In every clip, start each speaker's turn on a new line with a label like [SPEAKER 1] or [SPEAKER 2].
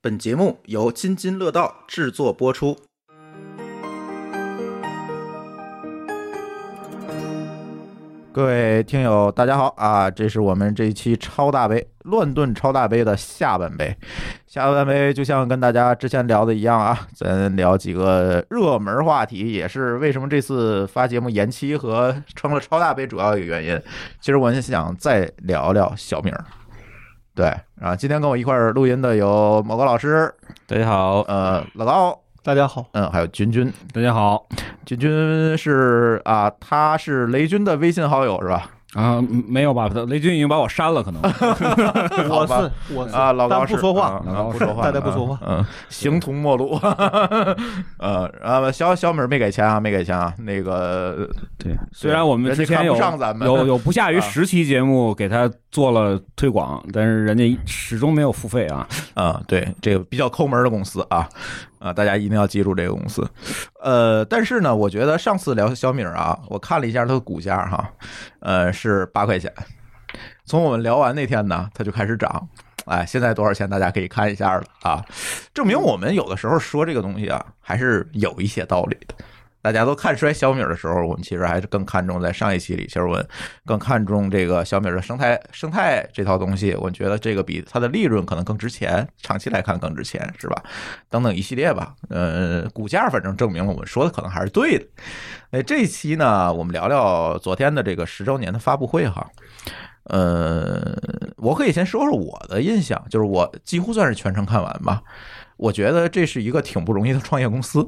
[SPEAKER 1] 本节目由津津乐道制作播出。各位听友，大家好啊！这是我们这一期超大杯乱炖超大杯的下半杯。下半杯就像跟大家之前聊的一样啊，咱聊几个热门话题，也是为什么这次发节目延期和成了超大杯主要一个原因。其实我很想再聊聊小明儿。对，啊，今天跟我一块儿录音的有某个老师，
[SPEAKER 2] 大家好，
[SPEAKER 1] 呃，老高，
[SPEAKER 3] 大家好，
[SPEAKER 1] 嗯，还有君君。
[SPEAKER 2] 大家好
[SPEAKER 1] 君君是啊，他是雷军的微信好友是吧？
[SPEAKER 2] 啊，没有吧？雷军已经把我删了，可能
[SPEAKER 3] 我是我是
[SPEAKER 1] 嗯啊，老高
[SPEAKER 3] 但
[SPEAKER 1] 是
[SPEAKER 3] 不说话，
[SPEAKER 1] 嗯老高不说话，
[SPEAKER 3] 大家不说话
[SPEAKER 1] 嗯，嗯，形同陌路。 呃，啊，小小米儿没给钱啊，没给钱啊。那个
[SPEAKER 2] 对，虽然我们之
[SPEAKER 1] 人家
[SPEAKER 2] 前
[SPEAKER 1] 看
[SPEAKER 2] 有
[SPEAKER 1] 不上咱们
[SPEAKER 2] 有有不下于
[SPEAKER 1] 啊
[SPEAKER 2] 十期节目给他做了推广，但是人家始终没有付费啊。
[SPEAKER 1] 啊，对，这个比较抠门儿的公司啊，啊，大家一定要记住这个公司。呃，但是呢，我觉得上次聊小米儿啊，我看了一下它的股价哈，呃，是八块钱。从我们聊完那天呢，它就开始涨。哎，现在多少钱？大家可以看一下了啊，证明我们有的时候说这个东西啊，还是有一些道理的。大家都看衰小米儿的时候，我们其实还是更看重在上一期里，其实我们更看重这个小米儿的生态生态这套东西。我觉得这个比它的利润可能更值钱，长期来看更值钱，是吧？等等一系列吧。呃，股价反正证明了我们说的可能还是对的。哎，这一期呢，我们聊聊昨天的这个十周年的发布会哈。呃，我可以先说说我的印象，就是我几乎算是全程看完吧。我觉得这是一个挺不容易的创业公司，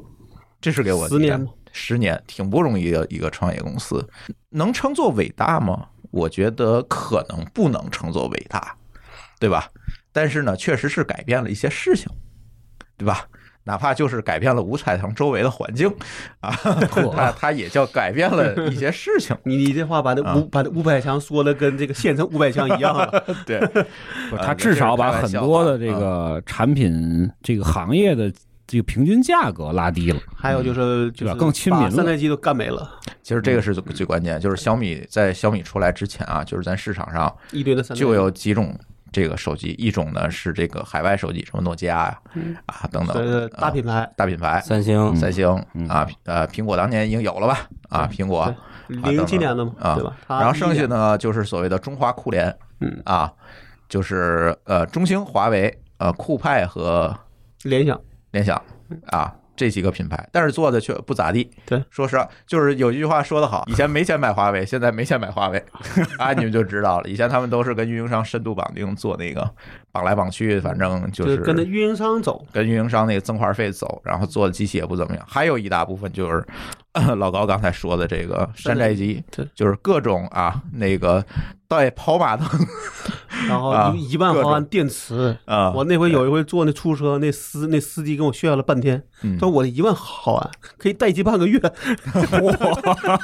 [SPEAKER 1] 这是给我的
[SPEAKER 3] 十年
[SPEAKER 1] 感
[SPEAKER 3] 吗
[SPEAKER 1] 十年挺不容易的一个创业公司，能称作伟大吗？我觉得可能不能称作伟大，对吧？但是呢，确实是改变了一些事情，对吧？哪怕就是改变了五彩堂周围的环境 啊，它它也叫改变了一些事情。
[SPEAKER 3] 你你这话把
[SPEAKER 1] 嗯
[SPEAKER 3] 那五把那五百强说的跟这个县城五百强一样 了，
[SPEAKER 1] 对，
[SPEAKER 2] 不呃是
[SPEAKER 1] 啊
[SPEAKER 2] 他
[SPEAKER 1] 也
[SPEAKER 2] 至少把
[SPEAKER 1] 是开玩
[SPEAKER 2] 很
[SPEAKER 1] 笑啊
[SPEAKER 2] 多的啊
[SPEAKER 1] 的
[SPEAKER 2] 这个产品、这个行业的这个平均价格拉低了。
[SPEAKER 3] 还有就是就
[SPEAKER 2] 对吧
[SPEAKER 3] 是
[SPEAKER 2] 更亲民
[SPEAKER 3] 把
[SPEAKER 2] 了
[SPEAKER 3] 三台机都干没了，
[SPEAKER 1] 其实这
[SPEAKER 2] 嗯
[SPEAKER 1] 个是最最关键，就是小米在小米出来之前啊，就是咱市场上
[SPEAKER 3] 一堆的三台机
[SPEAKER 1] 就有几种这个手机，一种呢是这个海外手机，什么诺基亚呀啊等
[SPEAKER 3] 所以
[SPEAKER 1] 等
[SPEAKER 3] 说嗯大品牌
[SPEAKER 1] 啊大品牌，
[SPEAKER 4] 三星
[SPEAKER 1] 三星
[SPEAKER 2] 嗯
[SPEAKER 1] 啊呃苹果当年已经有了吧啊苹果
[SPEAKER 3] 对。零七年的嘛，
[SPEAKER 1] 啊
[SPEAKER 3] 对吧？它
[SPEAKER 1] 然后剩下
[SPEAKER 3] 11年
[SPEAKER 1] 呢就是所谓的中华酷联，
[SPEAKER 3] 嗯
[SPEAKER 1] 啊，就是呃中兴、华为、呃酷派和
[SPEAKER 3] 联想
[SPEAKER 1] 联想啊这几个品牌，但是做的却不咋地。
[SPEAKER 3] 嗯对，
[SPEAKER 1] 说实话，就是有一句话说得好，以前没钱买华为，现在没钱买华为 啊，你们就知道了。以前他们都是跟运营商深度绑定做那个绑来绑去，反正就是
[SPEAKER 3] 跟着运营商走，
[SPEAKER 1] 跟运营商那个增块费走，然后做的机器也不怎么样。还有一大部分就是呃老高刚才说的这个山寨机
[SPEAKER 3] 对，
[SPEAKER 1] 就是各种啊那个带跑马灯
[SPEAKER 3] 然
[SPEAKER 1] 啊
[SPEAKER 3] 后一一万毫安电池。
[SPEAKER 1] 啊，
[SPEAKER 3] 我那回有一回坐那出租车，那司那司机跟我炫耀了半天，
[SPEAKER 1] 嗯
[SPEAKER 3] 他说我的一万毫安可以待机半个月，
[SPEAKER 1] 这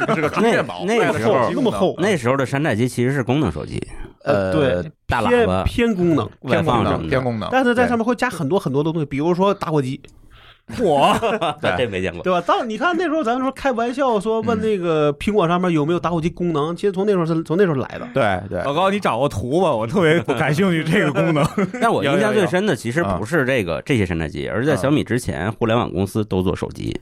[SPEAKER 1] 个是个充电宝，
[SPEAKER 4] 那那
[SPEAKER 1] 卖
[SPEAKER 4] 个
[SPEAKER 1] 的
[SPEAKER 4] 时候
[SPEAKER 1] 手机
[SPEAKER 3] 那么
[SPEAKER 1] 呢
[SPEAKER 3] 厚
[SPEAKER 4] 那时候的山寨机其实是功能手机，
[SPEAKER 1] 呃啊
[SPEAKER 3] 对，
[SPEAKER 4] 大喇
[SPEAKER 3] 偏
[SPEAKER 4] 叭
[SPEAKER 3] 偏功能，
[SPEAKER 4] 外放什么
[SPEAKER 1] 偏
[SPEAKER 4] 的。
[SPEAKER 1] 功能，
[SPEAKER 3] 但是在上
[SPEAKER 1] 面
[SPEAKER 3] 面会加很多很多的东西，比如说打火机，
[SPEAKER 1] 对
[SPEAKER 4] 这没见过。
[SPEAKER 3] 对吧？当你看那时候咱们说开玩笑说
[SPEAKER 4] 嗯
[SPEAKER 3] 问那个苹果上面有没有打火机功能，其实从那时候是从那时候来的。
[SPEAKER 1] 对对
[SPEAKER 2] 老高，你找个图吧，我特别感兴趣这个功能。
[SPEAKER 4] 但我印象最深的其实
[SPEAKER 1] 有
[SPEAKER 3] 啊
[SPEAKER 1] 有
[SPEAKER 4] 不是这个这些山寨机，而是在小米之前，互联网公司都做手机，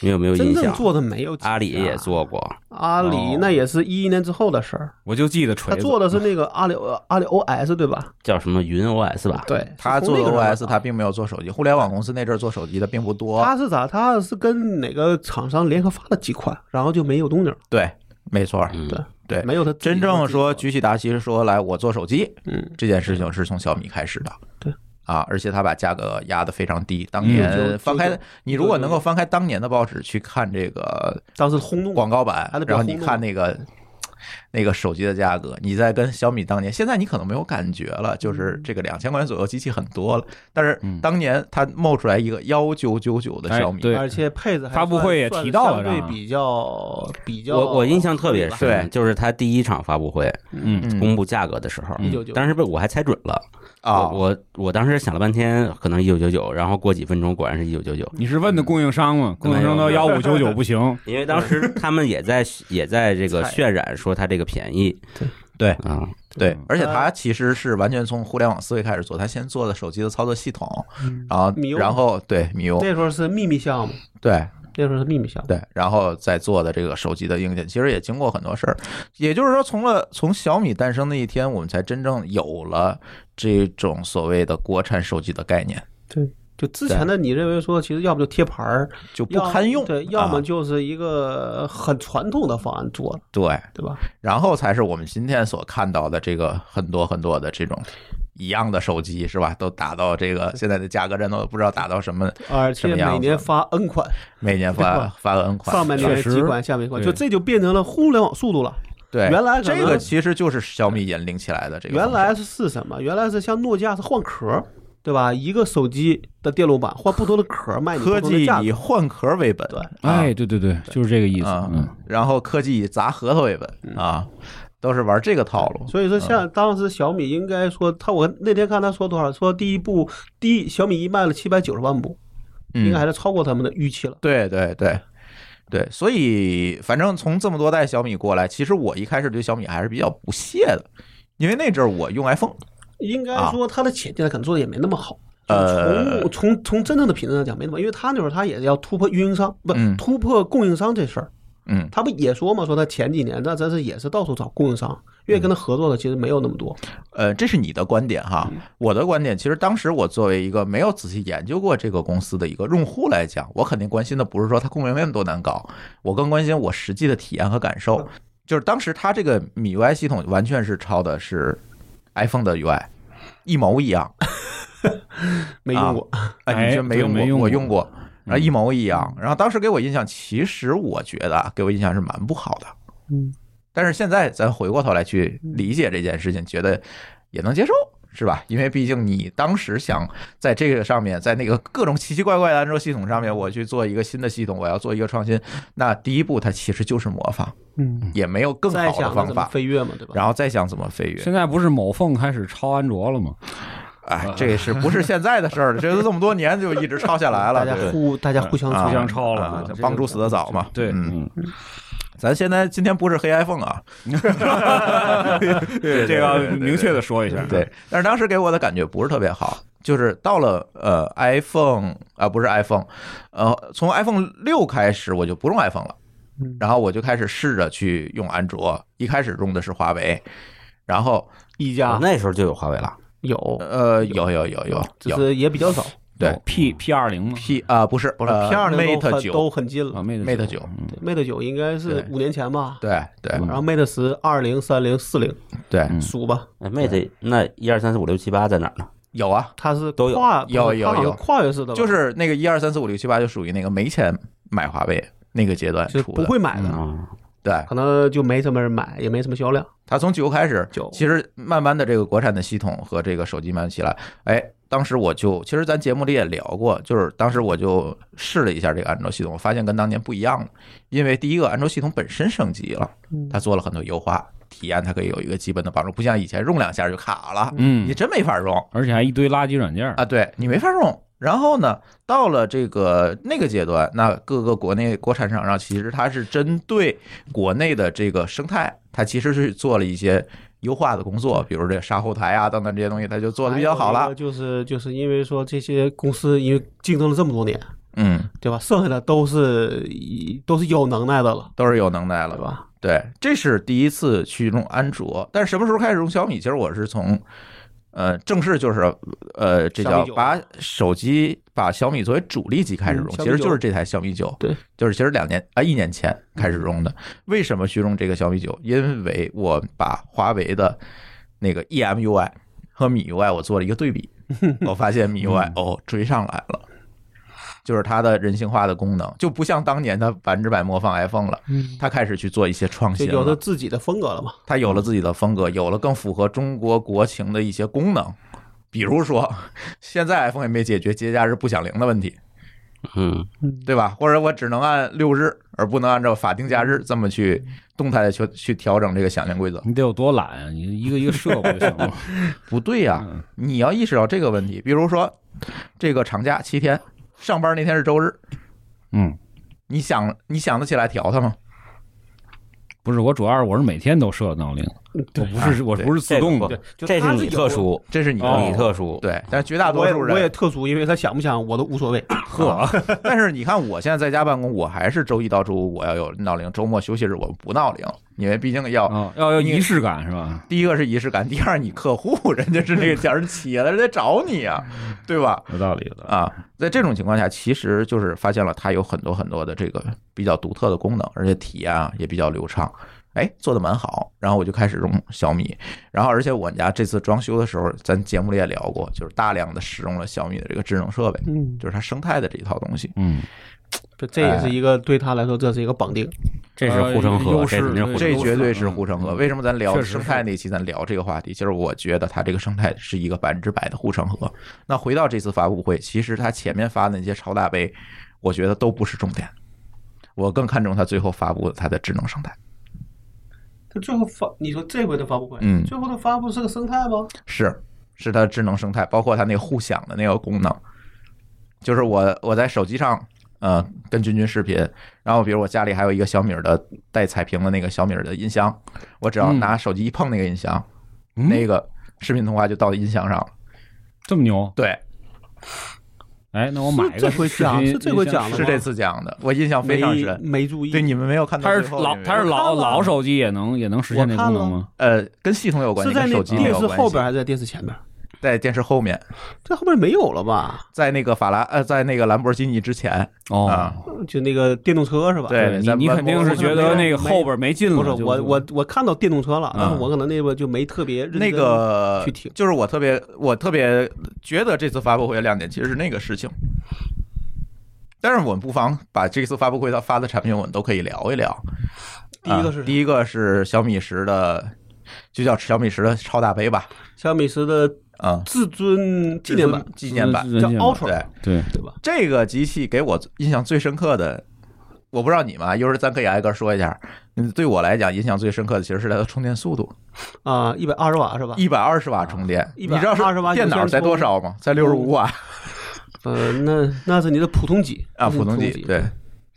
[SPEAKER 4] 你有没有
[SPEAKER 3] 真
[SPEAKER 4] 印
[SPEAKER 3] 正
[SPEAKER 4] 象？
[SPEAKER 3] 做的啊没有几家，
[SPEAKER 4] 阿里也做哦过，
[SPEAKER 3] 阿里那也是一一年之后的事儿，
[SPEAKER 2] 我就记得
[SPEAKER 3] 他
[SPEAKER 2] 锤子，
[SPEAKER 3] 做的是那个阿里呃阿里 OS 对吧？
[SPEAKER 4] 叫什么云 OS 吧？，
[SPEAKER 3] 对，
[SPEAKER 1] 他做的
[SPEAKER 3] 是从那个时
[SPEAKER 1] OS，
[SPEAKER 3] 啊候
[SPEAKER 1] 他并没有做手机。互联网公司那阵儿做手机的并不多，
[SPEAKER 3] 他是咋？他是跟哪个厂商联合发了几款，然后就没有动静了，
[SPEAKER 1] 对，没错儿，
[SPEAKER 4] 嗯
[SPEAKER 3] 对，
[SPEAKER 1] 对。
[SPEAKER 3] 没有他自己
[SPEAKER 1] 真正说
[SPEAKER 3] 的技术
[SPEAKER 1] 举起大旗说来我做手机
[SPEAKER 3] 嗯，
[SPEAKER 1] 这件事情是从小米开始的，
[SPEAKER 3] 对
[SPEAKER 1] 啊，而且他把价格压得非常低。当
[SPEAKER 3] 嗯
[SPEAKER 1] 年
[SPEAKER 3] 就
[SPEAKER 1] 翻
[SPEAKER 3] 就
[SPEAKER 1] 开
[SPEAKER 3] 就，
[SPEAKER 1] 你如果能够翻开当年的报纸去看这个
[SPEAKER 3] 当时轰动
[SPEAKER 1] 广告版
[SPEAKER 3] 还得，比
[SPEAKER 1] 然
[SPEAKER 3] 较
[SPEAKER 1] 后
[SPEAKER 3] 轰动
[SPEAKER 1] 你看那个那个手机的价格，你再跟小米当年，现在你可能没有感觉了，
[SPEAKER 3] 嗯
[SPEAKER 1] 就是这个两千块钱左右机器很多了，但是当年他冒出来一个幺九九九的小米，
[SPEAKER 2] 哎对
[SPEAKER 3] 而且配置还
[SPEAKER 2] 发布会也
[SPEAKER 3] 算
[SPEAKER 2] 提到了
[SPEAKER 3] 算
[SPEAKER 2] 是吧
[SPEAKER 3] 对比较比较，
[SPEAKER 4] 我我印象特别
[SPEAKER 1] 对
[SPEAKER 4] 深，就是他第一场发布会
[SPEAKER 2] 嗯
[SPEAKER 1] 嗯
[SPEAKER 4] 公布价格的时候，
[SPEAKER 3] 一九九
[SPEAKER 4] 当时被我还猜准了，
[SPEAKER 1] 啊，
[SPEAKER 4] 我我我当时想了半天，可能一九九九，然后过几分钟果然是一九九九。
[SPEAKER 2] 你是问的供应商吗？供应商都幺五九 九不行，
[SPEAKER 4] 因为当时他们也在也在这个
[SPEAKER 3] 菜
[SPEAKER 4] 渲染说它这个便宜
[SPEAKER 3] 对，
[SPEAKER 1] 对
[SPEAKER 4] 啊，
[SPEAKER 1] 对，而
[SPEAKER 3] 呃
[SPEAKER 1] 且它其实是完全从互联网思维开始做，它先做的手机的操作系统，然后
[SPEAKER 3] 米 U
[SPEAKER 1] 然后对米 U，
[SPEAKER 3] 嗯那时候是秘密项目，
[SPEAKER 1] 对
[SPEAKER 3] 那时候是秘密项目。
[SPEAKER 1] 对，然后再做的这个手机的硬件，其实也经过很多事儿。也就是说，从了从小米诞生那一天，我们才真正有了这种所谓的国产手机的概念，
[SPEAKER 3] 就之前的你认为说，其实要不就贴牌儿，
[SPEAKER 1] 就不
[SPEAKER 3] 要
[SPEAKER 1] 堪用，
[SPEAKER 3] 对，要么
[SPEAKER 1] 啊
[SPEAKER 3] 就是一个很传统的方案做了，
[SPEAKER 1] 对，
[SPEAKER 3] 对吧？
[SPEAKER 1] 然后才是我们今天所看到的这个很多很多的这种。一样的手机是吧？都打到这个现在的价格战斗，不知道打到什么，
[SPEAKER 3] 而
[SPEAKER 1] 什
[SPEAKER 3] 且
[SPEAKER 1] 么样子
[SPEAKER 3] 每年发 N 款，
[SPEAKER 1] 每年发发 N 款，
[SPEAKER 3] 上半年
[SPEAKER 2] 确实
[SPEAKER 3] 几款，下面一款，
[SPEAKER 2] 对
[SPEAKER 3] 就这就变成了互联网速度了。
[SPEAKER 1] 对，
[SPEAKER 3] 原来可
[SPEAKER 1] 这
[SPEAKER 3] 能
[SPEAKER 1] 个其实就是小米引领起来的这个方
[SPEAKER 3] 原
[SPEAKER 1] 式。
[SPEAKER 3] 来是什么？原来是像诺基亚是换壳，对吧？一个手机的电路板换不同的壳卖你不
[SPEAKER 1] 科
[SPEAKER 3] 同的
[SPEAKER 1] 技
[SPEAKER 3] 价
[SPEAKER 1] 以
[SPEAKER 3] 格。
[SPEAKER 1] 换壳为本，
[SPEAKER 3] 对
[SPEAKER 1] 啊
[SPEAKER 2] 哎，对对对，就是这个意思。
[SPEAKER 1] 啊
[SPEAKER 2] 嗯，
[SPEAKER 1] 然后科技以砸核桃为
[SPEAKER 3] 嗯
[SPEAKER 1] 本啊，都是玩这个套路。
[SPEAKER 3] 所以说，像当时小米应该说，他我那天看他说多少，说第一部第一小米一卖了七百九十万部，应该还
[SPEAKER 1] 嗯，
[SPEAKER 3] 是超过他们的预期了。
[SPEAKER 1] 对对对。对，所以反正从这么多代小米过来，其实我一开始对小米还是比较不屑的，因为那阵儿我用 iPhone，
[SPEAKER 3] 应该说它的潜力可能做的也没那么好。
[SPEAKER 1] 啊呃
[SPEAKER 3] 从从从真正的品质上讲没那么，因为它那会儿它也要突破运营商，不、
[SPEAKER 1] 嗯
[SPEAKER 3] 突破供应商这事儿，
[SPEAKER 1] 嗯，
[SPEAKER 3] 他不也说嘛，说他前几年那真是也是到处找供应商，愿意跟他合作的其实没有那么多。
[SPEAKER 1] 呃，这是你的观点哈，我的观点其实当时我作为一个没有仔细研究过这个公司的一个用户来讲，我肯定关心的不是说它供应链多难搞，我更关心我实际的体验和感受。就是当时它这个米 UI 系统完全是抄的是 iPhone 的 UI，一模一样。
[SPEAKER 3] 没用过，
[SPEAKER 1] 哎，你
[SPEAKER 2] 哎
[SPEAKER 1] 这没
[SPEAKER 2] 对
[SPEAKER 1] 用过，
[SPEAKER 2] 没用
[SPEAKER 1] 我
[SPEAKER 2] 过嗯
[SPEAKER 1] 用过，然后一模一样。然后当时给我印象，其实我觉得啊，给我印象是蛮不好的。
[SPEAKER 3] 嗯，
[SPEAKER 1] 但是现在咱回过头来去理解这件事情，觉得也能接受。是吧？因为毕竟你当时想在这个上面，在那个各种奇奇怪怪的安卓系统上面，我去做一个新的系统，我要做一个创新，那第一步它其实就是模仿，
[SPEAKER 3] 嗯，
[SPEAKER 1] 也没有更
[SPEAKER 3] 再
[SPEAKER 1] 好
[SPEAKER 3] 想
[SPEAKER 1] 的
[SPEAKER 3] 着
[SPEAKER 1] 方
[SPEAKER 3] 怎么
[SPEAKER 1] 法，
[SPEAKER 3] 飞跃嘛，对吧？
[SPEAKER 1] 然后再想怎么飞跃。
[SPEAKER 2] 现在不是某凤开始抄安卓了吗？
[SPEAKER 1] 哎，这是不是现在的事儿了？这都这么多年就一直抄下来了，
[SPEAKER 3] 大家
[SPEAKER 1] 对吧
[SPEAKER 3] 互大家互相
[SPEAKER 1] 啊
[SPEAKER 3] 吹
[SPEAKER 2] 互相
[SPEAKER 3] 响
[SPEAKER 2] 抄了
[SPEAKER 1] 啊
[SPEAKER 2] 这个
[SPEAKER 1] 帮助死的早嘛。
[SPEAKER 2] 对，
[SPEAKER 1] 嗯，
[SPEAKER 2] 嗯，
[SPEAKER 1] 咱现在今天不是黑 iPhone 啊，
[SPEAKER 2] 对，这个要明确的说一下。
[SPEAKER 1] 对，但是当时给我的感觉不是特别好，就是到了呃 iPhone 啊、不是 iPhone，呃，从 iPhone 六开始我就不用 iPhone 了
[SPEAKER 3] 嗯，
[SPEAKER 1] 然后我就开始试着去用安卓，一开始用的是华为，然后
[SPEAKER 3] 一加
[SPEAKER 4] 啊
[SPEAKER 2] 啊
[SPEAKER 4] 那时候就有华为了，
[SPEAKER 3] 有，
[SPEAKER 1] 呃有有有有
[SPEAKER 3] 只
[SPEAKER 1] 有
[SPEAKER 3] 是也比较少，
[SPEAKER 1] 对
[SPEAKER 2] 哦，P 嗯 P 二零嘛
[SPEAKER 1] P 啊、不是
[SPEAKER 3] 不是 P 二零
[SPEAKER 1] Mate
[SPEAKER 3] 都
[SPEAKER 1] 九，
[SPEAKER 3] 很近了
[SPEAKER 2] 啊，Mate
[SPEAKER 1] Mate
[SPEAKER 2] 九
[SPEAKER 1] 九，
[SPEAKER 2] 嗯
[SPEAKER 3] ，Mate 九应该是
[SPEAKER 1] 对
[SPEAKER 3] 五年前吧，
[SPEAKER 1] 对对
[SPEAKER 3] 然后 Mate 十、二零、三零、四零
[SPEAKER 1] 对，
[SPEAKER 2] 嗯
[SPEAKER 3] 数吧，
[SPEAKER 4] 哎 Mate 那一二三四五六七八在哪儿呢？
[SPEAKER 1] 有啊，
[SPEAKER 3] 它是
[SPEAKER 4] 都有
[SPEAKER 3] 跨
[SPEAKER 1] 有有
[SPEAKER 3] 它好像
[SPEAKER 1] 有
[SPEAKER 3] 跨越式的吧，
[SPEAKER 1] 就是那个一二三四五六七八就属于那个没钱买华为那个阶段
[SPEAKER 3] 就是
[SPEAKER 1] 出
[SPEAKER 3] 不
[SPEAKER 1] 的，嗯
[SPEAKER 3] 会买的，
[SPEAKER 4] 啊，
[SPEAKER 1] 对，
[SPEAKER 3] 可能就没什么人买，也没什么销量。
[SPEAKER 1] 它从九开始
[SPEAKER 3] 九，
[SPEAKER 1] 其实慢慢的这个国产的系统和这个手机慢慢起来，哎，当时我就其实咱节目里也聊过，就是当时我就试了一下这个安卓系统，我发现跟当年不一样了，因为第一个安卓系统本身升级了，它做了很多优化，体验它可以有一个基本的帮助，不像以前用两下就卡了，你
[SPEAKER 2] 嗯，
[SPEAKER 1] 真没法用
[SPEAKER 2] 而且还一堆垃圾软件儿。
[SPEAKER 1] 啊，对你没法用。然后呢，到了这个那个阶段，那各个国内国产厂商其实它是针对国内的这个生态，它其实是做了一些优化的工作，比如这杀后台啊等等这些东西，它就做的比较好
[SPEAKER 3] 还有
[SPEAKER 1] 了
[SPEAKER 3] 一个。就是就是因为说这些公司因为竞争了这么多年，
[SPEAKER 1] 嗯，
[SPEAKER 3] 对吧？剩下的都是以都是有能耐的了，
[SPEAKER 1] 都是有能耐
[SPEAKER 3] 对
[SPEAKER 1] 了。
[SPEAKER 3] 吧？
[SPEAKER 1] 对，这是第一次去用安卓，但是什么时候开始用小米？其实我是从，呃，正式就是，呃，这
[SPEAKER 3] 小
[SPEAKER 1] 叫
[SPEAKER 3] 米九
[SPEAKER 1] 把手机把小米作为主力机开始用
[SPEAKER 3] 嗯，
[SPEAKER 1] 其
[SPEAKER 3] 小米
[SPEAKER 1] 实就
[SPEAKER 3] 九
[SPEAKER 1] 是这台小米九，
[SPEAKER 3] 对，嗯
[SPEAKER 1] 就是其实两年啊一年前开始用的。为什么去用这个小米九？因为我把华为的那个 E EMUI 和米 UI 我做了一个对 比，我发现米 UI
[SPEAKER 3] 嗯
[SPEAKER 1] 哦追上来了。就是它的人性化的功能，就不像当年它百分之百模仿 iPhone 了，它开始去做一些创
[SPEAKER 3] 嗯就
[SPEAKER 1] 新了。
[SPEAKER 3] 有了自己的风格了嘛。
[SPEAKER 1] 它有了自己的风格，有了更符合中国国情的一些功能，比如说，现在 iPhone 也没解决节假日不响铃的问题，
[SPEAKER 4] 嗯，
[SPEAKER 1] 对吧？或者我只能按六日，而不能按照法定假日这么去动态的去去调整这个响铃规则，
[SPEAKER 2] 你得有多懒啊！你一个一个设不就 行了？
[SPEAKER 1] 不对呀、
[SPEAKER 3] 嗯
[SPEAKER 1] 你要意识到这个问题。比如说，这个长假七天，上班那天是周日，
[SPEAKER 2] 嗯，
[SPEAKER 1] 你想你想得起来调它吗？
[SPEAKER 2] 不是，我主要是我是每天都设闹铃，我不是我
[SPEAKER 1] 啊对
[SPEAKER 2] 不是自动 的，
[SPEAKER 3] 就
[SPEAKER 4] 这
[SPEAKER 3] 他
[SPEAKER 4] 是你
[SPEAKER 3] 有
[SPEAKER 4] 特，殊，
[SPEAKER 1] 这是你的
[SPEAKER 2] 哦
[SPEAKER 4] 你特殊，
[SPEAKER 1] 对，但是绝大多
[SPEAKER 3] 我也
[SPEAKER 1] 数人
[SPEAKER 3] 我也特殊，因为他想不想我都无所谓。
[SPEAKER 1] 呵， 但是你看，我现在在家办公，我还是周一到周五我要有闹铃，周末休息日我不闹铃，因为毕竟
[SPEAKER 3] 嗯
[SPEAKER 1] 要
[SPEAKER 2] 啊，要要
[SPEAKER 1] 你
[SPEAKER 2] 仪式感是吧？
[SPEAKER 1] 第一个是仪式感，第二你客户人家是那个点儿起了，人家找你啊，对吧？
[SPEAKER 2] 有道理，有道理。
[SPEAKER 1] 啊，在这种情况下，其实就是发现了它有很多很多的这个比较独特的功能，而且体验啊也比较流畅。哎，做的蛮好，然后我就开始用小米，然后而且我们家这次装修的时候，咱节目里也聊过，就是大量的使用了小米的这个智能设备，
[SPEAKER 3] 嗯，
[SPEAKER 1] 就是它生态的这一套东西。
[SPEAKER 2] 嗯，
[SPEAKER 3] 这这
[SPEAKER 1] 哎
[SPEAKER 3] 也是一个对他来说，这是一个绑定。
[SPEAKER 4] 这是护城河，
[SPEAKER 2] 呃
[SPEAKER 4] 这是
[SPEAKER 1] 这
[SPEAKER 2] 优势
[SPEAKER 4] 这是护城
[SPEAKER 2] 对嗯
[SPEAKER 4] 河。
[SPEAKER 1] 绝对是护城河。为什么咱聊
[SPEAKER 2] 确实是
[SPEAKER 1] 生态那期咱聊这个话题？就是我觉得它这个生态是一个百分之百的护城河。那回到这次发布会，其实它前面发的那些超大杯，我觉得都不是重点，我更看重它最后发布的它的智能生态。
[SPEAKER 3] 他最后发，你说这回的发布会，
[SPEAKER 1] 嗯
[SPEAKER 3] 最后的发布是个生态吗？
[SPEAKER 1] 是是它的智能生态，包括它那个互享的那个功能，就是我我在手机上。呃，跟君君视频，然后比如我家里还有一个小米儿的带彩屏的那个小米儿的音箱，我只要
[SPEAKER 2] 嗯
[SPEAKER 1] 拿手机一碰那个音箱，
[SPEAKER 2] 嗯
[SPEAKER 1] 那个视频通话就到音箱上了。
[SPEAKER 2] 这么牛，
[SPEAKER 1] 对，
[SPEAKER 2] 哎，那我买一个
[SPEAKER 3] 是这回
[SPEAKER 2] 视
[SPEAKER 3] 讲
[SPEAKER 2] 频
[SPEAKER 3] 是这回讲了吗
[SPEAKER 1] 是这次讲的，我印象啊非常深。
[SPEAKER 3] 没没注意，
[SPEAKER 1] 对，你们没有看到
[SPEAKER 2] 它
[SPEAKER 1] 最
[SPEAKER 2] 是
[SPEAKER 1] 后
[SPEAKER 2] 老
[SPEAKER 1] 那个
[SPEAKER 2] 它是老
[SPEAKER 3] 我看了
[SPEAKER 2] 老手机也能也能实现这功能吗？
[SPEAKER 1] 呃，跟系统有关系，
[SPEAKER 3] 是在
[SPEAKER 1] 跟
[SPEAKER 3] 那
[SPEAKER 1] 手机没
[SPEAKER 3] 电
[SPEAKER 1] 有
[SPEAKER 3] 视
[SPEAKER 1] 关
[SPEAKER 3] 后
[SPEAKER 1] 系
[SPEAKER 3] 边还是在电视前边？
[SPEAKER 1] 在电视后面，
[SPEAKER 3] 这后面没有了吧？
[SPEAKER 1] 在那个法拉呃，在那个兰博基尼之前，啊
[SPEAKER 2] 哦，
[SPEAKER 3] 就那个电动车是吧？
[SPEAKER 1] 对
[SPEAKER 2] 你
[SPEAKER 1] 咱
[SPEAKER 2] 你
[SPEAKER 1] 们
[SPEAKER 2] 肯定
[SPEAKER 1] 我
[SPEAKER 2] 是觉得那个后边没劲了。
[SPEAKER 3] 不是
[SPEAKER 2] 就
[SPEAKER 3] 我我我看到电动车了，但是
[SPEAKER 2] 嗯
[SPEAKER 3] 我可能那边就没特别认真
[SPEAKER 1] 那个
[SPEAKER 3] 去听
[SPEAKER 1] 就是我特别我特别觉得这次发布会的亮点其实是那个事情。但是我们不妨把这次发布会它发的产品，我们都可以聊一聊。
[SPEAKER 3] 第一个
[SPEAKER 1] 啊
[SPEAKER 3] 是
[SPEAKER 1] 第一个是小米十的，就叫小米十的超大杯吧，
[SPEAKER 3] 小米十的
[SPEAKER 1] 啊、
[SPEAKER 3] 至尊纪念版
[SPEAKER 1] 至尊纪念版
[SPEAKER 2] 至尊
[SPEAKER 3] 叫
[SPEAKER 2] 纪念版
[SPEAKER 3] Ultra，
[SPEAKER 1] 对，
[SPEAKER 2] 对
[SPEAKER 3] 对吧？
[SPEAKER 1] 这个机器给我印象最深刻的，我不知道你们啊，一会儿咱可以挨个说一下。嗯，对我来讲，印象最深刻的其实是它的充电速度，
[SPEAKER 3] 啊，一百二十瓦是吧？
[SPEAKER 1] 一百二十瓦充电。你
[SPEAKER 3] 120
[SPEAKER 1] 知道是
[SPEAKER 3] 瓦
[SPEAKER 1] 电脑才多少吗？才六十五瓦
[SPEAKER 3] 呃，那那是你的普通级
[SPEAKER 1] 啊，
[SPEAKER 3] 那是
[SPEAKER 1] 普通机
[SPEAKER 3] 级
[SPEAKER 1] 对，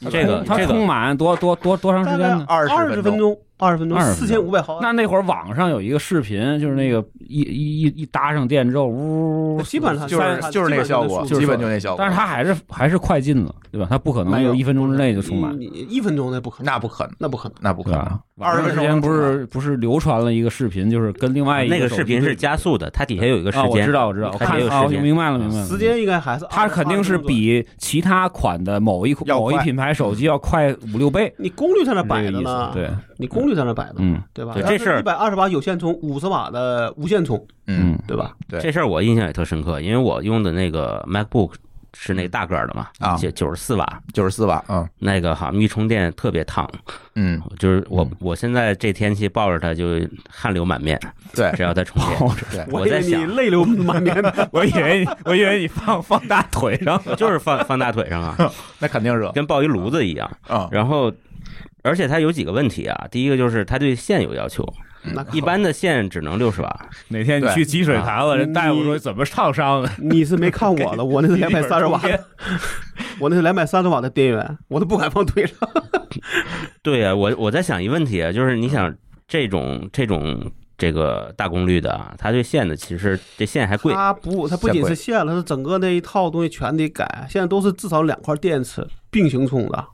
[SPEAKER 4] 这个
[SPEAKER 2] 它
[SPEAKER 4] 这个
[SPEAKER 2] 充满多多多多长时
[SPEAKER 3] 大
[SPEAKER 2] 间
[SPEAKER 3] 概
[SPEAKER 2] 呢？
[SPEAKER 1] 20
[SPEAKER 3] 二
[SPEAKER 1] 分
[SPEAKER 3] 分钟，二十分钟，
[SPEAKER 2] 20
[SPEAKER 3] 四
[SPEAKER 2] 分
[SPEAKER 3] 千
[SPEAKER 2] 钟
[SPEAKER 3] 五百毫安。
[SPEAKER 2] 那那会儿网上有一个视频，就是那个一一一一搭上电之后，呜，
[SPEAKER 3] 基本上
[SPEAKER 1] 就
[SPEAKER 3] 基本
[SPEAKER 1] 是
[SPEAKER 3] 上
[SPEAKER 1] 就是那个效
[SPEAKER 3] 那
[SPEAKER 1] 果，
[SPEAKER 3] 速度
[SPEAKER 1] 基本就那效果
[SPEAKER 2] 但。是它还是还是快进了，对吧？它不可能有一分钟之内就充满，
[SPEAKER 3] 你你一分钟那不可能，
[SPEAKER 1] 那不可能，
[SPEAKER 3] 那不可能。
[SPEAKER 1] 那不可
[SPEAKER 2] 对
[SPEAKER 1] 能
[SPEAKER 2] 吧。？
[SPEAKER 1] 20
[SPEAKER 2] 网上之前不是不是流传了一个视频，就是跟另外一
[SPEAKER 4] 那个
[SPEAKER 2] 手
[SPEAKER 4] 视
[SPEAKER 2] 机
[SPEAKER 4] 频是
[SPEAKER 2] 对比
[SPEAKER 4] 加速的，它底下有一个时
[SPEAKER 2] 啊，我
[SPEAKER 4] 间，
[SPEAKER 2] 知道，我知道，我
[SPEAKER 4] 它
[SPEAKER 2] 看
[SPEAKER 4] 也有
[SPEAKER 2] 啊，我就
[SPEAKER 4] 时间，
[SPEAKER 2] 明白了，明白了。
[SPEAKER 3] 时间应该还是
[SPEAKER 2] 它肯定是
[SPEAKER 3] 20分钟左右
[SPEAKER 2] 比其他款的某一
[SPEAKER 1] 要
[SPEAKER 2] 某一
[SPEAKER 1] 快
[SPEAKER 2] 品牌手机要快五六倍，
[SPEAKER 3] 你功率在那
[SPEAKER 2] 是这
[SPEAKER 3] 摆
[SPEAKER 2] 个
[SPEAKER 3] 着
[SPEAKER 2] 意
[SPEAKER 3] 呢
[SPEAKER 2] 思。，对，
[SPEAKER 3] 你功率在那摆着，
[SPEAKER 2] 嗯，
[SPEAKER 3] 对吧？
[SPEAKER 4] 对这事儿
[SPEAKER 3] 一百二十瓦有线充，五十瓦的无线充，
[SPEAKER 1] 嗯，
[SPEAKER 3] 对吧？
[SPEAKER 1] 对
[SPEAKER 4] 这事儿我印象也特深刻，因为我用的那个 MacBook 是那个大个儿的嘛，
[SPEAKER 1] 啊
[SPEAKER 4] 九九十四瓦，
[SPEAKER 1] 九十四瓦，嗯
[SPEAKER 4] 那个好像一充电特别烫，
[SPEAKER 1] 嗯，
[SPEAKER 4] 就是我
[SPEAKER 1] 嗯
[SPEAKER 4] 我现在这天气抱着它就汗流满面，
[SPEAKER 1] 对
[SPEAKER 4] 只要它充电。
[SPEAKER 1] 对，
[SPEAKER 4] 哎我
[SPEAKER 3] 以为
[SPEAKER 4] 在
[SPEAKER 3] 你
[SPEAKER 4] 想
[SPEAKER 3] 泪流满面 的
[SPEAKER 2] 我以为我以为你放放大腿上，
[SPEAKER 4] 就是放放大腿上啊，
[SPEAKER 1] 那肯定热
[SPEAKER 4] 跟抱一炉子一 样。
[SPEAKER 1] 啊，
[SPEAKER 4] 然后，而且它有几个问题啊。第一个就是它对线有要求，
[SPEAKER 3] 那可
[SPEAKER 4] 一般的线只能六十瓦，
[SPEAKER 2] 哪天
[SPEAKER 1] 你去
[SPEAKER 2] 积水
[SPEAKER 4] 潭
[SPEAKER 2] 了
[SPEAKER 3] 人大夫说
[SPEAKER 2] 怎么烫伤的？
[SPEAKER 3] 你是没看 我了，我那是嗯两百三十瓦，我那是两百三十瓦的电源，我都不敢放腿上。
[SPEAKER 4] 对呀、我我在想一问题啊，就是你想这种这种这个大功率的啊，它对线的其实这线还贵，
[SPEAKER 3] 它不，它不仅是线了，它是整个那一套东西全得改。现在都是至少两块电池并行充的，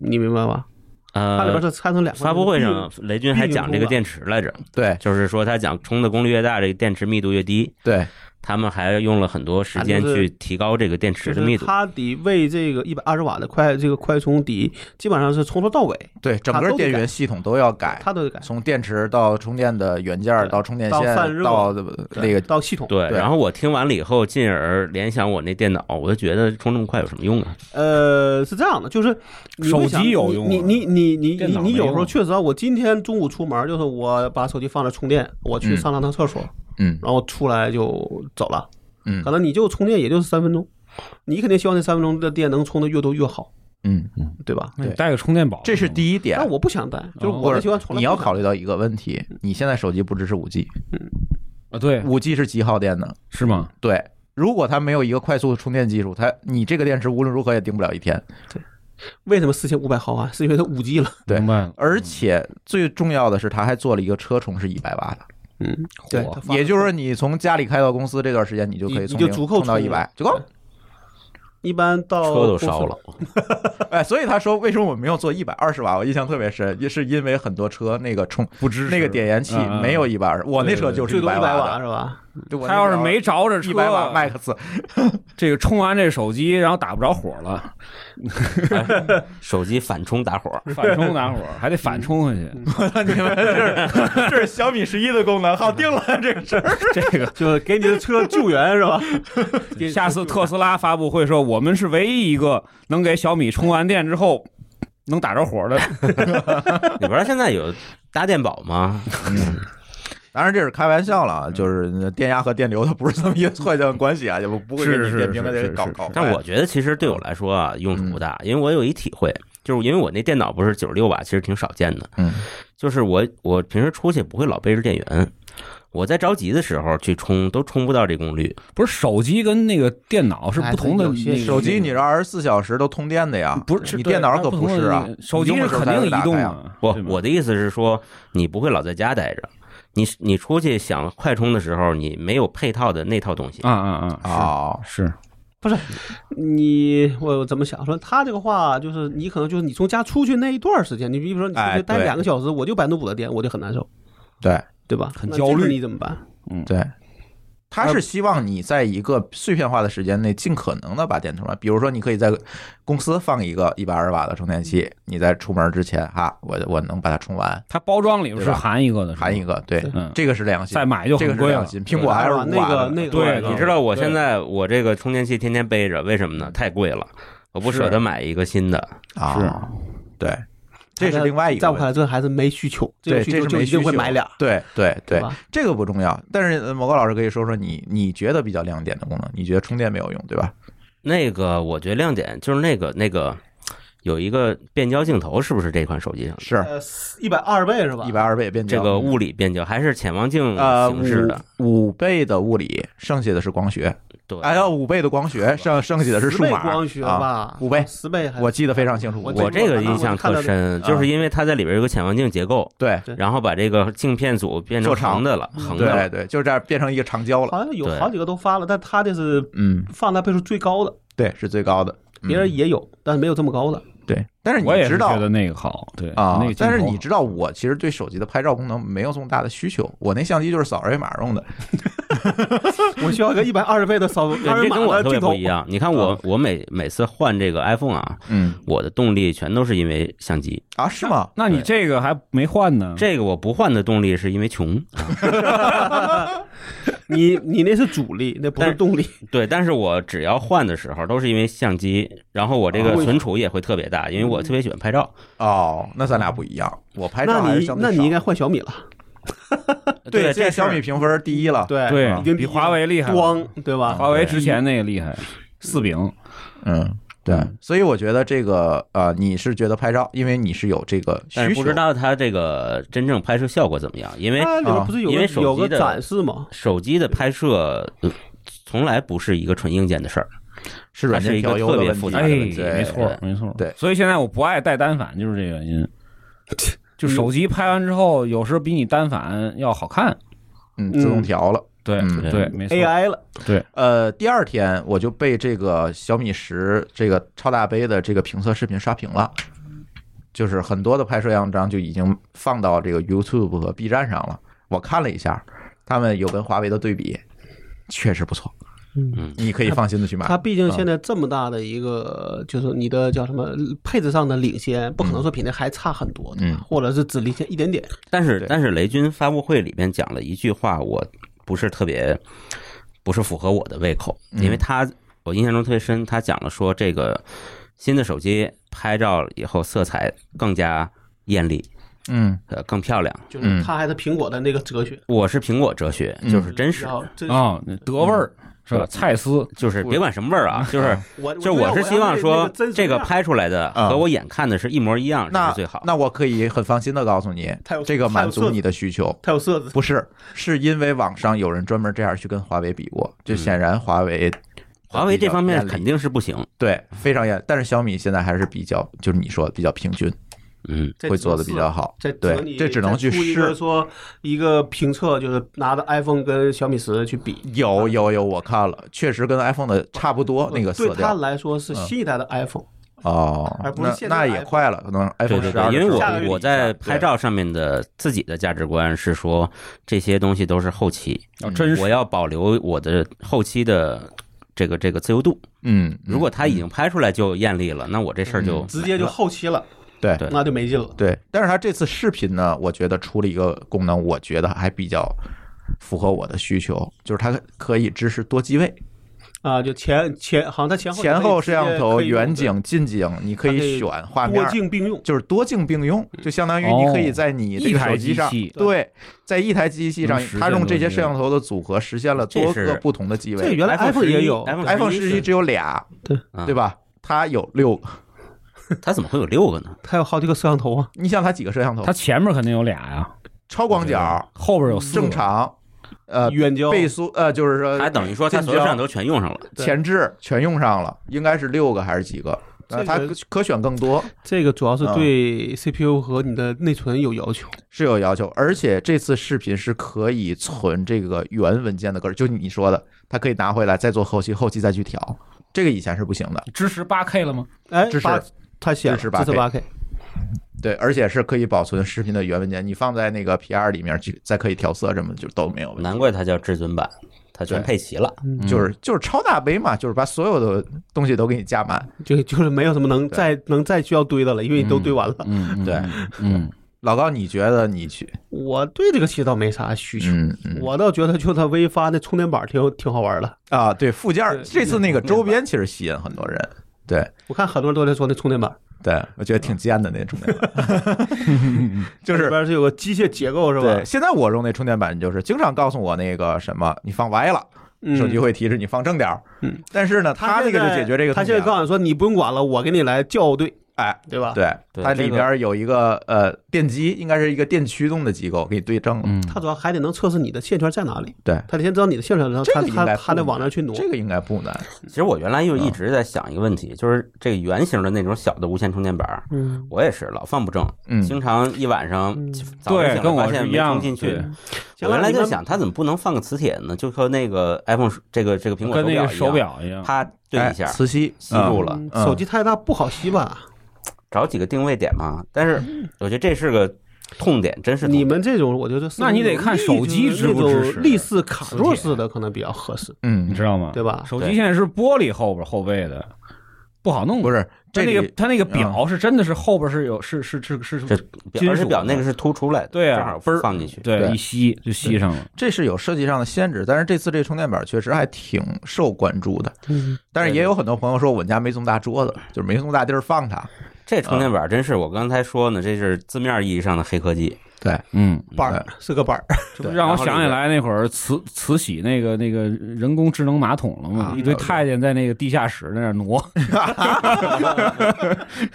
[SPEAKER 3] 你明白吗？它里边
[SPEAKER 4] 呃。
[SPEAKER 3] 是拆成两块。
[SPEAKER 4] 发布会上，雷军还讲这
[SPEAKER 3] 啊
[SPEAKER 4] 个电池来着，
[SPEAKER 1] 对
[SPEAKER 4] 就是说他讲充的功率越大，这个电池密度越低。
[SPEAKER 1] 对，
[SPEAKER 4] 他们还用了很多时间
[SPEAKER 3] 啊就是
[SPEAKER 4] 去提高这个电
[SPEAKER 3] 就
[SPEAKER 4] 池的密
[SPEAKER 3] 是
[SPEAKER 4] 度。
[SPEAKER 3] 它得为这个一百二十瓦的快这个快充底，基本上是从头到尾，
[SPEAKER 1] 对，整个电源系统都要改，
[SPEAKER 3] 它都得改。
[SPEAKER 1] 从电池到充电的元件儿，
[SPEAKER 3] 对
[SPEAKER 1] 到充电
[SPEAKER 3] 到
[SPEAKER 1] 线，
[SPEAKER 3] 散热
[SPEAKER 1] 到那个
[SPEAKER 3] 到系统，
[SPEAKER 4] 对，
[SPEAKER 1] 对
[SPEAKER 4] 然后我听完了以后，进而联想我那电脑，我就觉得充这么快有什么用啊？
[SPEAKER 3] 呃，是这样的，就是你会想
[SPEAKER 2] 手机有用啊
[SPEAKER 3] 你你你你
[SPEAKER 2] 电
[SPEAKER 3] 你
[SPEAKER 2] 脑没
[SPEAKER 3] 你有时候
[SPEAKER 2] 用
[SPEAKER 3] 确实啊，我今天中午出门，就是我把手机放在充电，我去
[SPEAKER 1] 嗯
[SPEAKER 3] 上了趟厕所，
[SPEAKER 1] 嗯
[SPEAKER 3] 然后出来就走了，
[SPEAKER 1] 嗯
[SPEAKER 3] 可能你就充电也就是三分钟，你肯定希望这三分钟的电能充的越多越好，
[SPEAKER 1] 嗯，
[SPEAKER 3] 对吧？
[SPEAKER 1] 对
[SPEAKER 2] 带个充电宝，
[SPEAKER 1] 这是第一点
[SPEAKER 3] 但。我不想带，就是
[SPEAKER 2] 哦
[SPEAKER 3] 我
[SPEAKER 1] 不
[SPEAKER 3] 的
[SPEAKER 1] 是
[SPEAKER 3] 习惯从
[SPEAKER 1] 嗯
[SPEAKER 3] 来
[SPEAKER 1] 你要
[SPEAKER 3] 不带嗯
[SPEAKER 1] 考虑到一个问题，你现在手机不支持五 G，
[SPEAKER 2] 啊，对，
[SPEAKER 1] 五 G 是极耗电的。
[SPEAKER 2] 是吗？
[SPEAKER 1] 对，如果它没有一个快速的充电技术，它你这个电池无论如何也顶不了一天。
[SPEAKER 3] 为什么四千五百毫安？是因为它五 G 了。
[SPEAKER 1] 对
[SPEAKER 2] 明白了。
[SPEAKER 1] 而且最重要的是，它还做了一个车充是一百瓦的，
[SPEAKER 3] 嗯，对，
[SPEAKER 2] 火
[SPEAKER 3] 它发
[SPEAKER 1] 也就是说，你从家里开到公司这段时间，你就可以
[SPEAKER 3] 你
[SPEAKER 1] 从
[SPEAKER 3] 就
[SPEAKER 1] 零
[SPEAKER 3] 足够
[SPEAKER 1] 充到
[SPEAKER 3] 充
[SPEAKER 1] 一
[SPEAKER 3] 了
[SPEAKER 1] 百就够了。
[SPEAKER 3] 一般到
[SPEAKER 4] 车都
[SPEAKER 3] 公司
[SPEAKER 4] 烧了，
[SPEAKER 1] 哎，所以他说为什么我没有做一百二十瓦？我印象特别深，也是因为很多车那个充
[SPEAKER 2] 不支持
[SPEAKER 1] 那个点燃器
[SPEAKER 2] 嗯嗯
[SPEAKER 1] 没有一百二十，我那车就是
[SPEAKER 3] 最多一
[SPEAKER 1] 100
[SPEAKER 3] 百
[SPEAKER 1] 瓦
[SPEAKER 3] 瓦
[SPEAKER 1] 的。
[SPEAKER 3] 是吧？
[SPEAKER 1] 对我
[SPEAKER 2] 他
[SPEAKER 1] 那
[SPEAKER 2] 要是
[SPEAKER 1] 车
[SPEAKER 2] 没着着车，啊
[SPEAKER 1] 一百瓦 max，
[SPEAKER 2] 这个充完这手机，然后打不着火了，
[SPEAKER 4] 手机反充打火，
[SPEAKER 2] 反充打火，还得反充回去。
[SPEAKER 1] 你们这是这是小米十一的功能，好定了这个事儿。
[SPEAKER 2] 这个
[SPEAKER 3] 就是给你的车救援是吧？给
[SPEAKER 2] 下次特斯拉发布会说，我们是唯一一个能给小米充完电之后能打着火的。
[SPEAKER 4] 你不知道现在有搭电宝吗？
[SPEAKER 1] 当然这是开玩笑了啊，就是电压和电流它不是这么一个 坏相关系啊，也不不会给
[SPEAKER 2] 是
[SPEAKER 1] 你
[SPEAKER 2] 是
[SPEAKER 1] 电瓶的
[SPEAKER 2] 是
[SPEAKER 1] 这
[SPEAKER 2] 是
[SPEAKER 1] 搞
[SPEAKER 2] 是
[SPEAKER 1] 搞坏。
[SPEAKER 4] 但我觉得其实对我来说啊，用处
[SPEAKER 3] 嗯
[SPEAKER 4] 不大，因为我有一体会，就是因为我那电脑不是九十六瓦，其实挺少见的。
[SPEAKER 1] 嗯，
[SPEAKER 4] 就是我我平时出去不会老背着电源，我在着急的时候去充都充不到这功率。
[SPEAKER 2] 不是手机跟那个电脑是不同的
[SPEAKER 3] 哎有
[SPEAKER 2] 那
[SPEAKER 3] 些
[SPEAKER 2] 个，
[SPEAKER 1] 手机你是二十四小时都通电的呀，
[SPEAKER 2] 不是
[SPEAKER 1] 你电脑可不是啊，，
[SPEAKER 2] 对手机是肯定移动啊。
[SPEAKER 4] 我
[SPEAKER 2] 对吗
[SPEAKER 4] 我的意思是说，你不会老在家待着，你你出去想快充的时候，你没有配套的那套东西。
[SPEAKER 2] 啊啊啊，
[SPEAKER 1] 哦，
[SPEAKER 2] 是是
[SPEAKER 3] 你我怎么想说？他这个话就是你可能就是你从家出去那一段时间，你比如说你出
[SPEAKER 1] 哎
[SPEAKER 3] 去待
[SPEAKER 1] 对
[SPEAKER 3] 两个小时，我就百分之五的电，我就很难受，
[SPEAKER 1] 对
[SPEAKER 3] 对吧？
[SPEAKER 2] 很
[SPEAKER 3] 那
[SPEAKER 2] 焦
[SPEAKER 3] 这个
[SPEAKER 2] 虑
[SPEAKER 3] 你怎么办？
[SPEAKER 1] 对。它是希望你在一个碎片化的时间内，尽可能的把电充完。比如说，你可以在公司放一个一百二十瓦的充电器，你在出门之前，哈，我我能把它充完，
[SPEAKER 2] 它包装里头
[SPEAKER 1] 对
[SPEAKER 2] 是
[SPEAKER 1] 吧
[SPEAKER 2] 含一个的，
[SPEAKER 1] 含一
[SPEAKER 2] 个，
[SPEAKER 1] 个。对，
[SPEAKER 2] 嗯，
[SPEAKER 1] 这个是良心
[SPEAKER 2] 再，买就
[SPEAKER 1] 这个
[SPEAKER 2] 很
[SPEAKER 1] 是
[SPEAKER 2] 贵了
[SPEAKER 1] 良。心。苹果还是
[SPEAKER 3] 啊
[SPEAKER 1] 五
[SPEAKER 3] 那
[SPEAKER 1] 瓦
[SPEAKER 3] 个
[SPEAKER 1] 的，
[SPEAKER 3] 那个
[SPEAKER 2] 对
[SPEAKER 4] 你知道我
[SPEAKER 2] 对
[SPEAKER 4] 现在我这个充电器天天背着，为什么呢？太贵了，我不舍得买一个新的。
[SPEAKER 1] 啊，对，这是另外一个
[SPEAKER 3] 在我
[SPEAKER 1] 问题
[SPEAKER 3] 看来，这还是没需求，
[SPEAKER 1] 对，
[SPEAKER 3] 有需
[SPEAKER 1] 这
[SPEAKER 3] 求
[SPEAKER 1] 是
[SPEAKER 3] 就
[SPEAKER 1] 没
[SPEAKER 3] 一
[SPEAKER 1] 需
[SPEAKER 3] 定
[SPEAKER 1] 求
[SPEAKER 3] 会买俩。
[SPEAKER 1] 对对对
[SPEAKER 3] 对吧，
[SPEAKER 1] 这个不重要。但是呃某高老师可以说说你你觉得比较亮点的功能，你觉得充电没有用，对吧？
[SPEAKER 4] 那个我觉得亮点就是那个那个有一个变焦镜头，是不是这款手机上的？
[SPEAKER 1] 是
[SPEAKER 3] 呃，一百二十倍是吧？
[SPEAKER 1] 一百二十倍变焦，
[SPEAKER 4] 这个物理变焦还是潜望镜
[SPEAKER 1] 呃
[SPEAKER 4] 形式的，
[SPEAKER 1] 五五倍的物理，剩下的是光学，
[SPEAKER 4] 对，
[SPEAKER 1] 哎呀，五倍的光 学，剩剩下的是
[SPEAKER 3] 十
[SPEAKER 1] 数
[SPEAKER 3] 倍
[SPEAKER 1] 码
[SPEAKER 3] 光学
[SPEAKER 1] 啊，
[SPEAKER 3] 吧，
[SPEAKER 1] 五倍
[SPEAKER 3] 十倍还是
[SPEAKER 1] 我记得非常清楚。
[SPEAKER 3] 我
[SPEAKER 1] 我
[SPEAKER 4] 我这个印象特深，
[SPEAKER 1] 我看到啊
[SPEAKER 4] 就是因为它在里边有个潜望镜结构，
[SPEAKER 1] 对
[SPEAKER 3] 对
[SPEAKER 4] 然后把这个镜片组变成
[SPEAKER 1] 做长
[SPEAKER 4] 横的了，横的
[SPEAKER 1] 对
[SPEAKER 4] 了。
[SPEAKER 1] 对，就是这样变成一个长焦了。
[SPEAKER 3] 好像有
[SPEAKER 4] 对
[SPEAKER 3] 好几个都发了，但他这是
[SPEAKER 1] 嗯，
[SPEAKER 3] 放大倍数最高的，
[SPEAKER 1] 对，是最高的。嗯
[SPEAKER 3] 别人也有，但是没有这么高的。
[SPEAKER 1] 对，但是你
[SPEAKER 2] 我也是
[SPEAKER 1] 知道
[SPEAKER 2] 觉得那个好，对
[SPEAKER 1] 啊
[SPEAKER 2] 那个，镜头
[SPEAKER 1] 但是
[SPEAKER 2] 好
[SPEAKER 1] 你知道，我其实对手机的拍照功能没有这么大的需求，我那相机就是扫二维码用的。
[SPEAKER 3] 我需要一个一百二十倍的扫
[SPEAKER 4] 对
[SPEAKER 3] 二维
[SPEAKER 4] 这
[SPEAKER 3] 码
[SPEAKER 4] 跟我
[SPEAKER 3] 的
[SPEAKER 4] 特别
[SPEAKER 3] 镜头
[SPEAKER 4] 不一。样。你看我，我每每次换这个 iPhone 啊，
[SPEAKER 1] 嗯
[SPEAKER 4] 我的动力全都是因为相机。
[SPEAKER 1] 啊，是吗？
[SPEAKER 2] 那你这个还没换
[SPEAKER 1] 嗯
[SPEAKER 2] 呢，
[SPEAKER 4] 这个我不换的动力是因为穷，
[SPEAKER 3] 你你那是阻力，那不
[SPEAKER 4] 但
[SPEAKER 3] 是
[SPEAKER 4] 是
[SPEAKER 3] 动力。
[SPEAKER 4] 对。但是我只要换的时候都是因为相机，然后我这个
[SPEAKER 3] 哦
[SPEAKER 4] 存储也会特别大，因为我特别喜欢拍照。
[SPEAKER 1] 哦，那咱俩不一样，我拍照
[SPEAKER 3] 那
[SPEAKER 1] 还是
[SPEAKER 3] 你
[SPEAKER 1] 相对
[SPEAKER 3] 那
[SPEAKER 1] 少
[SPEAKER 3] 你应该换小米了，
[SPEAKER 1] 嗯对，现
[SPEAKER 4] 这
[SPEAKER 1] 在
[SPEAKER 4] 事
[SPEAKER 1] 小
[SPEAKER 4] 儿
[SPEAKER 1] 米评分第一了。
[SPEAKER 3] 对
[SPEAKER 2] 对
[SPEAKER 3] 已经
[SPEAKER 2] 比华为厉害了啊
[SPEAKER 3] 光对吧？
[SPEAKER 2] 华为之前那个厉害，四饼
[SPEAKER 1] 嗯，对，所以我觉得这个呃，你是觉得拍照，因为你是有这个
[SPEAKER 4] 但
[SPEAKER 1] 需
[SPEAKER 4] 是
[SPEAKER 1] 求，
[SPEAKER 4] 不知道它这个真正拍摄效果怎么样，因为
[SPEAKER 1] 啊
[SPEAKER 3] 它里边不是有
[SPEAKER 4] 因
[SPEAKER 3] 个
[SPEAKER 4] 为手机
[SPEAKER 3] 有个
[SPEAKER 4] 的
[SPEAKER 3] 展示吗？
[SPEAKER 4] 手机的拍摄呃从来不是一个纯硬件的事儿，
[SPEAKER 1] 是软件调优的
[SPEAKER 4] 它是一个
[SPEAKER 1] 问题
[SPEAKER 4] 特别复杂
[SPEAKER 2] 哎，
[SPEAKER 4] 的问题
[SPEAKER 2] 没错
[SPEAKER 4] 对
[SPEAKER 2] 没错，
[SPEAKER 1] 对
[SPEAKER 2] 所以现在我不爱带单反，就是这个原因。就手机拍完之后，有时候比你单反要好看。
[SPEAKER 1] 嗯，自动调了。
[SPEAKER 2] 对
[SPEAKER 1] 嗯
[SPEAKER 2] 对，没错。
[SPEAKER 3] AI 了，
[SPEAKER 1] 呃，第二天我就被这个小米十这个超大杯的这个评测视频刷屏了，就是很多的拍摄样张就已经放到这个 YouTube 和 B 站上了。我看了一下，他们有跟华为的对比，确实不错。
[SPEAKER 4] 嗯，
[SPEAKER 1] 你可以放心的去买。
[SPEAKER 3] 它毕竟现在这么大的一个，就是你的叫什么配置上的领先，不可能说比那还差很多，对吧
[SPEAKER 1] 嗯
[SPEAKER 3] 或者是只领先一点点。
[SPEAKER 4] 但是
[SPEAKER 1] 对
[SPEAKER 4] 但是雷军发布会里边讲了一句话，我不是特别不是符合我的胃口，
[SPEAKER 1] 嗯
[SPEAKER 4] 因为他我印象中特别深，他讲了说这个新的手机拍照以后色彩更加艳丽，
[SPEAKER 1] 嗯
[SPEAKER 4] 呃，更漂亮。
[SPEAKER 3] 就是它还是苹果的那个哲学，
[SPEAKER 4] 我是苹果哲学，
[SPEAKER 1] 嗯
[SPEAKER 4] 就是真实，
[SPEAKER 3] 要真实。
[SPEAKER 2] 啊，那德味儿是吧？蔡司
[SPEAKER 4] 就是别管什么味儿 啊，就是
[SPEAKER 3] 我
[SPEAKER 4] 就是我是希望说这个，拍出来的
[SPEAKER 1] 啊
[SPEAKER 4] 和我眼看的是一模一样，这
[SPEAKER 1] 那
[SPEAKER 4] 是最好。
[SPEAKER 1] 那我可以很放心的告诉你
[SPEAKER 3] 它有，
[SPEAKER 1] 这个满
[SPEAKER 3] 它
[SPEAKER 1] 足
[SPEAKER 3] 有色
[SPEAKER 1] 你的需求。
[SPEAKER 3] 它有色子，
[SPEAKER 1] 不是，是因为网上有人专门这样去跟华为比过，就显然华为
[SPEAKER 4] 嗯华为这方面肯
[SPEAKER 1] 定
[SPEAKER 4] 定是不行。
[SPEAKER 1] 对非常严，但是小米现在还是比较，就是你说的比较平均，
[SPEAKER 4] 嗯，
[SPEAKER 1] 会做的比较好。
[SPEAKER 3] 在
[SPEAKER 1] 对，这只能去
[SPEAKER 3] 一个
[SPEAKER 1] 试。
[SPEAKER 3] 说一个评测，就是拿着 iPhone 跟小米十去比，
[SPEAKER 1] 有有有，我看了，确实跟 iPhone 的差不多哦那个
[SPEAKER 3] 对
[SPEAKER 1] 色
[SPEAKER 3] 他
[SPEAKER 1] 调嗯
[SPEAKER 3] 来说是新一代的 iPhone，
[SPEAKER 1] 哦
[SPEAKER 3] 而，不是
[SPEAKER 1] 那
[SPEAKER 3] 现在
[SPEAKER 1] 那
[SPEAKER 3] 的
[SPEAKER 1] 也
[SPEAKER 3] iPhone
[SPEAKER 1] 快了，可能
[SPEAKER 4] 对
[SPEAKER 1] iPhone
[SPEAKER 4] 对
[SPEAKER 1] 十
[SPEAKER 4] 对
[SPEAKER 1] 二，
[SPEAKER 4] 因为
[SPEAKER 3] 下个月
[SPEAKER 4] 我我在
[SPEAKER 3] 底
[SPEAKER 4] 拍照上面的自己的价值观是说，这些东西都是后期，
[SPEAKER 2] 要
[SPEAKER 1] 嗯
[SPEAKER 2] 真
[SPEAKER 4] 我
[SPEAKER 2] 实，
[SPEAKER 4] 要保留我的后期的这个这个自由度。
[SPEAKER 1] 嗯，
[SPEAKER 4] 如果它已经拍出来就艳丽了，那我这事儿就嗯
[SPEAKER 3] 直接就后期了，
[SPEAKER 1] 嗯对
[SPEAKER 4] 对
[SPEAKER 3] 那就没劲了。
[SPEAKER 1] 对，但是它这次视频呢，我觉得出了一个功能，我觉得还比较符合我的需求，就是它可以支持多机位，
[SPEAKER 3] 啊，就前前好像它前后
[SPEAKER 1] 前后摄像头、
[SPEAKER 3] 可以直接
[SPEAKER 1] 远景、近景，你可
[SPEAKER 3] 它可
[SPEAKER 1] 以
[SPEAKER 3] 以嗯
[SPEAKER 1] 选
[SPEAKER 3] 可
[SPEAKER 1] 画
[SPEAKER 3] 以
[SPEAKER 1] 面
[SPEAKER 3] 多，镜并用，
[SPEAKER 1] 就是多镜并用，就相当于你可以在你这
[SPEAKER 2] 哦一
[SPEAKER 1] 个
[SPEAKER 2] 台
[SPEAKER 1] 手
[SPEAKER 2] 机
[SPEAKER 1] 机上，
[SPEAKER 2] 器，
[SPEAKER 1] 对，在一台机器上
[SPEAKER 2] 能实，现
[SPEAKER 1] 它用这些
[SPEAKER 2] 多机
[SPEAKER 1] 摄像头的组合，实现了
[SPEAKER 4] 这
[SPEAKER 1] 多
[SPEAKER 4] 是
[SPEAKER 1] 个不同的机
[SPEAKER 3] 这
[SPEAKER 1] 位。
[SPEAKER 3] 原来
[SPEAKER 4] iPhone
[SPEAKER 3] iPhone 也有
[SPEAKER 1] iPhone
[SPEAKER 4] 十
[SPEAKER 1] 十一只有俩，
[SPEAKER 3] 对
[SPEAKER 4] 啊
[SPEAKER 1] 对吧？它有六个，
[SPEAKER 4] 它怎么会有六个呢？
[SPEAKER 3] 它有好几个摄像头啊，
[SPEAKER 1] 你想它几个摄像头
[SPEAKER 2] 它？前面肯定有俩呀，
[SPEAKER 1] 超广角、
[SPEAKER 2] 后边有四个
[SPEAKER 1] 正常，呃，
[SPEAKER 3] 远焦
[SPEAKER 1] 倍速，呃，就是说
[SPEAKER 4] 它等于说它所有摄像头全用上了。
[SPEAKER 1] 前置全用上了，应该是六个还是几个？呃，
[SPEAKER 3] 这个
[SPEAKER 1] 它可可选更多
[SPEAKER 3] 这个主要是
[SPEAKER 1] 嗯
[SPEAKER 3] 对 CPU 和你的内存有要求，
[SPEAKER 1] 是有要求，而且这次视频是可以存这个原文件的歌，就你说的，它可以拿回来再做后期，后期再去调，这个以前是不行的。
[SPEAKER 2] 支持八 K 了吗？
[SPEAKER 3] 哎，
[SPEAKER 1] 支持
[SPEAKER 3] 八它写了
[SPEAKER 1] 支持
[SPEAKER 3] 支持
[SPEAKER 1] 8K
[SPEAKER 3] 八 K，
[SPEAKER 1] 对，而且是可以保存视频的原文件，你放在那个 P R 里面去，再可以调色，什么就都没有问题。
[SPEAKER 4] 难怪它叫至尊版，它全
[SPEAKER 1] 嗯对
[SPEAKER 4] 配齐了。
[SPEAKER 3] 嗯
[SPEAKER 1] 就是就是超大杯嘛，就是把所有的东西都给你加满。
[SPEAKER 3] 就就是没有什么能
[SPEAKER 1] 对
[SPEAKER 3] 再能再需要堆的了，因为你都堆完 了。
[SPEAKER 2] 嗯，嗯
[SPEAKER 1] 对，
[SPEAKER 2] 嗯，
[SPEAKER 1] 老高，你觉得你去？
[SPEAKER 3] 我对这个其实倒没啥需求，
[SPEAKER 1] 嗯嗯
[SPEAKER 3] 我倒觉得就它微发那充电板挺有挺好玩的。
[SPEAKER 1] 啊，对，附件儿
[SPEAKER 3] 对
[SPEAKER 1] 这次那个周边其实吸引很多人。对，
[SPEAKER 3] 我看很多人都在说那充电板，
[SPEAKER 1] 对，我觉得挺尖的那充电板，就
[SPEAKER 3] 里
[SPEAKER 1] 是
[SPEAKER 3] 边是有个机械结构是吧
[SPEAKER 1] 对。？现在我用那充电板就是经常告诉我那个什么，你放歪了，
[SPEAKER 3] 嗯
[SPEAKER 1] 手机会提示你放正点儿。
[SPEAKER 3] 嗯，
[SPEAKER 1] 但是呢，它那
[SPEAKER 3] 现
[SPEAKER 1] 个就
[SPEAKER 3] 在
[SPEAKER 1] 解决这个痛点了。
[SPEAKER 3] 他现在告诉你说你不用管了，我给你来校对，
[SPEAKER 1] 哎，
[SPEAKER 3] 对吧？，
[SPEAKER 1] 对，
[SPEAKER 4] 对
[SPEAKER 1] 它
[SPEAKER 4] 这
[SPEAKER 1] 里
[SPEAKER 4] 个
[SPEAKER 1] 边有一个呃电机，应该是一个电驱动的机构，给你对正了。
[SPEAKER 2] 嗯，
[SPEAKER 3] 他主要还得能测试你的线圈在哪里，
[SPEAKER 1] 对，
[SPEAKER 3] 他得先知道你的线圈在哪，
[SPEAKER 1] 这
[SPEAKER 3] 他
[SPEAKER 1] 个应该
[SPEAKER 3] 他
[SPEAKER 1] 不
[SPEAKER 3] 他得往那去挪。
[SPEAKER 1] 这个应该不难。
[SPEAKER 4] 其实我原来又一直在想一个问题，就是这个圆形的那种小的无线充电板儿，
[SPEAKER 3] 嗯，
[SPEAKER 4] 我也是老放不正，
[SPEAKER 1] 嗯，
[SPEAKER 4] 经常一晚上
[SPEAKER 3] 嗯
[SPEAKER 4] 早上
[SPEAKER 2] 对
[SPEAKER 4] 醒
[SPEAKER 2] 跟
[SPEAKER 4] 来
[SPEAKER 2] 我
[SPEAKER 4] 发现
[SPEAKER 2] 是一
[SPEAKER 4] 没
[SPEAKER 2] 样
[SPEAKER 4] 充进
[SPEAKER 2] 对
[SPEAKER 4] 去。我原来就想，它怎么不能放个磁铁呢？就和那个 iPhone 手这个这个苹果
[SPEAKER 2] 跟那个
[SPEAKER 4] 手
[SPEAKER 2] 手
[SPEAKER 4] 表
[SPEAKER 2] 表一
[SPEAKER 4] 一样，
[SPEAKER 2] 样，
[SPEAKER 4] 啪对
[SPEAKER 1] 哎
[SPEAKER 4] 一下，
[SPEAKER 1] 磁吸
[SPEAKER 4] 吸住
[SPEAKER 1] 嗯
[SPEAKER 4] 了，
[SPEAKER 3] 嗯
[SPEAKER 1] 嗯
[SPEAKER 3] 手机太大不好吸吧？
[SPEAKER 4] 找几个定位点嘛。但是我觉得这是个痛点，真是痛
[SPEAKER 3] 你
[SPEAKER 4] 点
[SPEAKER 3] 们这种我觉得是
[SPEAKER 2] 那你得看手机支不支持
[SPEAKER 3] 那种立式卡座
[SPEAKER 2] 磁铁
[SPEAKER 3] 式的可能比较合适，
[SPEAKER 1] 嗯，
[SPEAKER 2] 你知道吗？
[SPEAKER 3] 对吧？
[SPEAKER 2] 手机现在是玻璃后边后背的，不好弄。
[SPEAKER 1] 不是
[SPEAKER 2] 它
[SPEAKER 1] 这
[SPEAKER 2] 那个
[SPEAKER 1] 里
[SPEAKER 2] 它那个表是真的是后边是有是是是是
[SPEAKER 4] 这
[SPEAKER 2] 是，
[SPEAKER 4] 表而
[SPEAKER 2] 金
[SPEAKER 4] 且
[SPEAKER 2] 属
[SPEAKER 4] 表
[SPEAKER 2] 的
[SPEAKER 4] 那个是凸出来的，
[SPEAKER 2] 对啊
[SPEAKER 4] 正好
[SPEAKER 1] 嘣儿
[SPEAKER 4] 放进去。
[SPEAKER 2] 对
[SPEAKER 1] 对
[SPEAKER 2] 一吸就吸上了。
[SPEAKER 1] 这是有设计上的限制，但是这次这充电板确实还挺受关注的。
[SPEAKER 3] 嗯，
[SPEAKER 1] 但是也
[SPEAKER 4] 对
[SPEAKER 1] 有很多朋友说，我们家没这么大桌子，就是没这么大地儿放它。
[SPEAKER 4] 这充电板真是我刚才说呢，这是字面意义上的黑科技。
[SPEAKER 2] 嗯，
[SPEAKER 3] 板儿是个板儿，
[SPEAKER 1] 对
[SPEAKER 2] 让我
[SPEAKER 4] 然后
[SPEAKER 2] 想
[SPEAKER 4] 里
[SPEAKER 2] 起
[SPEAKER 4] 边
[SPEAKER 2] 来那会儿慈慈禧那个那个人工智能马桶了嘛
[SPEAKER 1] 啊，
[SPEAKER 2] 一堆太监在那个地下室在那儿挪，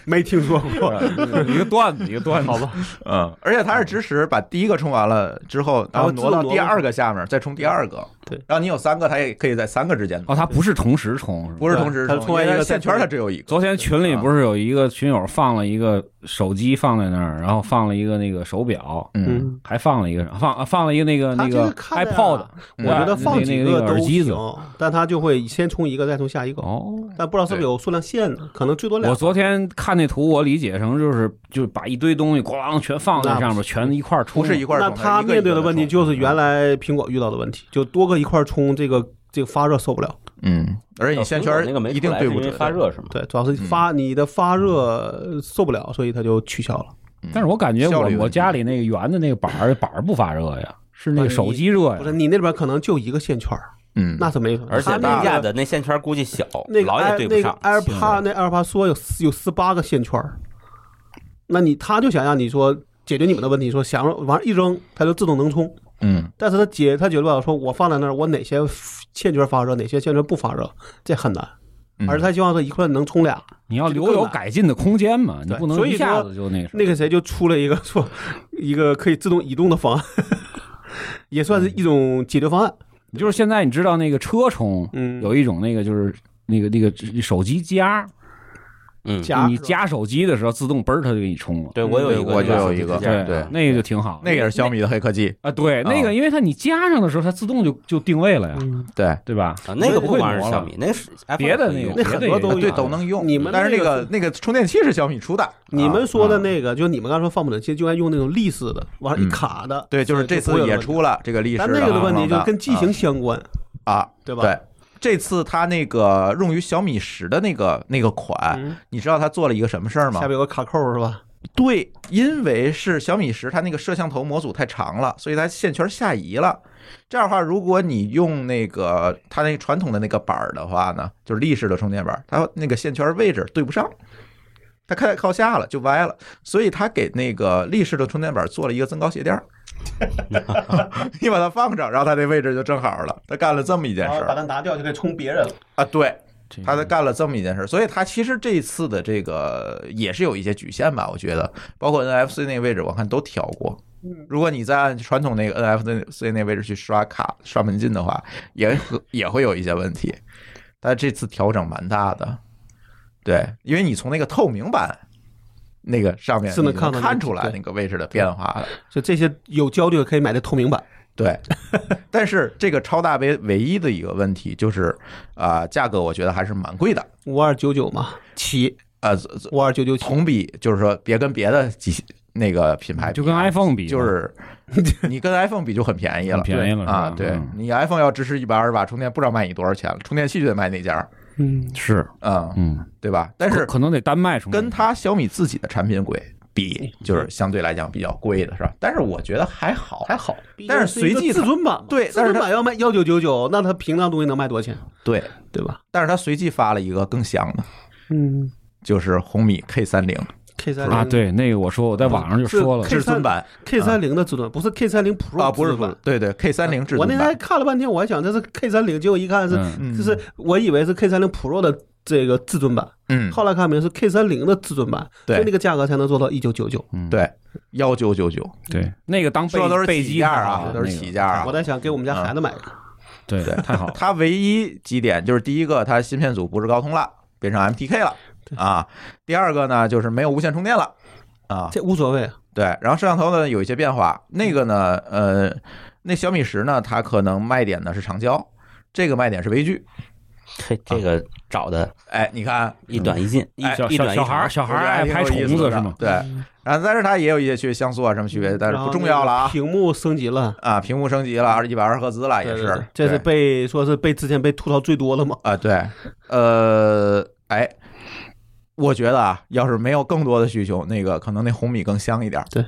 [SPEAKER 3] 没听说过。
[SPEAKER 2] 一个段子一个段子。好吧，
[SPEAKER 1] 嗯，而且它是支持把第一个充完了之后，然后
[SPEAKER 3] 自
[SPEAKER 1] 挪到
[SPEAKER 3] 动
[SPEAKER 1] 第二个下面，再充第二个。
[SPEAKER 3] 对，
[SPEAKER 1] 然后你有三个，它也可以在三个之间，
[SPEAKER 2] 哦，它不是同时充，是吧
[SPEAKER 1] 不是同时
[SPEAKER 3] 它充完
[SPEAKER 1] 因为
[SPEAKER 3] 一个
[SPEAKER 1] 线圈，
[SPEAKER 3] 再
[SPEAKER 1] 它
[SPEAKER 3] 充
[SPEAKER 1] 只有一个。
[SPEAKER 2] 昨天群里不是有一个群友放了一个手机放在那儿，然后放了一个那个手表，
[SPEAKER 1] 嗯，
[SPEAKER 2] 还放了一个放啊放了一个那个
[SPEAKER 3] 他
[SPEAKER 2] 那
[SPEAKER 3] 这个
[SPEAKER 2] 个
[SPEAKER 3] 看着啊
[SPEAKER 2] iPod，
[SPEAKER 1] 嗯
[SPEAKER 3] 我觉得放几
[SPEAKER 2] 那那
[SPEAKER 3] 个
[SPEAKER 2] 那
[SPEAKER 3] 都
[SPEAKER 2] 耳机子
[SPEAKER 3] 行，但它就会先充一个，再充下一个。
[SPEAKER 2] 哦。
[SPEAKER 3] 但不知道是不是有数量限制，可能最多两
[SPEAKER 2] 我。昨天看那图，我理解成就是就把一堆东西咣全放在上面，全一块儿
[SPEAKER 1] 不
[SPEAKER 2] 充。
[SPEAKER 1] 是一块儿
[SPEAKER 3] 那
[SPEAKER 1] 充。它
[SPEAKER 3] 他
[SPEAKER 1] 是一个
[SPEAKER 3] 面对
[SPEAKER 1] 一个嗯
[SPEAKER 3] 的问题
[SPEAKER 1] 充
[SPEAKER 3] 就是原来苹果遇到的问题，就多个一块儿充，这个这个发热受不了。
[SPEAKER 1] 嗯，而且你线圈
[SPEAKER 4] 那个没出
[SPEAKER 1] 一定
[SPEAKER 4] 来
[SPEAKER 1] 对
[SPEAKER 4] 是
[SPEAKER 1] 不
[SPEAKER 4] 因为
[SPEAKER 1] 准，
[SPEAKER 4] 发热是吗？
[SPEAKER 3] 对，主要是发你的发热受不了，所以它就取消了。
[SPEAKER 1] 嗯。
[SPEAKER 2] 但是我感觉
[SPEAKER 1] 效
[SPEAKER 2] 我
[SPEAKER 1] 率问题
[SPEAKER 2] 我家里那个圆的那个板儿板儿不发热呀，是那个手机热
[SPEAKER 3] 不是
[SPEAKER 2] 呀。
[SPEAKER 3] 你那边可能就一个线圈儿，
[SPEAKER 1] 嗯，
[SPEAKER 3] 那是没法。
[SPEAKER 4] 而且
[SPEAKER 3] 它
[SPEAKER 4] 大
[SPEAKER 3] 那
[SPEAKER 4] 架
[SPEAKER 3] 个
[SPEAKER 4] 的那线圈估计小，
[SPEAKER 3] 那个
[SPEAKER 4] 老也
[SPEAKER 3] Air-
[SPEAKER 4] 对不
[SPEAKER 3] 那个
[SPEAKER 4] 上。
[SPEAKER 3] AirPod 那 AirPod 说有四有十八个线圈儿，那你他就想让你说解决你们的问题，说想让往上一扔，它就自动能充。
[SPEAKER 1] 嗯
[SPEAKER 3] 但是他解他解决不了，说我放在那儿，我哪些线圈发热，哪些线圈不发热，这很难。
[SPEAKER 1] 嗯
[SPEAKER 3] 而他希望说一块能充俩，
[SPEAKER 2] 你要留有改进的空间嘛，你
[SPEAKER 3] 对
[SPEAKER 2] 不能
[SPEAKER 3] 所以
[SPEAKER 2] 一下
[SPEAKER 3] 说
[SPEAKER 2] 子就那什么
[SPEAKER 3] 那个谁就出了一个 说一个可以自动移动的方案， 也算是一种解决方案。
[SPEAKER 2] 就是现在你知道那个车充
[SPEAKER 3] 嗯，
[SPEAKER 2] 有一种那个就是那个那个手机夹，
[SPEAKER 4] 嗯，
[SPEAKER 3] 夹
[SPEAKER 2] 你
[SPEAKER 3] 是吧
[SPEAKER 2] 夹手机的时候自动嘣儿它就给你充了，
[SPEAKER 4] 对我有一个，
[SPEAKER 1] 我就有一个
[SPEAKER 2] 对
[SPEAKER 1] 对
[SPEAKER 2] 那个就挺好。
[SPEAKER 1] 那个也是小米的黑科技，
[SPEAKER 2] 啊，对，那
[SPEAKER 1] 啊
[SPEAKER 2] 个因为它你加上的时候，它自动就就定位了呀，
[SPEAKER 3] 嗯
[SPEAKER 1] 对，
[SPEAKER 2] 对吧？
[SPEAKER 4] 啊，那个
[SPEAKER 2] 不
[SPEAKER 4] 不
[SPEAKER 2] 会
[SPEAKER 4] 光是
[SPEAKER 2] 磨
[SPEAKER 4] 小
[SPEAKER 2] 了
[SPEAKER 4] 米，那个是 iPhone
[SPEAKER 2] 别的
[SPEAKER 4] 可以
[SPEAKER 2] 那
[SPEAKER 4] 用
[SPEAKER 2] 个
[SPEAKER 3] 那
[SPEAKER 2] 别
[SPEAKER 3] 很
[SPEAKER 2] 的
[SPEAKER 3] 多
[SPEAKER 2] 也
[SPEAKER 3] 都
[SPEAKER 2] 有
[SPEAKER 1] 对
[SPEAKER 3] 有
[SPEAKER 1] 都能用。
[SPEAKER 3] 你们
[SPEAKER 1] 但是那
[SPEAKER 3] 那
[SPEAKER 1] 个
[SPEAKER 3] 个
[SPEAKER 1] 那个充电器是小米出的，
[SPEAKER 3] 你
[SPEAKER 1] 啊
[SPEAKER 3] 们说的那个，就你们刚才说放不冷，其实就应该用那种立式的，往上一
[SPEAKER 1] 嗯
[SPEAKER 3] 卡的。
[SPEAKER 1] 对，就是这
[SPEAKER 3] 不
[SPEAKER 1] 次
[SPEAKER 3] 会有
[SPEAKER 1] 也
[SPEAKER 3] 问题
[SPEAKER 1] 出了这个历史，
[SPEAKER 3] 但那个的问题就是跟机型
[SPEAKER 1] 啊
[SPEAKER 3] 相关，
[SPEAKER 1] 啊，
[SPEAKER 3] 对吧？
[SPEAKER 1] 对。这次它那个用于小米十的那个那个款，
[SPEAKER 3] 嗯，
[SPEAKER 1] 你知道它做了一个什么事哎儿吗
[SPEAKER 3] 下？边有个卡扣是吧？
[SPEAKER 1] 对，因为是小米十，它那个摄像头模组太长了，所以它线圈下移了。这样的话，如果你用那个它那传统的那个板儿的话呢，就是立式的充电板儿，它那个线圈位置对不上，它开靠下了就歪了，所以它给那个立式的充电板儿做了一个增高鞋垫儿。你把它放上，然后它那位置就正好了。它干了这么一件事儿
[SPEAKER 3] 它拿掉就可以充别人了。
[SPEAKER 1] 啊，对，
[SPEAKER 2] 这
[SPEAKER 1] 他
[SPEAKER 2] 个
[SPEAKER 1] 干了这么一件事，所以他其实这次的这个也是有一些局限吧，我觉得，包括 NFC 那个位置，我看都调过。如果你再按传统那个 NFC 那位置去刷卡、刷门禁的话，也会也会有一些问题。但这次调整蛮大的，对，因为你从那个透明版那个上面
[SPEAKER 3] 是能
[SPEAKER 1] 你
[SPEAKER 3] 看到那
[SPEAKER 1] 看
[SPEAKER 3] 个
[SPEAKER 1] 出来
[SPEAKER 3] 对
[SPEAKER 1] 那个位置的变化的。
[SPEAKER 3] 就这些有焦虑的可以买的透明版，
[SPEAKER 1] 对， 但是这个超大杯唯一的一个问题就是，啊、价格我觉得还是蛮贵的。
[SPEAKER 3] 五二九九嘛，起
[SPEAKER 1] 呃，
[SPEAKER 3] 五二九九起，
[SPEAKER 1] 同比就是说，别跟别的机那个品牌比啊，
[SPEAKER 2] 就跟 iPhone 比嘛，
[SPEAKER 1] 就是 你跟 iPhone 比就很便宜了，
[SPEAKER 2] 很便宜了
[SPEAKER 1] 啊！
[SPEAKER 2] 是吧
[SPEAKER 1] 对
[SPEAKER 2] 嗯
[SPEAKER 1] 你 iPhone 要支持一百二十瓦充电，不知道卖你多少钱了，充电器就得卖那家儿，
[SPEAKER 3] 嗯，
[SPEAKER 2] 是，
[SPEAKER 1] 嗯，
[SPEAKER 2] 嗯，
[SPEAKER 1] 对吧？但是
[SPEAKER 2] 可可能得单卖充电
[SPEAKER 1] 跟它小米自己的产品贵比，就是相对来讲比较贵的是吧？但是我觉得还好，
[SPEAKER 3] 还好。
[SPEAKER 1] 但是随即
[SPEAKER 3] 自尊版嘛，
[SPEAKER 1] 对
[SPEAKER 3] 自
[SPEAKER 1] 但是
[SPEAKER 3] 尊
[SPEAKER 1] 它
[SPEAKER 3] 版要卖幺九九九，那它平常东西能卖多少钱？啊
[SPEAKER 1] 对。
[SPEAKER 3] 对吧？
[SPEAKER 1] 但是它随即发了一个更香的，
[SPEAKER 3] 嗯
[SPEAKER 1] 就是红米 K 三零
[SPEAKER 3] ，K 三零
[SPEAKER 2] 啊，对，那个我说我在网上就说了
[SPEAKER 3] 是，
[SPEAKER 1] 至尊版
[SPEAKER 3] K 三零的自尊不是 K 三零 Pro
[SPEAKER 1] 啊，不是
[SPEAKER 3] 自尊版
[SPEAKER 1] 对对 K 三零至
[SPEAKER 3] 我
[SPEAKER 1] 尊
[SPEAKER 3] 那天还
[SPEAKER 1] 版，
[SPEAKER 3] 看了半天，我还想这是 K 三零，结果一看是，
[SPEAKER 2] 嗯
[SPEAKER 1] 嗯
[SPEAKER 3] 就是我以为是 K 三零 Pro 的这个至尊版，
[SPEAKER 1] 嗯，
[SPEAKER 3] 后来看明是 K 三零的至尊版，
[SPEAKER 1] 对
[SPEAKER 3] 所以那个价格才能做到一九九九。
[SPEAKER 2] 嗯，
[SPEAKER 1] 对幺九九九，
[SPEAKER 2] 对，那个当
[SPEAKER 1] 说的都
[SPEAKER 2] 备
[SPEAKER 1] 是
[SPEAKER 2] 备
[SPEAKER 1] 起
[SPEAKER 2] 机
[SPEAKER 1] 价
[SPEAKER 2] 看
[SPEAKER 1] 啊，
[SPEAKER 2] 了
[SPEAKER 1] 都是
[SPEAKER 2] 那个
[SPEAKER 1] 起价啊
[SPEAKER 3] 我。在想给我们家孩子买个，
[SPEAKER 2] 对
[SPEAKER 1] 对
[SPEAKER 2] 太好了，
[SPEAKER 1] 它唯一几点就是第一个，它芯片组不是高通了，变成 MTK 了啊。第二个呢，就是没有无线充电了啊。
[SPEAKER 3] 这无所谓。
[SPEAKER 1] 对，然后摄像头呢有一些变化，那个呢，呃，那小米十呢，它可能卖点呢是长焦，这个卖点是微距。
[SPEAKER 4] 这这个找的
[SPEAKER 1] 哎，你看，
[SPEAKER 4] 一短一近，一
[SPEAKER 1] 哎
[SPEAKER 2] 小
[SPEAKER 4] 一
[SPEAKER 2] 小
[SPEAKER 4] 短一
[SPEAKER 2] 小孩儿
[SPEAKER 4] 长。
[SPEAKER 2] 小孩
[SPEAKER 1] 我觉
[SPEAKER 2] 儿
[SPEAKER 1] 得
[SPEAKER 2] 爱
[SPEAKER 1] 还挺
[SPEAKER 2] 拍
[SPEAKER 1] 有意思
[SPEAKER 2] 虫子
[SPEAKER 1] 的
[SPEAKER 2] 是吗？嗯
[SPEAKER 1] 对，然后但是它也有一些区像素啊什么区别，但是
[SPEAKER 3] 啊然
[SPEAKER 1] 不
[SPEAKER 3] 后
[SPEAKER 1] 重要了
[SPEAKER 3] 那个
[SPEAKER 1] 啊
[SPEAKER 3] 屏幕升级了，
[SPEAKER 1] 啊，屏幕升级了，一百二十赫兹了，也
[SPEAKER 3] 对
[SPEAKER 1] 是
[SPEAKER 3] 对，
[SPEAKER 1] 对
[SPEAKER 3] 这是被说是被之前被吐槽最多的嘛？
[SPEAKER 1] 啊，对，呃，哎，我觉得啊，要是没有更多的需求，那个可能那红米更香一点，
[SPEAKER 3] 对，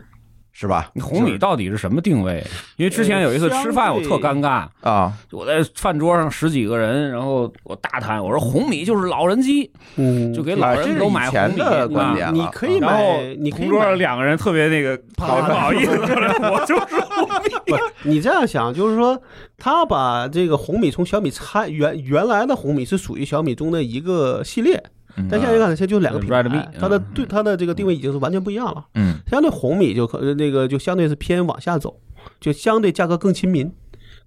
[SPEAKER 1] 是吧？
[SPEAKER 2] 红米到底是什么定位？因为之前有一次吃饭，我特尴尬，
[SPEAKER 1] 啊，
[SPEAKER 2] 我在饭桌上十几个人，然后我大谈，我说红米就是老人机，
[SPEAKER 3] 嗯
[SPEAKER 2] 就给老
[SPEAKER 1] 这
[SPEAKER 2] 人
[SPEAKER 1] 是
[SPEAKER 2] 都
[SPEAKER 1] 以
[SPEAKER 2] 买
[SPEAKER 1] 前
[SPEAKER 2] 红米
[SPEAKER 1] 的观
[SPEAKER 2] 啊
[SPEAKER 1] 点
[SPEAKER 3] 你
[SPEAKER 1] 了
[SPEAKER 3] 可以
[SPEAKER 1] 啊
[SPEAKER 2] 然后
[SPEAKER 3] 买，你可以
[SPEAKER 2] 同桌
[SPEAKER 3] 买。
[SPEAKER 2] 两个人特别那个不
[SPEAKER 1] 好的
[SPEAKER 2] 好意思，我就说
[SPEAKER 3] 不，你这样想就是说，他把这个红米从小米拆原原来的红米是属于小米中的一个系列，
[SPEAKER 1] 嗯
[SPEAKER 3] 但现在看现在就两个品牌
[SPEAKER 2] Redmi，，
[SPEAKER 3] 它的
[SPEAKER 2] 嗯
[SPEAKER 3] 对它的这个定位已经是完全不一样了。
[SPEAKER 1] 嗯
[SPEAKER 3] 相对红米就可呃那个就相对是偏往下走，就相对价格更亲民，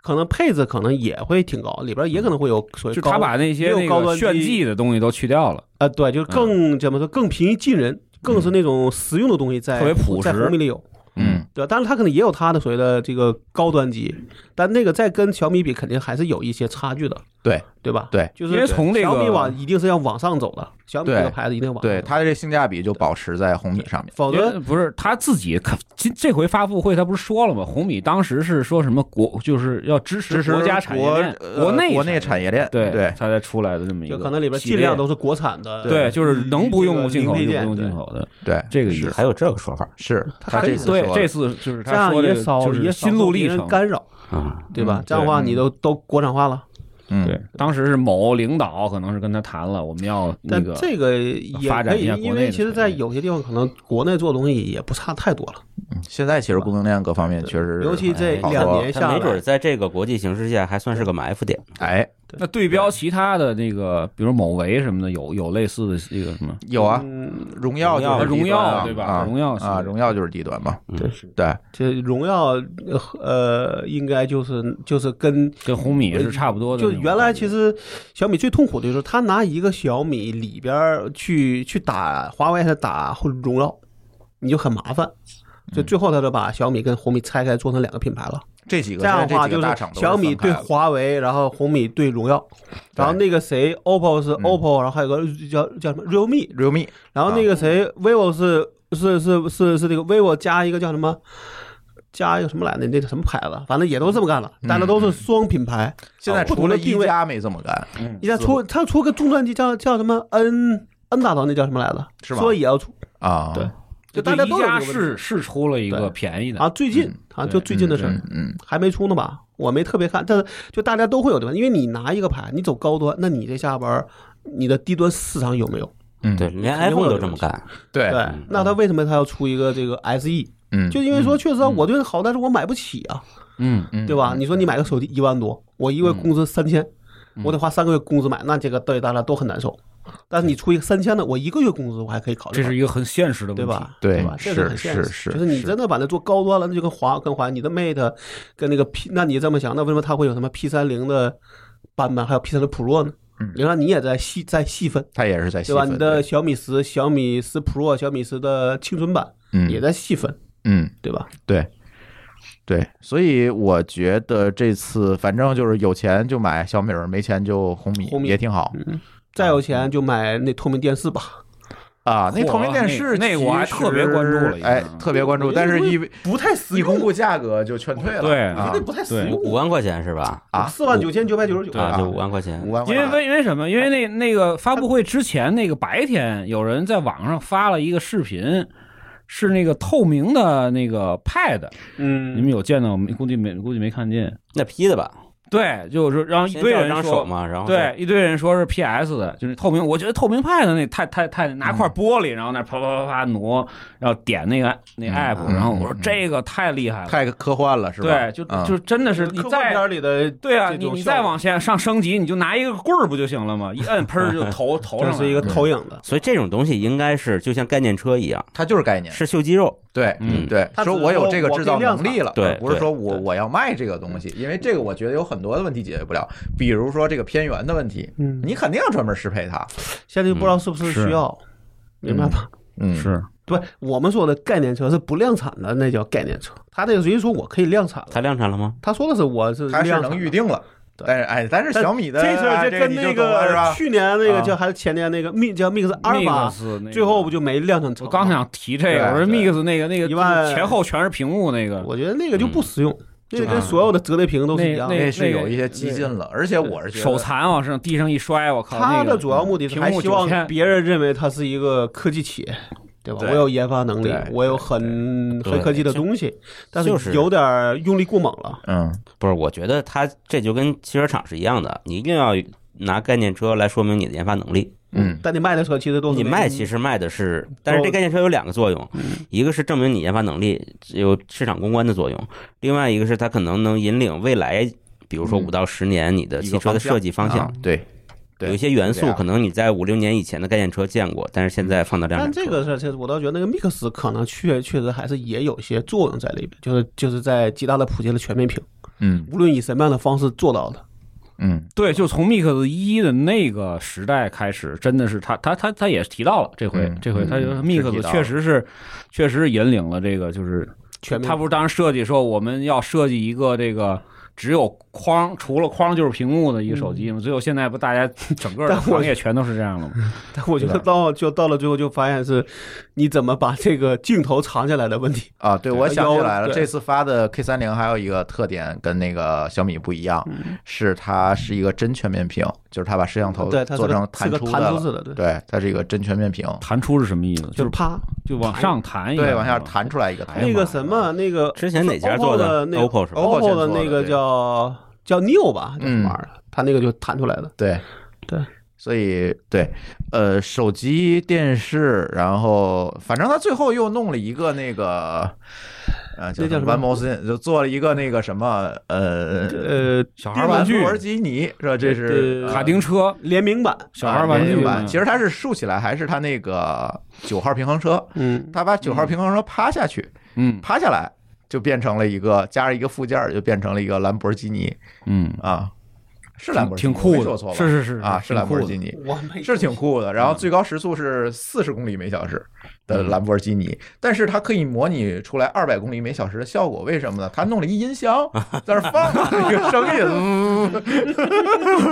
[SPEAKER 3] 可能配置可能也会挺高，里边也可能会有所谓
[SPEAKER 2] 就
[SPEAKER 3] 高
[SPEAKER 2] 他把那些
[SPEAKER 3] 没有
[SPEAKER 2] 那
[SPEAKER 3] 高
[SPEAKER 2] 个
[SPEAKER 3] 端
[SPEAKER 2] 炫
[SPEAKER 3] 机
[SPEAKER 2] 技的东西都去掉了，
[SPEAKER 3] 啊对，就是
[SPEAKER 2] 嗯
[SPEAKER 3] 更怎么说更平易近人，更是那种实用的东西在
[SPEAKER 2] 特别朴
[SPEAKER 3] 在
[SPEAKER 2] 实
[SPEAKER 3] 红米里有。
[SPEAKER 1] 嗯，
[SPEAKER 3] 对吧？当然，它可能也有它的所谓的这个高端机，但那个再跟小米比，肯定还是有一些差距的，
[SPEAKER 1] 对
[SPEAKER 3] 对吧？
[SPEAKER 1] 对，
[SPEAKER 3] 就
[SPEAKER 2] 因为
[SPEAKER 3] 是
[SPEAKER 2] 从那
[SPEAKER 3] 小米
[SPEAKER 2] 个
[SPEAKER 3] 往一定是要往上走的，小米
[SPEAKER 1] 对
[SPEAKER 3] 这个牌子一定往
[SPEAKER 1] 嗯
[SPEAKER 3] 上
[SPEAKER 1] 对，
[SPEAKER 3] 走
[SPEAKER 1] 它这性价比就保持在红米上面。
[SPEAKER 3] 否
[SPEAKER 2] 因为
[SPEAKER 3] 则
[SPEAKER 2] 不是他自己可这这回发布会他不是说了吗？红米当时是说什么国就是要支持
[SPEAKER 1] 支持
[SPEAKER 2] 国家产业
[SPEAKER 1] 国
[SPEAKER 2] 链，
[SPEAKER 1] 呃
[SPEAKER 2] 国内
[SPEAKER 1] 国内
[SPEAKER 2] 产业
[SPEAKER 1] 产业链，
[SPEAKER 2] 链对
[SPEAKER 1] 对，
[SPEAKER 2] 他才出来的这么一
[SPEAKER 3] 就
[SPEAKER 2] 个，
[SPEAKER 3] 可能里边
[SPEAKER 2] 系
[SPEAKER 3] 尽
[SPEAKER 2] 列
[SPEAKER 3] 量都是国产的，
[SPEAKER 2] 对，就是能不用进口
[SPEAKER 3] 零
[SPEAKER 2] 就不
[SPEAKER 3] 配件
[SPEAKER 2] 用进口的，
[SPEAKER 1] 对，
[SPEAKER 2] 这个意思。
[SPEAKER 4] 还有这个说法
[SPEAKER 1] 是
[SPEAKER 3] 它
[SPEAKER 1] 它
[SPEAKER 3] 可以
[SPEAKER 1] 这次
[SPEAKER 2] 对，
[SPEAKER 1] 说
[SPEAKER 2] 这
[SPEAKER 1] 的
[SPEAKER 2] 次就是
[SPEAKER 3] 这
[SPEAKER 2] 他
[SPEAKER 3] 样
[SPEAKER 2] 说
[SPEAKER 3] 也
[SPEAKER 2] 的
[SPEAKER 3] 少
[SPEAKER 2] 就是
[SPEAKER 3] 也少
[SPEAKER 2] 心路
[SPEAKER 3] 受
[SPEAKER 2] 历
[SPEAKER 3] 别人
[SPEAKER 2] 程。
[SPEAKER 3] 干扰，
[SPEAKER 4] 啊，
[SPEAKER 3] 对吧
[SPEAKER 2] 嗯？
[SPEAKER 3] 这样的话
[SPEAKER 1] 对
[SPEAKER 3] 你都都国产化了，
[SPEAKER 1] 嗯
[SPEAKER 2] 对，当时是某领导可能是跟他谈了，我们要那
[SPEAKER 3] 但
[SPEAKER 2] 个，
[SPEAKER 3] 这个也
[SPEAKER 2] 发
[SPEAKER 3] 可
[SPEAKER 2] 展一
[SPEAKER 3] 以
[SPEAKER 2] 下，
[SPEAKER 3] 因
[SPEAKER 2] 国内
[SPEAKER 3] 为
[SPEAKER 2] 的
[SPEAKER 3] 其实，
[SPEAKER 2] 产
[SPEAKER 3] 在
[SPEAKER 2] 业
[SPEAKER 3] 有些地方可能国内做的东西也不差太多了，
[SPEAKER 1] 现在其实供应链各方面确实，
[SPEAKER 3] 尤其这
[SPEAKER 1] 好
[SPEAKER 3] 两
[SPEAKER 1] 多
[SPEAKER 3] 年
[SPEAKER 4] 哎他
[SPEAKER 3] 下
[SPEAKER 4] 没准
[SPEAKER 3] 来
[SPEAKER 4] 儿，在这个国际形势下还算是个埋伏点。
[SPEAKER 1] 哎，
[SPEAKER 2] 那对标其他的那个，比如某维什么的，有有类似的这个什么？
[SPEAKER 1] 有啊，
[SPEAKER 3] 嗯
[SPEAKER 1] 荣耀就
[SPEAKER 4] 荣
[SPEAKER 1] 是
[SPEAKER 4] 耀
[SPEAKER 1] 低端啊
[SPEAKER 2] 荣耀对吧
[SPEAKER 1] 啊
[SPEAKER 2] 荣耀系
[SPEAKER 1] 啊，荣耀就是低端嘛，
[SPEAKER 4] 嗯
[SPEAKER 3] 对，
[SPEAKER 1] 对，
[SPEAKER 3] 这荣耀呃，应该就是就是跟
[SPEAKER 2] 跟红米是差不多的那
[SPEAKER 3] 呃就
[SPEAKER 2] 种感觉。
[SPEAKER 3] 原来其实小米最痛苦的就是他拿一个小米里边儿去去打华为还是打荣耀，你就很麻烦。
[SPEAKER 1] 嗯
[SPEAKER 3] 就最后他就把小米跟红米拆开做成两个品牌了。
[SPEAKER 1] 这几个
[SPEAKER 3] 这样的
[SPEAKER 1] 现在这
[SPEAKER 3] 话
[SPEAKER 1] 几
[SPEAKER 3] 就
[SPEAKER 1] 个大
[SPEAKER 3] 是
[SPEAKER 1] 厂都
[SPEAKER 3] 小
[SPEAKER 1] 分
[SPEAKER 3] 米
[SPEAKER 1] 开
[SPEAKER 3] 对
[SPEAKER 1] 了
[SPEAKER 3] 华为，然后红米对荣耀，然后那个谁 OPPO
[SPEAKER 1] 嗯
[SPEAKER 3] 是 OPPO，然后还有个叫叫什么 realme，
[SPEAKER 1] realme
[SPEAKER 3] 然后那
[SPEAKER 1] 啊
[SPEAKER 3] 个谁 vivo 是是是是是那个 vivo 加一个叫什么？加一个什么来着？那那什么牌子？啊反正也都这么干了，
[SPEAKER 1] 嗯
[SPEAKER 3] 大家都是双品牌。
[SPEAKER 1] 现在
[SPEAKER 3] 不
[SPEAKER 1] 除
[SPEAKER 3] 同
[SPEAKER 1] 了
[SPEAKER 3] 的
[SPEAKER 1] 一
[SPEAKER 3] 定位
[SPEAKER 1] 加没这么干，
[SPEAKER 2] 嗯
[SPEAKER 3] 一下出他出个中端机叫叫什么 N N 大头那叫什么来着？
[SPEAKER 1] 是吧
[SPEAKER 3] 说也要出
[SPEAKER 1] 啊，
[SPEAKER 3] 对
[SPEAKER 2] 就
[SPEAKER 3] 就大家
[SPEAKER 2] 一
[SPEAKER 3] 都有
[SPEAKER 2] 加
[SPEAKER 3] 这个问
[SPEAKER 2] 是是出了一个
[SPEAKER 3] 对
[SPEAKER 2] 便宜的
[SPEAKER 3] 啊，最近啊
[SPEAKER 2] 对
[SPEAKER 3] 就最近的事
[SPEAKER 1] 嗯
[SPEAKER 3] 儿
[SPEAKER 1] 嗯，
[SPEAKER 3] 还没出呢吧？我没特别看，但是就大家都会有这个问题，因为你拿一个牌，你走高端，那你这下边儿你的低端市场有没有？
[SPEAKER 1] 嗯，
[SPEAKER 4] 对，连 iPhone 都这么干，
[SPEAKER 1] 对
[SPEAKER 3] 对，那他为什么他要出一个这个 SE？
[SPEAKER 1] 嗯，
[SPEAKER 3] 就因为说确实啊我对它好，但是我买不起啊，
[SPEAKER 2] 嗯，
[SPEAKER 1] 嗯
[SPEAKER 3] 对吧？你说你买个手机一万多，我一个月工资三千，我得花三个月工资买，那这个对大家都很难受。但是你出一个三千的，我一个月工资我还可以考虑考虑，
[SPEAKER 2] 这是一个很现实的问题，
[SPEAKER 3] 对吧？
[SPEAKER 1] 对
[SPEAKER 3] 吧？这
[SPEAKER 1] 是
[SPEAKER 3] 很现实
[SPEAKER 1] 是是
[SPEAKER 3] 就是你真的把它做高端了，那就跟华跟华，你的 Mate 跟那个 P，那你这么想，那为什么它会有什么 P 三零的版本，还有 P 三零 Pro 呢？
[SPEAKER 1] 嗯
[SPEAKER 3] 你看你也在细在细分，
[SPEAKER 1] 它也是在细
[SPEAKER 3] 对吧？
[SPEAKER 1] 分
[SPEAKER 3] 你的小米十、小米十 Pro、小米十的青春版
[SPEAKER 1] 嗯
[SPEAKER 3] 也在细分，
[SPEAKER 1] 嗯
[SPEAKER 3] 对吧？
[SPEAKER 1] 对。对，所以我觉得这次反正就是有钱就买小米儿，没钱就红米，
[SPEAKER 3] 红米嗯
[SPEAKER 1] 也挺好
[SPEAKER 3] 再有钱就买那透明电视吧，
[SPEAKER 1] 啊。那
[SPEAKER 2] 嚯
[SPEAKER 1] 透明电视
[SPEAKER 2] 那那我还
[SPEAKER 1] 其实
[SPEAKER 2] 特别关注了已嗯经
[SPEAKER 1] 哎，特别关注，但是一
[SPEAKER 3] 不太实啊
[SPEAKER 1] 一公布价格就劝退了，
[SPEAKER 2] 对
[SPEAKER 1] 啊
[SPEAKER 3] 那，不太实
[SPEAKER 4] 五
[SPEAKER 3] 用
[SPEAKER 4] 万块钱是吧？
[SPEAKER 1] 啊
[SPEAKER 3] 四万九千九百九十九，
[SPEAKER 4] 啊，
[SPEAKER 1] 啊
[SPEAKER 4] 就五万块钱
[SPEAKER 1] 五。万块
[SPEAKER 2] 因
[SPEAKER 1] 钱，
[SPEAKER 2] 为为因为什么？因为
[SPEAKER 1] 哎
[SPEAKER 2] 那那个发布会之前那个白天，有人在网上发了一个视频，是那个透明的那个 Pad，你
[SPEAKER 3] 嗯，
[SPEAKER 2] 们有见到没？估计没，估计没看见。
[SPEAKER 4] 那 P 的吧？
[SPEAKER 2] 对，就是让一
[SPEAKER 4] 先
[SPEAKER 2] 堆
[SPEAKER 4] 照
[SPEAKER 2] 人
[SPEAKER 4] 张手
[SPEAKER 2] 说，
[SPEAKER 4] 嘛，然后
[SPEAKER 2] 对，一堆人说是 PS 的，就是透明。我觉得透明 Pad 那太太太拿
[SPEAKER 1] 嗯
[SPEAKER 2] 块玻璃，然后那啪啪啪啪挪，然后点那个那 app，
[SPEAKER 1] 嗯
[SPEAKER 2] 然后我说
[SPEAKER 1] 嗯
[SPEAKER 2] 这个太厉害了，
[SPEAKER 1] 太科幻了是吧？
[SPEAKER 2] 对，就
[SPEAKER 1] 嗯
[SPEAKER 2] 就真的是你
[SPEAKER 3] 科幻
[SPEAKER 2] 再
[SPEAKER 3] 片里的
[SPEAKER 2] 对啊，
[SPEAKER 3] 这
[SPEAKER 2] 你
[SPEAKER 3] 种
[SPEAKER 2] 你
[SPEAKER 3] 效
[SPEAKER 2] 再
[SPEAKER 3] 果
[SPEAKER 2] 往前上升级，你就拿一个棍儿不就行了吗？一 摁，喷儿就头头
[SPEAKER 3] 就
[SPEAKER 2] 上
[SPEAKER 3] 是一个
[SPEAKER 2] 来了
[SPEAKER 3] 投影的，
[SPEAKER 4] 所以这种东西应该是就像概念车一样，
[SPEAKER 1] 它就是概念，
[SPEAKER 4] 是秀肌肉。
[SPEAKER 1] 对，
[SPEAKER 2] 嗯
[SPEAKER 1] 对，
[SPEAKER 3] 它只
[SPEAKER 1] 说
[SPEAKER 3] 是
[SPEAKER 1] 我有
[SPEAKER 3] 说
[SPEAKER 1] 这个
[SPEAKER 3] 我
[SPEAKER 1] 制
[SPEAKER 3] 可以
[SPEAKER 1] 造
[SPEAKER 3] 量
[SPEAKER 1] 能力
[SPEAKER 3] 产
[SPEAKER 1] 了，
[SPEAKER 4] 对
[SPEAKER 1] 而不是
[SPEAKER 4] 对
[SPEAKER 1] 说我
[SPEAKER 4] 对
[SPEAKER 1] 我要卖这个东西，因为这个我觉得有很多的问题解决不了，比如说这个偏圆的问题，
[SPEAKER 3] 嗯
[SPEAKER 1] 你肯定要专门适配它，
[SPEAKER 3] 现在就不知道是不是
[SPEAKER 2] 是
[SPEAKER 3] 需要，明白吧？
[SPEAKER 1] 嗯，
[SPEAKER 2] 是
[SPEAKER 3] 对，我们说的概念车是不量产的，那叫概念车。他这个属于说我可以量产了。
[SPEAKER 4] 它量产了吗？
[SPEAKER 3] 他说的是我是
[SPEAKER 1] 它是
[SPEAKER 3] 量产
[SPEAKER 1] 能
[SPEAKER 3] 的
[SPEAKER 1] 预。定了，
[SPEAKER 3] 对
[SPEAKER 1] 但是哎，但是
[SPEAKER 3] 但
[SPEAKER 1] 小米的
[SPEAKER 3] 这事
[SPEAKER 1] 啊
[SPEAKER 3] 儿
[SPEAKER 1] 这
[SPEAKER 3] 就跟
[SPEAKER 1] 你就
[SPEAKER 3] 那
[SPEAKER 1] 懂了是
[SPEAKER 3] 个
[SPEAKER 1] 吧？
[SPEAKER 3] 去年那
[SPEAKER 1] 啊
[SPEAKER 3] 个叫还是前年那个 Mix 叫 Mix 阿尔法，
[SPEAKER 2] Mix 那个
[SPEAKER 3] 最后不就没量产成
[SPEAKER 2] 我
[SPEAKER 3] 吗？
[SPEAKER 2] 刚想提这个，
[SPEAKER 1] 对
[SPEAKER 2] 我说
[SPEAKER 1] 对
[SPEAKER 2] Mix 那个那个
[SPEAKER 3] 一万
[SPEAKER 2] 前后全是屏幕那个，
[SPEAKER 3] 我觉得那个就不实用，那个
[SPEAKER 2] 啊
[SPEAKER 3] 跟所有的折叠屏都是一样
[SPEAKER 2] 那
[SPEAKER 3] 的。
[SPEAKER 1] 这是
[SPEAKER 2] 那个
[SPEAKER 1] 有一些激进了，而且我是觉得
[SPEAKER 2] 手残往上地上一摔，我靠！
[SPEAKER 3] 他
[SPEAKER 2] 那
[SPEAKER 3] 的
[SPEAKER 2] 个
[SPEAKER 3] 主要目的是
[SPEAKER 2] 屏
[SPEAKER 3] 还
[SPEAKER 2] 幕
[SPEAKER 3] 希
[SPEAKER 2] 九千
[SPEAKER 3] 望，别人认为它是一个科技企业，对吧？
[SPEAKER 1] 对
[SPEAKER 3] 我有研发能力
[SPEAKER 1] 对，
[SPEAKER 3] 我有很
[SPEAKER 4] 对
[SPEAKER 3] 很科技的
[SPEAKER 4] 就
[SPEAKER 3] 东西，但
[SPEAKER 4] 就是
[SPEAKER 3] 是有点儿用力过猛了。
[SPEAKER 1] 嗯，
[SPEAKER 4] 不是，我觉得它这就跟汽车厂是一样的，你一定要拿概念车来说明你的研发能力。
[SPEAKER 1] 嗯
[SPEAKER 3] 但你卖的车其实都是
[SPEAKER 4] 你
[SPEAKER 3] 那
[SPEAKER 4] 卖
[SPEAKER 3] 种
[SPEAKER 4] 其实卖的是，但是这概念车有两个作用，一个是证明你研发能力有市场公关的作用，另外一个是它可能能引领未来，比如说
[SPEAKER 1] 嗯
[SPEAKER 4] 五到十年你的汽车的设计方
[SPEAKER 1] 啊
[SPEAKER 4] 向。
[SPEAKER 1] 对，对啊
[SPEAKER 4] 有一些元
[SPEAKER 1] 是这
[SPEAKER 4] 素
[SPEAKER 1] 样
[SPEAKER 4] 可能你在五六年以前的概念车见过，但是现在放到量
[SPEAKER 3] 但
[SPEAKER 4] 产车。
[SPEAKER 3] 这个事儿，其实我倒觉得那个 Mix 可能确确实还是也有些作用在里边，就是就是在极大的普及了全面屏，
[SPEAKER 1] 嗯
[SPEAKER 3] 无论以什么样的方式做到的，
[SPEAKER 1] 嗯
[SPEAKER 2] 对，就从 Mix 一的那个时代开始，真的是他他他他也提到了这回
[SPEAKER 1] 嗯
[SPEAKER 2] 这回他就
[SPEAKER 1] 嗯是提
[SPEAKER 2] Mix
[SPEAKER 1] 到
[SPEAKER 2] 确实是确实引领了这个就是
[SPEAKER 3] 全面
[SPEAKER 2] 他
[SPEAKER 3] 屏
[SPEAKER 2] 不是当时设计说我们要设计一个这个只有框，除了框就是屏幕的一个手
[SPEAKER 1] 嗯
[SPEAKER 2] 机吗？最后现在不大家整 个的
[SPEAKER 3] 但我
[SPEAKER 2] 行业全都是这样了吗？
[SPEAKER 3] 但 我觉得到就到了最后就发现是，你怎么把这个镜头藏起来的问题。
[SPEAKER 1] 啊，对，我
[SPEAKER 3] 对
[SPEAKER 1] 想起来了，
[SPEAKER 3] 对
[SPEAKER 1] 这次发的 K 三零还有一个特点跟那个小米不一样，
[SPEAKER 3] 嗯
[SPEAKER 1] 是它是一个真全面屏，就是它把摄像头
[SPEAKER 3] 对，它是
[SPEAKER 1] 做成
[SPEAKER 3] 个
[SPEAKER 1] 弹
[SPEAKER 3] 是个
[SPEAKER 1] 出的
[SPEAKER 3] 弹
[SPEAKER 1] 了
[SPEAKER 3] 出，式的，对，
[SPEAKER 1] 对，它是一个真全面屏，
[SPEAKER 2] 弹出是什么意思？
[SPEAKER 3] 就
[SPEAKER 2] 就是是
[SPEAKER 3] 啪
[SPEAKER 2] 就往上弹一下，
[SPEAKER 1] 对，往下弹出来一个台
[SPEAKER 2] 哎呀
[SPEAKER 3] 那
[SPEAKER 1] 嘛
[SPEAKER 3] 个什么那个
[SPEAKER 4] 之前哪家做
[SPEAKER 3] OPPO 的那个
[SPEAKER 4] ？OPPO 是吧？
[SPEAKER 1] OPPO 先做的
[SPEAKER 3] 的那个
[SPEAKER 1] 对
[SPEAKER 3] 叫叫 Neo 吧，叫什
[SPEAKER 1] 嗯
[SPEAKER 3] 么玩意儿？它那个就弹出来的，
[SPEAKER 1] 对
[SPEAKER 3] 对。
[SPEAKER 1] 所以，对，呃，手机、电视，然后，反正他最后又弄了一个那个，啊，
[SPEAKER 3] 那叫什么
[SPEAKER 1] 玩摩斯就做了一个那个什么呃，
[SPEAKER 3] 呃，
[SPEAKER 2] 小孩
[SPEAKER 1] 电
[SPEAKER 2] 玩
[SPEAKER 1] 玩
[SPEAKER 2] 具
[SPEAKER 1] 布、尔基尼是吧？这是呃
[SPEAKER 3] 对
[SPEAKER 2] 卡丁车、
[SPEAKER 3] 联名版，
[SPEAKER 2] 小孩玩具
[SPEAKER 1] 啊
[SPEAKER 2] 嘛
[SPEAKER 1] 版。其实它是竖起来，还是它那个九号平衡车？
[SPEAKER 3] 嗯，
[SPEAKER 1] 它把九号平衡车趴下去，
[SPEAKER 2] 嗯
[SPEAKER 1] 趴下来就变成了一个加上一个附件儿，就变成了一个兰博基尼
[SPEAKER 2] 嗯，
[SPEAKER 1] 啊，是兰博基
[SPEAKER 2] 挺
[SPEAKER 1] 尼，
[SPEAKER 2] 挺酷
[SPEAKER 1] 没说错吧？
[SPEAKER 2] 的，是是是
[SPEAKER 1] 啊，是
[SPEAKER 2] 挺
[SPEAKER 1] 兰
[SPEAKER 2] 酷
[SPEAKER 1] 博
[SPEAKER 2] 的嗯
[SPEAKER 1] 基尼。
[SPEAKER 3] 我没
[SPEAKER 1] 是挺酷的。然后最高时速是四十公里每小时的兰博基尼，但是它可以模拟出来二百公里每小时的效果，为什么呢？它弄了一音箱在那儿 放那个声音，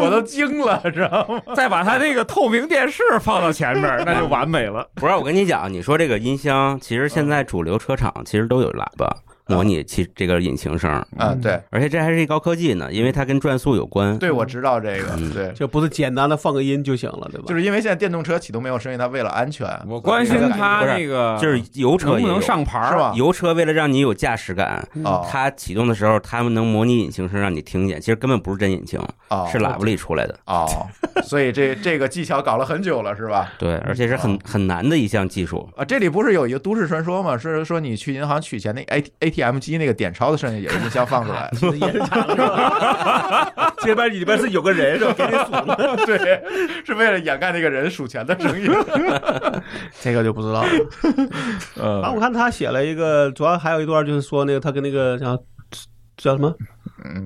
[SPEAKER 1] 我 都惊了，知道吗？
[SPEAKER 2] 再把他那个透明电视放到前面，那就完美 了。
[SPEAKER 4] 不是，我跟你讲，你说这个音箱，其实现在主流车厂其实都有喇叭模拟其这个引擎声，
[SPEAKER 1] 啊，
[SPEAKER 2] 嗯
[SPEAKER 1] 对，
[SPEAKER 4] 而且这还是一高科技呢，因为它跟转速有关。
[SPEAKER 1] 对，我知道这个，对。
[SPEAKER 3] 就不是简单的放个音就行了，对吧？
[SPEAKER 1] 就是是因为现在电动车启动没有声音，它为了安全，
[SPEAKER 2] 我关心他
[SPEAKER 4] 不是
[SPEAKER 2] 那个
[SPEAKER 4] 就是油车
[SPEAKER 2] 能
[SPEAKER 4] 也
[SPEAKER 2] 不
[SPEAKER 4] 有
[SPEAKER 2] 能上牌
[SPEAKER 1] 是
[SPEAKER 2] 儿
[SPEAKER 1] 吧？
[SPEAKER 4] 油车为了让你有驾驶感，
[SPEAKER 1] 啊哦
[SPEAKER 4] 它启动的时候，他们能模拟引擎声让你听见，其实根本不是真引擎，
[SPEAKER 1] 哦
[SPEAKER 4] 是喇叭里出来的。
[SPEAKER 1] 哦，所以这这个技巧搞了很久了，是吧？
[SPEAKER 4] 对，而且是很很难的一项技术。
[SPEAKER 1] 啊，这里不是有一个都市传说吗？是说你去银行取钱那 A A T M 机那个点钞的声音也是音箱放出来，
[SPEAKER 3] 延长了，这边里边是有个人 是吧？给你数的，
[SPEAKER 1] 对，是为了掩盖那个人数钱的声音。
[SPEAKER 3] 这个就不知道了。然后我
[SPEAKER 1] 呃，
[SPEAKER 3] 看他写了一个，主要还有一段就是说那个他跟那个叫叫什么，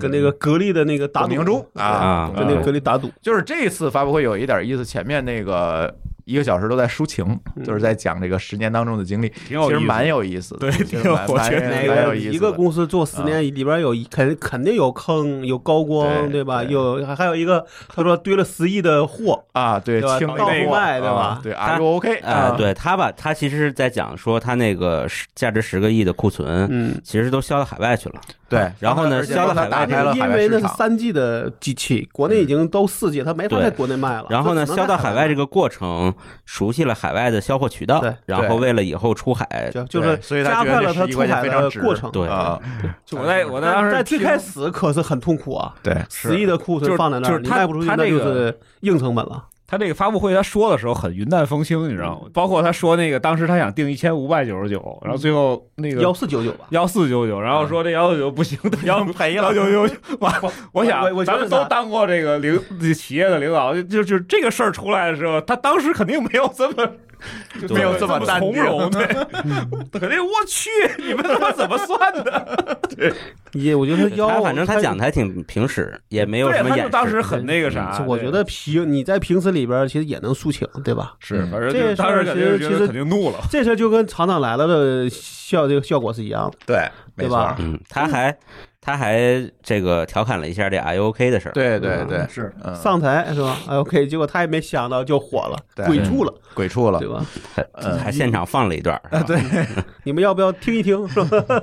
[SPEAKER 3] 跟那个格力的那个打
[SPEAKER 1] 打
[SPEAKER 3] 赌
[SPEAKER 1] 明珠啊
[SPEAKER 4] 啊，
[SPEAKER 3] 跟那个格力打赌，
[SPEAKER 1] 就是这次发布会有一点意思，前面那个一个小时都在抒情，就是在讲这个十年当中的经历，
[SPEAKER 2] 挺
[SPEAKER 1] 其
[SPEAKER 2] 有
[SPEAKER 1] 实
[SPEAKER 2] 意思。
[SPEAKER 1] 蛮有意思的，
[SPEAKER 2] 对
[SPEAKER 1] 其实
[SPEAKER 2] 挺有
[SPEAKER 1] 蛮
[SPEAKER 2] 我
[SPEAKER 1] 蛮
[SPEAKER 2] 觉得
[SPEAKER 1] 蛮
[SPEAKER 3] 哪
[SPEAKER 1] 哎有
[SPEAKER 3] 个
[SPEAKER 1] 意
[SPEAKER 3] 一
[SPEAKER 1] 思
[SPEAKER 3] 个
[SPEAKER 1] 的。
[SPEAKER 3] 公司做十年里边有一肯肯定有坑有高光
[SPEAKER 1] 对
[SPEAKER 3] 对吧？
[SPEAKER 1] 对
[SPEAKER 3] 有还有一个他说堆了十亿的货，
[SPEAKER 1] 啊，对，
[SPEAKER 3] 对吧
[SPEAKER 1] 清
[SPEAKER 3] 到
[SPEAKER 1] 道
[SPEAKER 3] 户
[SPEAKER 1] 货
[SPEAKER 3] 外对吧
[SPEAKER 1] 啊对，Are
[SPEAKER 4] 他
[SPEAKER 1] you OK？
[SPEAKER 4] 呃，
[SPEAKER 1] 啊，
[SPEAKER 4] 对他吧，他其实是在讲说他那个十价值十个亿的库存，
[SPEAKER 3] 嗯，
[SPEAKER 4] 其实都销到海外去了。
[SPEAKER 1] 对。
[SPEAKER 4] 然后呢
[SPEAKER 1] 而且
[SPEAKER 4] 销到
[SPEAKER 1] 它
[SPEAKER 4] 海
[SPEAKER 1] 打
[SPEAKER 4] 外
[SPEAKER 1] 开了
[SPEAKER 3] 因
[SPEAKER 1] 海外
[SPEAKER 3] 为那
[SPEAKER 1] 市
[SPEAKER 3] 是
[SPEAKER 1] 场。
[SPEAKER 3] 三 G 的机器，国内已经都四 G，它没法
[SPEAKER 4] 对
[SPEAKER 3] 在国内卖了。
[SPEAKER 4] 然后呢，
[SPEAKER 3] 就只能
[SPEAKER 4] 销到
[SPEAKER 3] 在
[SPEAKER 4] 海外这
[SPEAKER 3] 卖
[SPEAKER 4] 个过程，熟悉了海外的销货渠道
[SPEAKER 3] 对，
[SPEAKER 4] 然后为了以后出海，
[SPEAKER 3] 就就
[SPEAKER 1] 对
[SPEAKER 3] 是
[SPEAKER 1] 所以他觉
[SPEAKER 3] 加
[SPEAKER 1] 得这
[SPEAKER 3] 快了它
[SPEAKER 1] 11
[SPEAKER 3] 出
[SPEAKER 1] 块钱
[SPEAKER 3] 海
[SPEAKER 1] 非常
[SPEAKER 3] 的
[SPEAKER 1] 值
[SPEAKER 3] 过程。
[SPEAKER 4] 对
[SPEAKER 1] 啊，
[SPEAKER 2] 我在我当时
[SPEAKER 3] 在最开
[SPEAKER 2] 始
[SPEAKER 3] 始可是很痛苦啊，
[SPEAKER 1] 对，
[SPEAKER 3] 十亿的库
[SPEAKER 2] 就是
[SPEAKER 3] 存放在那
[SPEAKER 2] 就
[SPEAKER 3] 儿，
[SPEAKER 2] 是
[SPEAKER 3] 你
[SPEAKER 2] 他
[SPEAKER 3] 卖不出去，
[SPEAKER 2] 他
[SPEAKER 3] 那
[SPEAKER 2] 这
[SPEAKER 3] 就
[SPEAKER 2] 个
[SPEAKER 3] 是硬成本了。
[SPEAKER 2] 他这个发布会他说的时候很云淡风轻，你知
[SPEAKER 3] 嗯
[SPEAKER 2] 道吗？包括他说那个当时他想定一千五百九十九，然后最后那个
[SPEAKER 3] 幺四九九吧，
[SPEAKER 2] 幺四九九，然后
[SPEAKER 3] 嗯
[SPEAKER 2] 说这幺四九不行，得要赔了九九九。我我想
[SPEAKER 3] 我我觉
[SPEAKER 2] 咱
[SPEAKER 3] 得
[SPEAKER 2] 们都
[SPEAKER 3] 他
[SPEAKER 2] 当过这个领企业的领导，就就就这个事儿出来的时候，他当时肯定没有这么就
[SPEAKER 4] 没有
[SPEAKER 2] 这
[SPEAKER 1] 这么淡
[SPEAKER 2] 从
[SPEAKER 1] 定
[SPEAKER 2] 容，对，
[SPEAKER 3] 嗯
[SPEAKER 2] 肯定我去，你们他妈怎么算的？
[SPEAKER 3] 也我觉得幺，
[SPEAKER 4] 他反正他讲的还挺平实，也没有
[SPEAKER 2] 对，
[SPEAKER 4] 什么
[SPEAKER 2] 他
[SPEAKER 4] 掩
[SPEAKER 2] 就
[SPEAKER 4] 饰。
[SPEAKER 2] 当时很那个啥，
[SPEAKER 3] 嗯我
[SPEAKER 2] 啊对
[SPEAKER 3] 觉得平你在平时里边其实也能抒情，对 吧？
[SPEAKER 2] 是，反正
[SPEAKER 3] 这
[SPEAKER 2] 就是
[SPEAKER 3] 事
[SPEAKER 2] 当时
[SPEAKER 3] 儿
[SPEAKER 2] 肯
[SPEAKER 3] 其
[SPEAKER 2] 定
[SPEAKER 3] 实
[SPEAKER 2] 觉
[SPEAKER 3] 其
[SPEAKER 2] 得
[SPEAKER 3] 实
[SPEAKER 2] 肯定怒了。
[SPEAKER 3] 这事儿就跟厂长来了的效这个效果是一样的。
[SPEAKER 1] 对，没
[SPEAKER 3] 对
[SPEAKER 1] 错
[SPEAKER 3] 吧
[SPEAKER 1] 儿，
[SPEAKER 4] 嗯，他还他还这个调侃了一下这 I O K 的事儿。
[SPEAKER 1] 对对
[SPEAKER 3] 嗯
[SPEAKER 1] 对，
[SPEAKER 2] 是
[SPEAKER 1] 嗯
[SPEAKER 3] 上台是吧？哎，OK，结果他也没想到就火了，
[SPEAKER 1] 对
[SPEAKER 3] 鬼畜了，
[SPEAKER 1] 鬼畜了
[SPEAKER 3] 对，吧？
[SPEAKER 4] 还
[SPEAKER 1] 嗯
[SPEAKER 4] 还现场放了一段儿。是吧
[SPEAKER 1] 对，
[SPEAKER 3] 你们要不要听一听？是吧？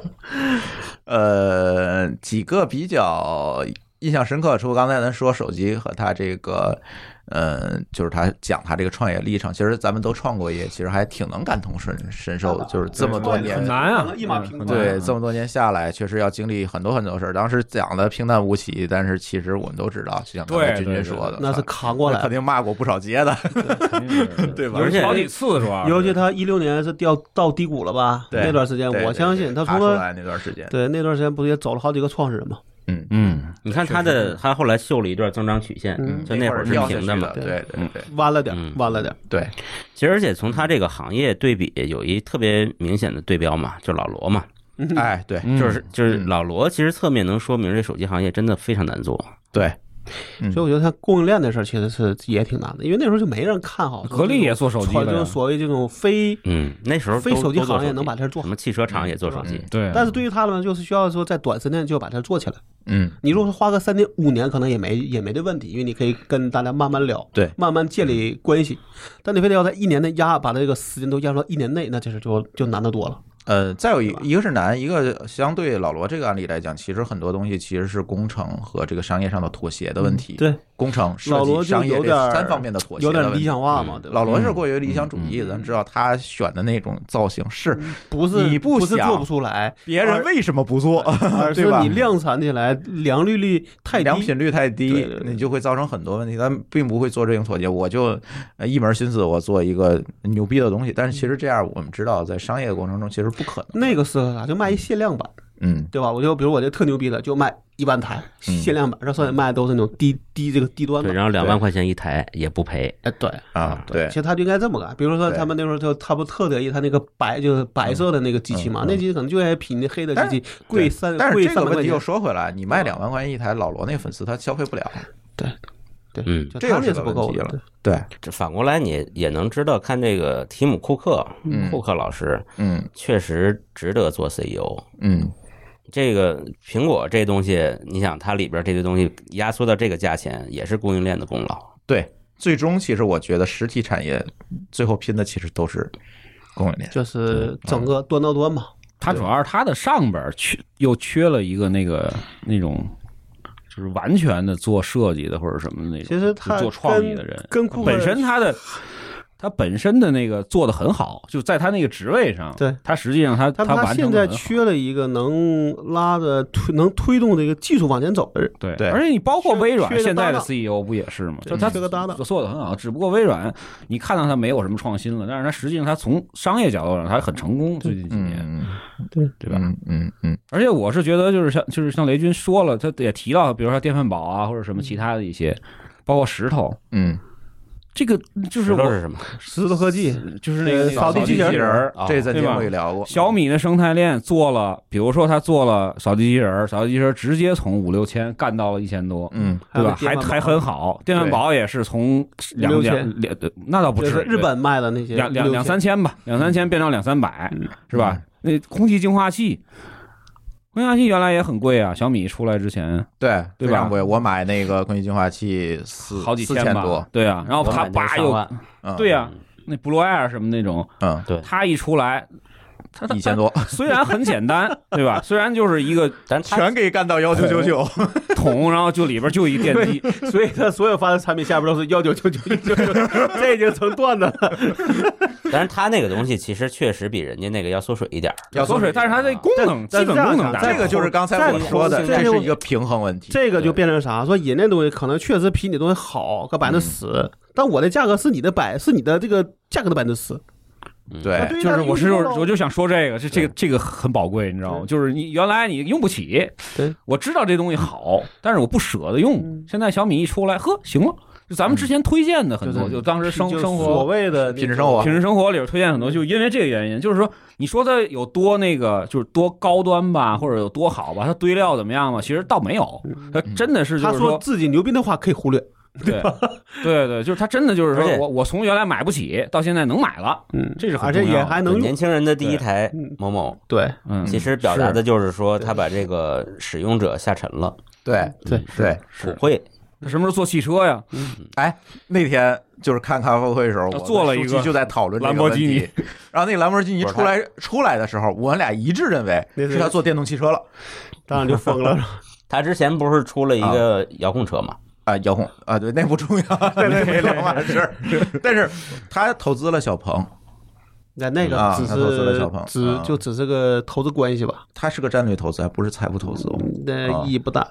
[SPEAKER 1] 呃，几个比较印象深刻，除了刚才咱说手机和他这个，呃，就是他讲他这个创业历程，其实咱们都创过业，其实还挺能感同身身受的，就是这么多年
[SPEAKER 2] 很。难啊，
[SPEAKER 3] 可能一马平川
[SPEAKER 1] 对，
[SPEAKER 2] 嗯
[SPEAKER 1] 这么多年下来，确实要经历很多很多事儿。当时讲的平淡无奇，但是其实我们都知道，就像刚才
[SPEAKER 2] 对
[SPEAKER 1] 君君
[SPEAKER 2] 对对
[SPEAKER 1] 说的，啊
[SPEAKER 3] 那是扛过
[SPEAKER 1] 那
[SPEAKER 3] 来
[SPEAKER 1] 肯
[SPEAKER 3] 的。
[SPEAKER 1] 定骂过不少街 的，
[SPEAKER 2] 肯定是
[SPEAKER 1] 对吧？
[SPEAKER 2] 尤其
[SPEAKER 4] 而且
[SPEAKER 2] 好几次是吧？
[SPEAKER 3] 尤其他一六年是掉到低谷了吧？
[SPEAKER 1] 对
[SPEAKER 3] 那段时间
[SPEAKER 1] 对
[SPEAKER 3] 我
[SPEAKER 1] 对
[SPEAKER 3] 相
[SPEAKER 1] 对
[SPEAKER 3] 信他
[SPEAKER 1] 爬
[SPEAKER 3] 除
[SPEAKER 1] 出
[SPEAKER 3] 了
[SPEAKER 1] 来那段时间，
[SPEAKER 3] 对那段时间不是也走了好几个创始人嘛？
[SPEAKER 4] 嗯，你看他的，他后来秀了一段增长曲线，
[SPEAKER 3] 嗯
[SPEAKER 4] 就
[SPEAKER 1] 那
[SPEAKER 4] 会儿是
[SPEAKER 1] 掉下
[SPEAKER 4] 平
[SPEAKER 1] 去
[SPEAKER 4] 的嘛。
[SPEAKER 1] 对对对对
[SPEAKER 3] 弯了点儿
[SPEAKER 4] 嗯，
[SPEAKER 3] 弯了点儿。
[SPEAKER 1] 对，
[SPEAKER 4] 其实，而且从他这个行业对比，有一特别明显的对标嘛，就老罗嘛，
[SPEAKER 1] 哎，对
[SPEAKER 2] 嗯
[SPEAKER 4] 就是就是
[SPEAKER 1] 嗯
[SPEAKER 4] 老罗，其实侧面能说明这手机行业真的非常难做。
[SPEAKER 1] 对，嗯
[SPEAKER 3] 所
[SPEAKER 4] 嗯
[SPEAKER 3] 以我觉得它供应链的事儿其实是也挺难的，因为那时候就没人看好。
[SPEAKER 2] 格力也做手机
[SPEAKER 3] 传
[SPEAKER 2] 了
[SPEAKER 3] 就
[SPEAKER 2] 呀
[SPEAKER 3] 是，所谓这种非
[SPEAKER 4] 嗯，那时候
[SPEAKER 3] 非
[SPEAKER 4] 都
[SPEAKER 3] 手机
[SPEAKER 4] 都做
[SPEAKER 3] 行业能把这儿做
[SPEAKER 4] 什
[SPEAKER 3] 好，
[SPEAKER 4] 么汽车厂也做手机，
[SPEAKER 1] 嗯
[SPEAKER 2] 对
[SPEAKER 3] 但是对于他们就是需要说在短时间就把它做起来。
[SPEAKER 1] 嗯，
[SPEAKER 3] 你如果是花个三年五年，可能也没也没这问题，因为你可以跟大家慢慢聊，
[SPEAKER 1] 对，
[SPEAKER 3] 慢慢建立关系。但你非得要在一年内压，把这个时间都压到一年内，那这事就就难得多了。
[SPEAKER 1] 呃，再有一
[SPEAKER 3] 吧
[SPEAKER 1] 一个是难，一个相对老罗这个案例来讲，其实很多东西其实是工程和这个商业上的妥协的问题。
[SPEAKER 3] 嗯对，
[SPEAKER 1] 工程、设
[SPEAKER 3] 老罗
[SPEAKER 1] 计、
[SPEAKER 3] 就
[SPEAKER 1] 商业
[SPEAKER 3] 有
[SPEAKER 1] 这
[SPEAKER 3] 点儿
[SPEAKER 1] 三方面的妥协
[SPEAKER 3] 有
[SPEAKER 1] 的
[SPEAKER 3] 点
[SPEAKER 1] 问
[SPEAKER 3] 理
[SPEAKER 1] 题。
[SPEAKER 3] 想化嘛，对吧？
[SPEAKER 1] 老罗是
[SPEAKER 4] 嗯
[SPEAKER 1] 过于理想主义的，咱知道他选的那种造型是
[SPEAKER 3] 不是
[SPEAKER 1] 你不
[SPEAKER 3] 不是
[SPEAKER 1] 想
[SPEAKER 3] 做不 出来，
[SPEAKER 1] 别人为什么不做，
[SPEAKER 3] 而
[SPEAKER 1] 对
[SPEAKER 3] 是
[SPEAKER 1] 吧
[SPEAKER 3] 你量产起来良率率太低，
[SPEAKER 1] 良品率太低
[SPEAKER 3] 对对，对
[SPEAKER 1] 你就会造成很多问题。咱并不会做这种妥协，我就呃一门心思我做一个牛逼的东西，但是其实这样我们知道，在商业的过程中其实不可能。
[SPEAKER 3] 那个适合啥？就卖一限量版，
[SPEAKER 1] 嗯，
[SPEAKER 3] 对吧？我就比如我这特牛逼的，就卖一万台
[SPEAKER 1] 嗯
[SPEAKER 3] 限量版，让剩下卖的都是那种低低这个低端
[SPEAKER 4] 对，
[SPEAKER 3] 的。
[SPEAKER 4] 然后两
[SPEAKER 1] 对
[SPEAKER 4] 万块钱一台也不赔，
[SPEAKER 3] 哎，对
[SPEAKER 1] 啊，对
[SPEAKER 3] 其，实他就应该这么干。比如说
[SPEAKER 1] 对
[SPEAKER 3] 他们那时候就他不特得意他那个白就是白色的那个机器嘛，
[SPEAKER 1] 嗯嗯
[SPEAKER 3] 那机器可能就爱比那黑的
[SPEAKER 1] 但
[SPEAKER 3] 机
[SPEAKER 1] 是
[SPEAKER 3] 器贵三
[SPEAKER 1] 但是
[SPEAKER 3] 贵
[SPEAKER 1] 这个
[SPEAKER 3] 三百
[SPEAKER 1] 问
[SPEAKER 3] 块
[SPEAKER 1] 题又
[SPEAKER 3] 钱。
[SPEAKER 1] 说回来，你卖两万块钱一台，老罗那粉丝他消费不了。
[SPEAKER 3] 对，
[SPEAKER 4] 嗯
[SPEAKER 3] 就
[SPEAKER 1] 这又
[SPEAKER 3] 他们
[SPEAKER 1] 是
[SPEAKER 3] 也是
[SPEAKER 1] 个
[SPEAKER 3] 不
[SPEAKER 1] 问
[SPEAKER 3] 够
[SPEAKER 1] 题
[SPEAKER 3] 的
[SPEAKER 1] 了
[SPEAKER 3] 对
[SPEAKER 1] 对，
[SPEAKER 4] 这反过来你也能知道，看这个提姆库克，
[SPEAKER 1] 嗯
[SPEAKER 4] 库克老师
[SPEAKER 1] 嗯
[SPEAKER 4] 确实值得做 E CEO。
[SPEAKER 1] 嗯
[SPEAKER 4] 这个苹果这东西，你想它里边这些东西压缩到这个价钱，也是供应链的功劳。
[SPEAKER 1] 对，最终其实我觉得实体产业最后拼的其实都是供应链。嗯
[SPEAKER 3] 就是整个端到端嘛。
[SPEAKER 2] 它主要是它的上边儿缺又缺了一个那个那种，就是完全的做设计的或者什么的那种，
[SPEAKER 3] 其实他
[SPEAKER 2] 做创意的人，
[SPEAKER 3] 跟跟库克
[SPEAKER 2] 本身他的他本身的那个做的很好，就在他那个职位上，
[SPEAKER 3] 对
[SPEAKER 2] 他实际上他
[SPEAKER 3] 他
[SPEAKER 2] 完
[SPEAKER 3] 现
[SPEAKER 2] 成
[SPEAKER 3] 在
[SPEAKER 2] 的很好。
[SPEAKER 3] 缺了一个能拉着推能推动这个技术往前走的人。
[SPEAKER 2] 对，
[SPEAKER 1] 对
[SPEAKER 2] 而且你包括
[SPEAKER 3] 缺
[SPEAKER 2] 微软
[SPEAKER 3] 缺个
[SPEAKER 2] 现在
[SPEAKER 3] 搭
[SPEAKER 2] 的
[SPEAKER 3] 档
[SPEAKER 2] CEO 不也是吗？
[SPEAKER 3] 对
[SPEAKER 2] 就他
[SPEAKER 3] 缺个搭档
[SPEAKER 2] 做的很好，只不过微软你看到他没有什么创新了，但是他实际上他从商业角度上他很成功，最近几年，
[SPEAKER 1] 嗯，
[SPEAKER 2] 对吧？
[SPEAKER 1] 嗯嗯嗯
[SPEAKER 2] 而且我是觉得，就是像就是像雷军说了，他也提到，比如说电饭煲啊，或者什么其他的一
[SPEAKER 3] 嗯
[SPEAKER 2] 些，包括石头，
[SPEAKER 1] 嗯，
[SPEAKER 2] 这个就是
[SPEAKER 4] 石头
[SPEAKER 2] 我
[SPEAKER 4] 是什么？
[SPEAKER 3] 石头科技，
[SPEAKER 2] 就是那个
[SPEAKER 3] 呃
[SPEAKER 2] 那个
[SPEAKER 3] 扫地机器人
[SPEAKER 1] 儿
[SPEAKER 4] 哦
[SPEAKER 1] 这在节
[SPEAKER 2] 对吧
[SPEAKER 1] 目里聊过。
[SPEAKER 2] 小米的生态链做了，比如说他做了扫地机器人儿，扫地机器人儿直接从五六千干到了一千多。
[SPEAKER 1] 嗯，
[SPEAKER 2] 对吧？
[SPEAKER 3] 还
[SPEAKER 2] 还
[SPEAKER 3] 有电饭煲
[SPEAKER 2] 还很好，电饭煲也是从两两
[SPEAKER 3] 6000
[SPEAKER 2] 两，那倒不
[SPEAKER 3] 就是是日本卖的那些
[SPEAKER 2] 两两两
[SPEAKER 3] 6000
[SPEAKER 2] 三千吧，两三千变成两三百
[SPEAKER 3] 嗯，
[SPEAKER 2] 是吧？那空气净化器，空气净化器原来也很贵啊，小米出来之前，
[SPEAKER 1] 对，
[SPEAKER 2] 对
[SPEAKER 1] 非
[SPEAKER 2] 吧
[SPEAKER 1] 常贵。我买那个空气净化器四
[SPEAKER 2] 好几
[SPEAKER 1] 四千
[SPEAKER 2] 吧，
[SPEAKER 1] 多，
[SPEAKER 2] 对啊，然后
[SPEAKER 4] 我
[SPEAKER 2] 他
[SPEAKER 4] 买那
[SPEAKER 2] 叭
[SPEAKER 4] 上
[SPEAKER 2] 又
[SPEAKER 4] 万，
[SPEAKER 1] 嗯，
[SPEAKER 2] 对呀、那 Blue Air 什么那种，
[SPEAKER 1] 嗯，
[SPEAKER 4] 对，
[SPEAKER 2] 它一出来，它它
[SPEAKER 1] 一千多，
[SPEAKER 2] 虽然很简单，对吧？虽然就是一个
[SPEAKER 4] 但它
[SPEAKER 1] 全给干到幺九九九。
[SPEAKER 2] 桶，然后就里边就一电机，
[SPEAKER 3] 所以它所有发的产品下边都是幺九九九九九， 这已经成段子了。
[SPEAKER 4] 但是它那个东西其实确实比人家那个要缩水一点儿。
[SPEAKER 1] 要
[SPEAKER 2] 缩水，但是它这功能
[SPEAKER 3] 但
[SPEAKER 2] 基本功能
[SPEAKER 3] 但
[SPEAKER 2] 达
[SPEAKER 3] 这
[SPEAKER 1] 这
[SPEAKER 2] 到
[SPEAKER 3] 样
[SPEAKER 2] 了
[SPEAKER 1] 个就是刚才我说的，
[SPEAKER 3] 再
[SPEAKER 1] 这
[SPEAKER 3] 说
[SPEAKER 1] 是一个平衡问题。
[SPEAKER 3] 这个
[SPEAKER 1] 对
[SPEAKER 3] 就变成啥？说人家东西可能确实比你东西好个百分之十，但我的价格是你的百，是你的这个价格的百分之十。啊
[SPEAKER 1] 对，
[SPEAKER 2] 就是我是我就想说这个，这这个这个很宝贵，你知道吗？就是你原来你用不起，
[SPEAKER 3] 对，
[SPEAKER 2] 我知道这东西好，但是我不舍得用。现在小米一出来，呵，行了，就咱们之前推荐的很多，
[SPEAKER 3] 嗯
[SPEAKER 2] 就当时生
[SPEAKER 3] 就是
[SPEAKER 2] 生活
[SPEAKER 3] 所谓的
[SPEAKER 1] 品质生活
[SPEAKER 2] 平时生活里边推荐很多，就因为这个原因，就是说，你说它有多那个，就是多高端吧，或者有多好吧，它堆料怎么样吧，其实倒没有，它真的嗯是就
[SPEAKER 3] 嗯他
[SPEAKER 2] 是
[SPEAKER 3] 说自己牛逼的话可以忽略，
[SPEAKER 2] 对对对，就是它真的就是
[SPEAKER 4] 而且
[SPEAKER 2] 说我我从原来买不起，到现在能买了，
[SPEAKER 3] 嗯，
[SPEAKER 2] 这是
[SPEAKER 3] 而
[SPEAKER 2] 很
[SPEAKER 3] 且
[SPEAKER 2] 重要的
[SPEAKER 3] 也还能
[SPEAKER 4] 对
[SPEAKER 3] 用
[SPEAKER 4] 年。轻人的第一台
[SPEAKER 3] 对嗯
[SPEAKER 4] 某某，
[SPEAKER 3] 对
[SPEAKER 2] 嗯，
[SPEAKER 4] 其实表达
[SPEAKER 2] 是
[SPEAKER 4] 的就是说，他把这个使用者下沉了，
[SPEAKER 1] 对
[SPEAKER 3] 对，
[SPEAKER 1] 哎对。
[SPEAKER 4] 普惠。
[SPEAKER 2] 它什么时候做汽车呀？
[SPEAKER 1] 哎，那天就是看咖啡会的时候，
[SPEAKER 2] 他
[SPEAKER 1] 我
[SPEAKER 2] 做了
[SPEAKER 1] 们
[SPEAKER 2] 一
[SPEAKER 1] 书记
[SPEAKER 2] 个
[SPEAKER 1] 就在讨论这
[SPEAKER 2] 兰
[SPEAKER 1] 个
[SPEAKER 2] 博
[SPEAKER 1] 问
[SPEAKER 2] 基尼
[SPEAKER 1] 题。然后那个兰博基尼
[SPEAKER 4] 不是
[SPEAKER 1] 出来出来的时候，我们俩一致认为
[SPEAKER 3] 那是
[SPEAKER 1] 是他做电动汽车了
[SPEAKER 3] 当然就疯了。
[SPEAKER 4] 他之前不是出了一个遥控车嘛？
[SPEAKER 1] 啊，遥控啊，对，那不重要，那是两码事儿。但是他投资了小鹏，
[SPEAKER 3] 那那个
[SPEAKER 1] 啊
[SPEAKER 3] 只
[SPEAKER 1] 他投资了小鹏
[SPEAKER 3] 是只
[SPEAKER 1] 啊
[SPEAKER 3] 就只是个投资关系吧，
[SPEAKER 1] 他是个战略投资，还不是财务投资。
[SPEAKER 3] 那
[SPEAKER 1] 啊
[SPEAKER 3] 意义不大。